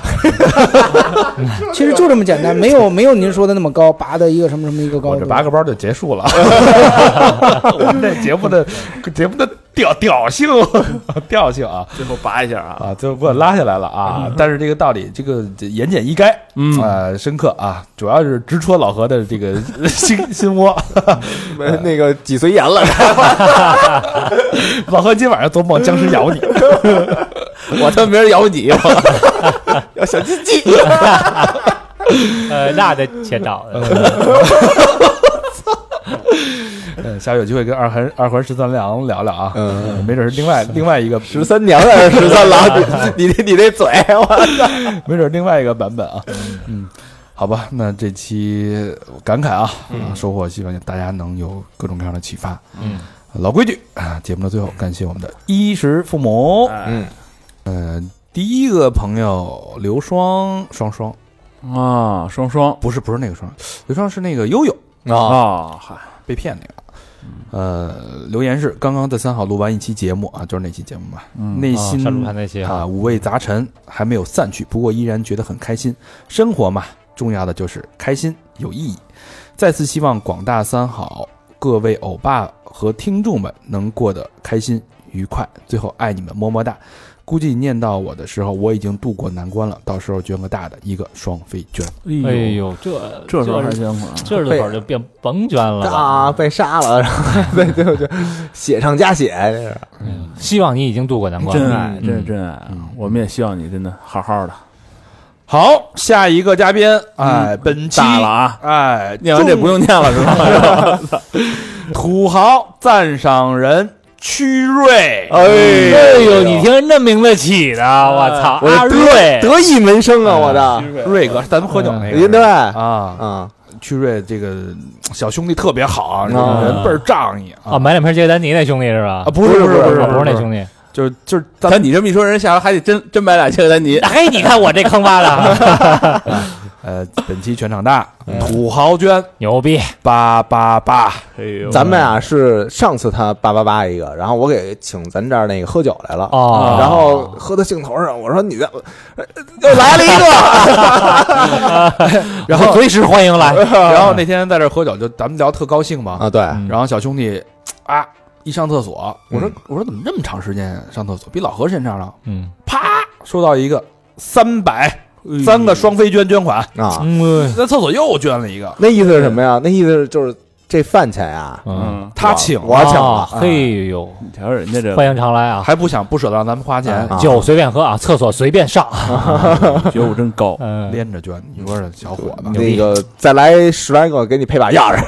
E: 其实就这么简单，没有没有您说的那么高，拔的一个什么什么一个高
A: 我
E: 度
A: 这。拔个包就结束了。我们这节目的节目的调调性， 调性啊
D: 最后拔一下啊，
A: 啊，最后给我拉下来了
B: 嗯
A: 啊！但是这个道理，这个言简意赅，
D: 嗯
A: 呃，深刻啊，主要是直戳老何的这个 心心窝。
B: 那个脊髓炎了，
A: 老何今晚上做梦，僵尸 咬你，
B: 我他妈没人咬你， 要小鸡鸡。
C: 呃，那得且找的。呃
A: 嗯，下回有机会跟二环二环十三郎聊聊啊，
B: 嗯，
A: 没准是另外另外一个
B: 十三娘还是十 三郎？你你你那嘴，我
A: 没准另外一个版本啊。嗯，好吧，那这期感慨啊，啊收获，希望大家能有各种各样的启发。
D: 嗯，
A: 老规矩啊，节目的最后感谢我们的衣食父
D: 啊
A: 母。
D: 哎
B: 嗯，
A: 呃，第一个朋友刘双双双，
D: 啊，双双
A: 不是不是那个双，刘双是那个悠悠
B: 啊，
D: 啊，嗨，
A: 被骗那个。呃，留言是刚刚在三好录完一期节目啊，就是那期节目嘛，
D: 嗯
A: 内
C: 啊
A: 心
C: 山路盘那些
A: 啊，五味杂陈还没有散去，不过依然觉得很开心。生活嘛，重要的就是开心有意义。再次希望广大三好各位欧巴和听众们能过得开心愉快。最后爱你们，么么哒。估计念到我的时候，我已经度过难关了。到时候捐个大的，一个双飞捐。
D: 哎
C: 哎
D: 呦，
C: 呦，这
D: 这时候还啊捐款，
C: 这会儿就变甭捐了吧。
B: 啊，被杀了，然 后对对对，血上加血，这是
C: 希望你已经度过难关
D: 真
C: 了。
D: 爱，这是真爱啊
A: 嗯！
D: 我们也希望你真的好好的，
A: 好，下一个嘉宾，哎，本期
D: 大了啊！
A: 哎，
D: 念完这不用念了是吧？
A: 土豪赞赏人曲瑞，
B: 哎呦
C: 哎呦，你听人那名字起的，我操！
B: 我
C: 阿
B: 的
C: 瑞，
B: 得意门生啊，我的，
A: 瑞哥，咱们喝酒那个是吧
B: 对嗯对
A: 啊，
B: 啊，
A: 曲瑞这个小兄弟特别好啊，
B: 啊
A: 人倍儿仗义啊
C: 哦，买两瓶杰丹尼那兄弟是
A: 啊，？
C: 吧
A: 不是
B: 不是
A: 是
B: 不
A: 不
B: 是
C: 哦不是
A: 是
C: 那兄弟。
A: 就是就是咱
D: 咱你这么一说，人下回还得真真买俩切克丹 尼。
C: 嘿，你看我这坑挖的
A: 呃，本期全场大土豪捐
C: 牛逼！
A: 八八八，
D: 哎呦
B: 咱们啊是上次他叭叭叭一个，然后我给请咱这儿那个喝酒来了，啊
C: 哦
B: 然后喝到兴头上，我说你这呃又来了一个，
A: 然后
C: 随时欢迎来。
A: 然后那天在这儿喝酒，就咱们聊特高兴嘛，
B: 啊，对，
A: 然后小兄弟啊一上厕所，我说我说怎么这么长时间上厕所，比老何时间上了，
C: 嗯，
A: 啪收到一个三百
D: 哎
A: 三个双飞捐捐 款，
B: 啊，
C: 嗯，
A: 在厕所又捐了一个，
B: 那意思是什么呀？那意思是就是这饭钱啊，
C: 嗯，
D: 嗯，
A: 他请了
B: 我请了
C: 啊，嘿呦，
D: 你瞧人家这
C: 欢迎常来啊！
A: 还不想不舍得让咱们花钱，
B: 啊
C: 酒随便喝啊，厕所随便上。，
D: 觉悟真高
C: 嗯，
A: 连着捐，你说这小伙子。
B: 那个再来十来个，给你配把钥匙，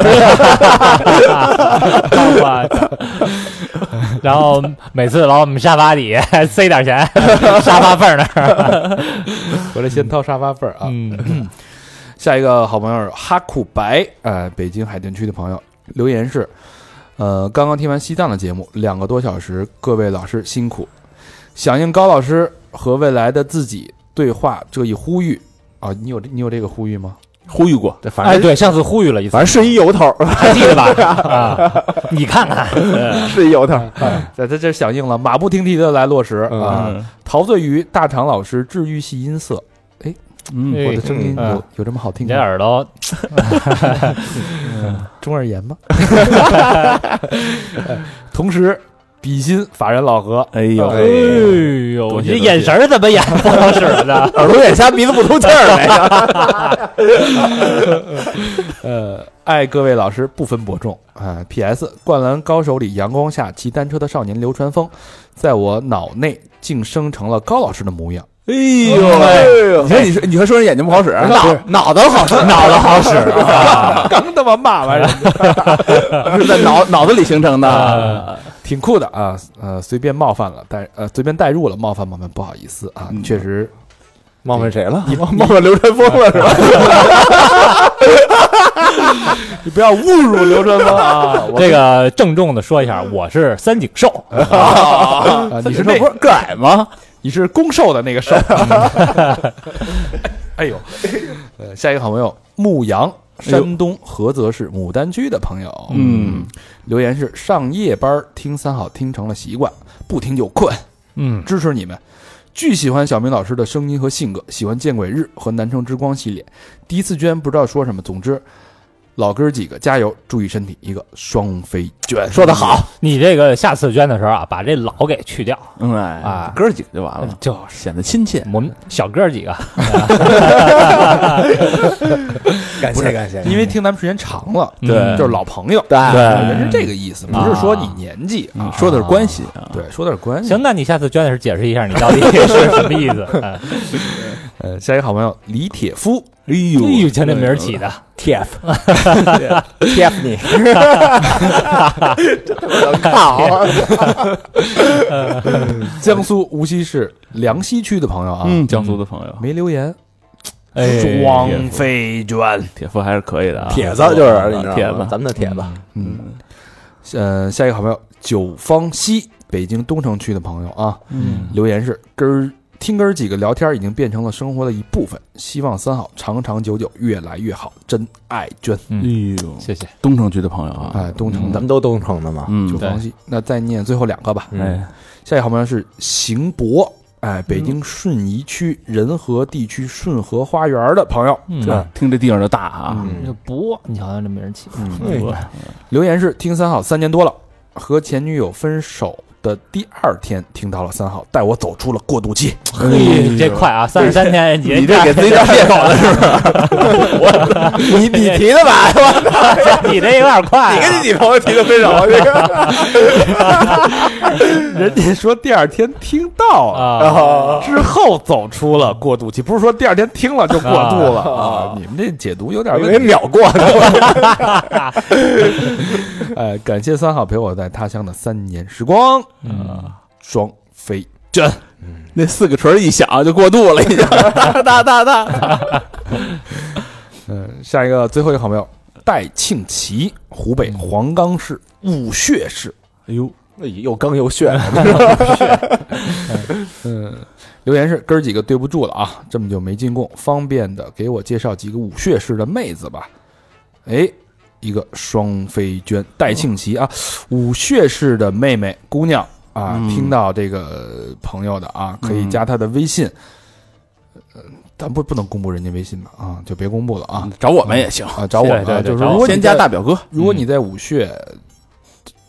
C: 我操然后每次老往我们沙发底 下塞点钱，沙发缝儿那儿。
A: 回来先掏沙发缝儿啊。
C: 嗯，
A: 下一个好朋友哈库白，呃，北京海淀区的朋友留言是，呃，刚刚听完西藏的节目，两个多小时，各位老师辛苦。响应高老师和未来的自己对话这一呼吁啊，你有你有这个呼吁吗？
D: 呼吁过，
B: 这反
C: 哎，
B: 正
C: 对，上次呼吁了一 次
B: 反，正是一由头，
C: 还记 得吧？啊，你看看，
B: 是一由头，
A: 在这这响应了，马不停蹄的来落实
B: 嗯
A: 啊！陶醉于大长老师治愈系音色，
D: 嗯，
A: 我的声音
C: 嗯
A: 有有这么好听
C: 你 这
A: 吗？
C: 耳朵
A: 中耳炎吗？同时，比心法人老何
D: 哎呦，
C: 哎呦，
D: 多
C: 你
D: 谢多谢
C: 这眼神儿怎么演不好使了 呢？
B: 耳朵眼瞎，鼻子不通气儿呗。
A: 呃，爱各位老师不分伯仲啊、P.S.《灌篮高手》里阳光下骑单车的少年流川枫，在我脑内竟生成了高老师的模样。
D: 哎呦，哎呦你说你说你说说人眼睛不好使，啊
B: 脑脑子好使，
C: 脑子好使啊！
A: 刚他妈骂 完人，
D: 是在脑脑子里形成的
C: 啊，
A: 挺酷的啊。呃，随便冒犯了，但呃随便代入了，冒犯冒犯，不好意思啊，
D: 嗯
A: 确实
B: 冒犯谁了？冒冒犯流川枫了是吧？
A: 你不要侮辱流川枫啊！我
C: 这个郑重的说一下，我是三井寿，
A: 啊，你是那
D: 不是个矮吗？
A: 你是攻受的那个 受。哎呦，呃，下一个好朋友牧羊，
B: 哎
A: 山东菏泽市牡丹区的朋友，
D: 嗯，
A: 留言是上夜班听三好听成了习惯，不听就困，
C: 嗯，
A: 支持你们。巨喜欢小明老师的声音和性格，喜欢《见鬼日》和《南城之光》系列。第一次捐不知道说什么，总之老哥儿几个加油，注意身体，一个双飞卷。
B: 说的好，
C: 你这个下次捐的时候啊，把这老给去掉
D: 嗯哎
C: 啊
D: 哥儿几个就完了，
C: 就是。
D: 显得亲切。
C: 我们小哥儿几个，
B: 感谢感谢，
A: 因为听咱们时间长了，
C: 嗯
A: 就是老朋友，
B: 对
A: 人是这个意思，不是说你年纪啊，
D: 说的是关系嗯啊，
A: 对，说点关系。
C: 行，那你下次捐的时候解释一下，你到底是什么意思？哎
A: 呃，下一个好朋友李铁夫，
D: 哎
C: 哎
D: 呦
C: 呦，瞧这名儿起的，
B: TF TF 你，靠，
A: 江苏无锡市梁溪区的朋友啊，
D: 嗯，江苏的朋友，
A: 没留言，
C: 哎，
A: 嗯双飞卷。
D: 铁夫还是可以的啊，
B: 铁子就是你知
D: 铁
B: 道吗？
D: 子，
B: 咱们的铁子，
A: 嗯，呃，下一个好朋友九方西，北京东城区的朋友啊，
D: 嗯，
A: 留言是根儿听根儿几个聊天已经变成了生活的一部分，希望三好长长久久，越来越好，真爱娟。
D: 哎呦，
C: 谢谢。
D: 东城区的朋友啊，
A: 嗯哎，东城
B: 咱
A: 的
B: 们都东城的嘛，
D: 嗯
A: 九，方西，那再念最后两个吧。
B: 嗯
D: 哎，
A: 下一个好朋友是邢博，哎，北京顺义区仁和地区顺和花园的朋友，
C: 嗯，
D: 听这地方就大啊，
C: 这博，你瞧瞧这名儿起的，
A: 留言是听三好三年多了，和前女友分手的第二天听到了三好，带我走出了过渡期。
C: 嘿，这快啊，三十三天，
D: 你这给自己找借口了是吧？
B: 你你提的吧？
C: 你这有点快
B: 你
C: 啊，
B: 跟你女朋友提的分手，这个
A: 人家说第二天听到了
C: 啊，
A: 之后走出了过渡期，不是说第二天听了就过渡了
B: 啊
A: 啊！你们这解读有点
B: 我以
A: 问
B: 为
A: 题。
B: 秒过的，
A: 哎，感谢三好陪我在他乡的三年时光。
C: 嗯
A: 双飞，
D: 那四个锤一响就过渡了，已经哒哒哒。
A: 嗯，下一个最后一个好朋友戴庆奇，湖北黄冈市武穴市。
D: 哎呦，
B: 又刚又炫，
A: 嗯，留言是哥儿几个对不住了啊，这么久没进贡，方便的给我介绍几个武穴市的妹子吧。哎，一个双飞娟戴庆奇啊，武穴市的妹妹姑娘啊，
D: 嗯
A: 听到这个朋友的啊，可以加她的微信。呃，咱不不能公布人家微信吧啊，就别公布了啊
D: 嗯找我们也行，
A: 啊，找我们
C: 对对
A: 啊，
C: 对
A: 就是
C: 找
A: 如
C: 我
A: 果你
D: 嗯先加
A: 在
D: 大表哥
A: 如果你在武穴，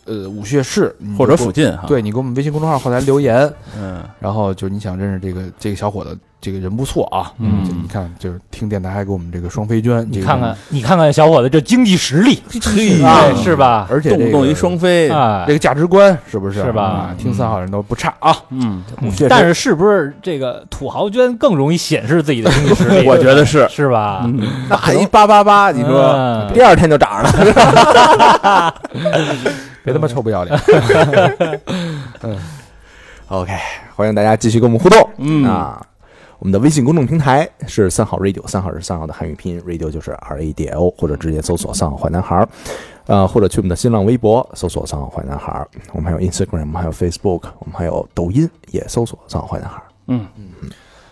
A: 呃，武穴市你
D: 或者
A: 给我
D: 附近啊哈，，
A: 对你给我们微信公众号后台留言，
D: 嗯，
A: 然后就是你想认识这个这个小伙子，这个人不错啊，
D: 嗯
A: 就你看就是听电台还给我们这个双飞娟，
C: 你
A: 这个
C: 看看，你看看小伙子这经济实力，
D: 嘿
A: 嗯
C: 哎是吧？
A: 啊而且这个
D: 动不动一双飞，
C: 哎
A: 这，个价值观是不是
C: 是吧
A: 啊
C: 嗯
A: 听三好人都不差啊，
D: 嗯，
A: 确实
C: 但是是不是这个土豪捐更容易显示自己的经济实力？
D: 我觉得是，
C: 是吧？
B: 那一八八八，你说
C: 嗯
B: 第二天就涨了，
A: 别他妈臭不要脸，
B: OK，欢迎大家继续跟我们互动。
D: 嗯
B: 啊，我们的微信公众平台是三好 radio，三好是三好的汉语拼音，radio 就是 R A D O，或者直接搜索“三好坏男孩”，儿”，呃，或者去我们的新浪微博搜索“三好坏男孩”，儿”，我们还有 Instagram，我们还有 Facebook，我们还有抖音也搜索“三好坏男孩”。儿
D: 嗯，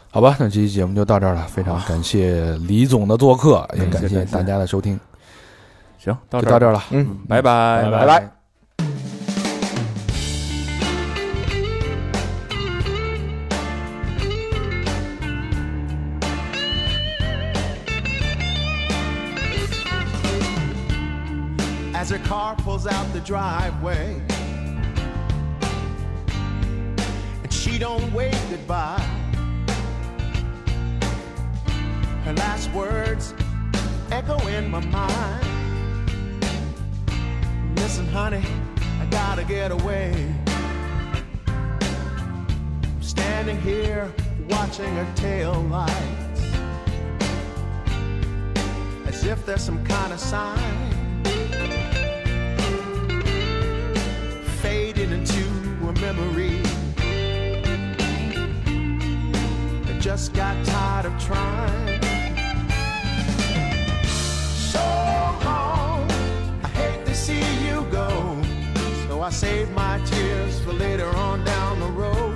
A: 好吧，那这期节目就到这儿了，非常感谢李总的做客，也
D: 嗯
A: 感谢
D: 感谢
A: 大家的收听，
D: 行，到
A: 就
D: 这
A: 到
D: 儿，
A: 这儿了”。，
B: 嗯，
D: 拜拜，
B: 拜拜。
G: as her car pulls out the driveway. And she don't wave goodbye. Her last words echo in my mind. Listen, honey, I gotta get away. I'm standing here watching her tail lights. As if there's some kind of sign fading into a memory. I just got tired of trying. So long, I hate to see you go. So I save my tears for later on down the road.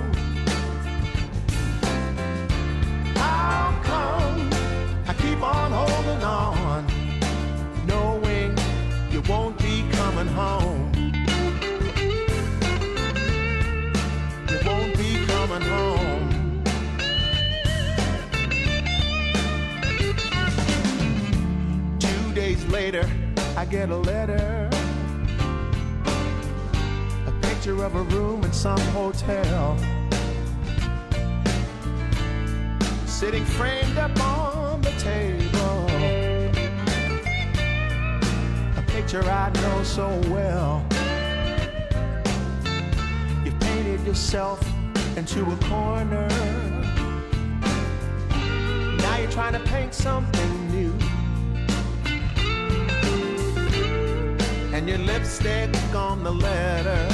G: How come I keep on holding on, knowing you won't be coming home? you won't be coming home. Two days later, I get a letter, a picture of a room in some hotel, sitting framed up on the table, a picture I know so well. You painted yourself into a corner. Now you're trying to paint something new. and your lipstick on the letter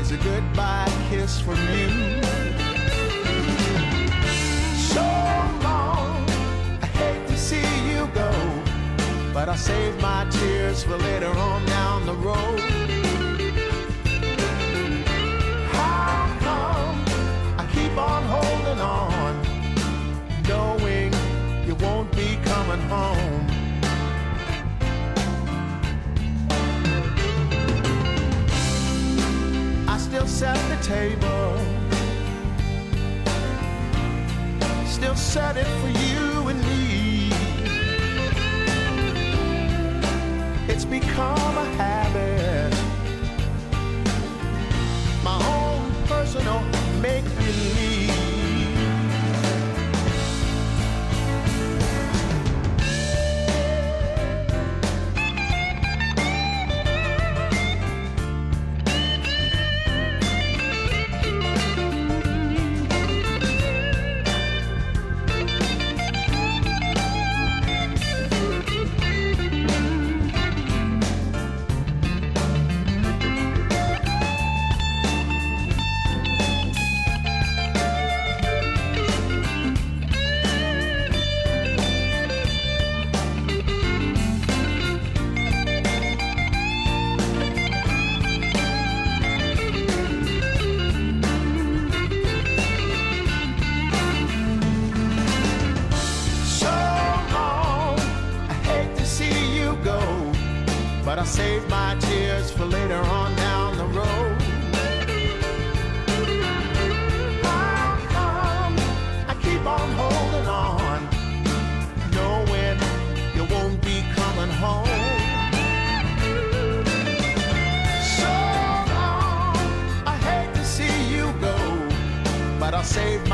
G: is a goodbye kiss from you. So long, I hate to see you go, but I'll save my tears for later on down the road. How come I keep on holding on, knowing you won't be coming home? I still set the table. Still set it for you and me. It's become a habit. My own personal make believe. So long, I hate to see you go, but I save my tears for later on down the road. How come I keep on holding on, knowing you won't be coming home? So long, I hate to see you go, but I'll save my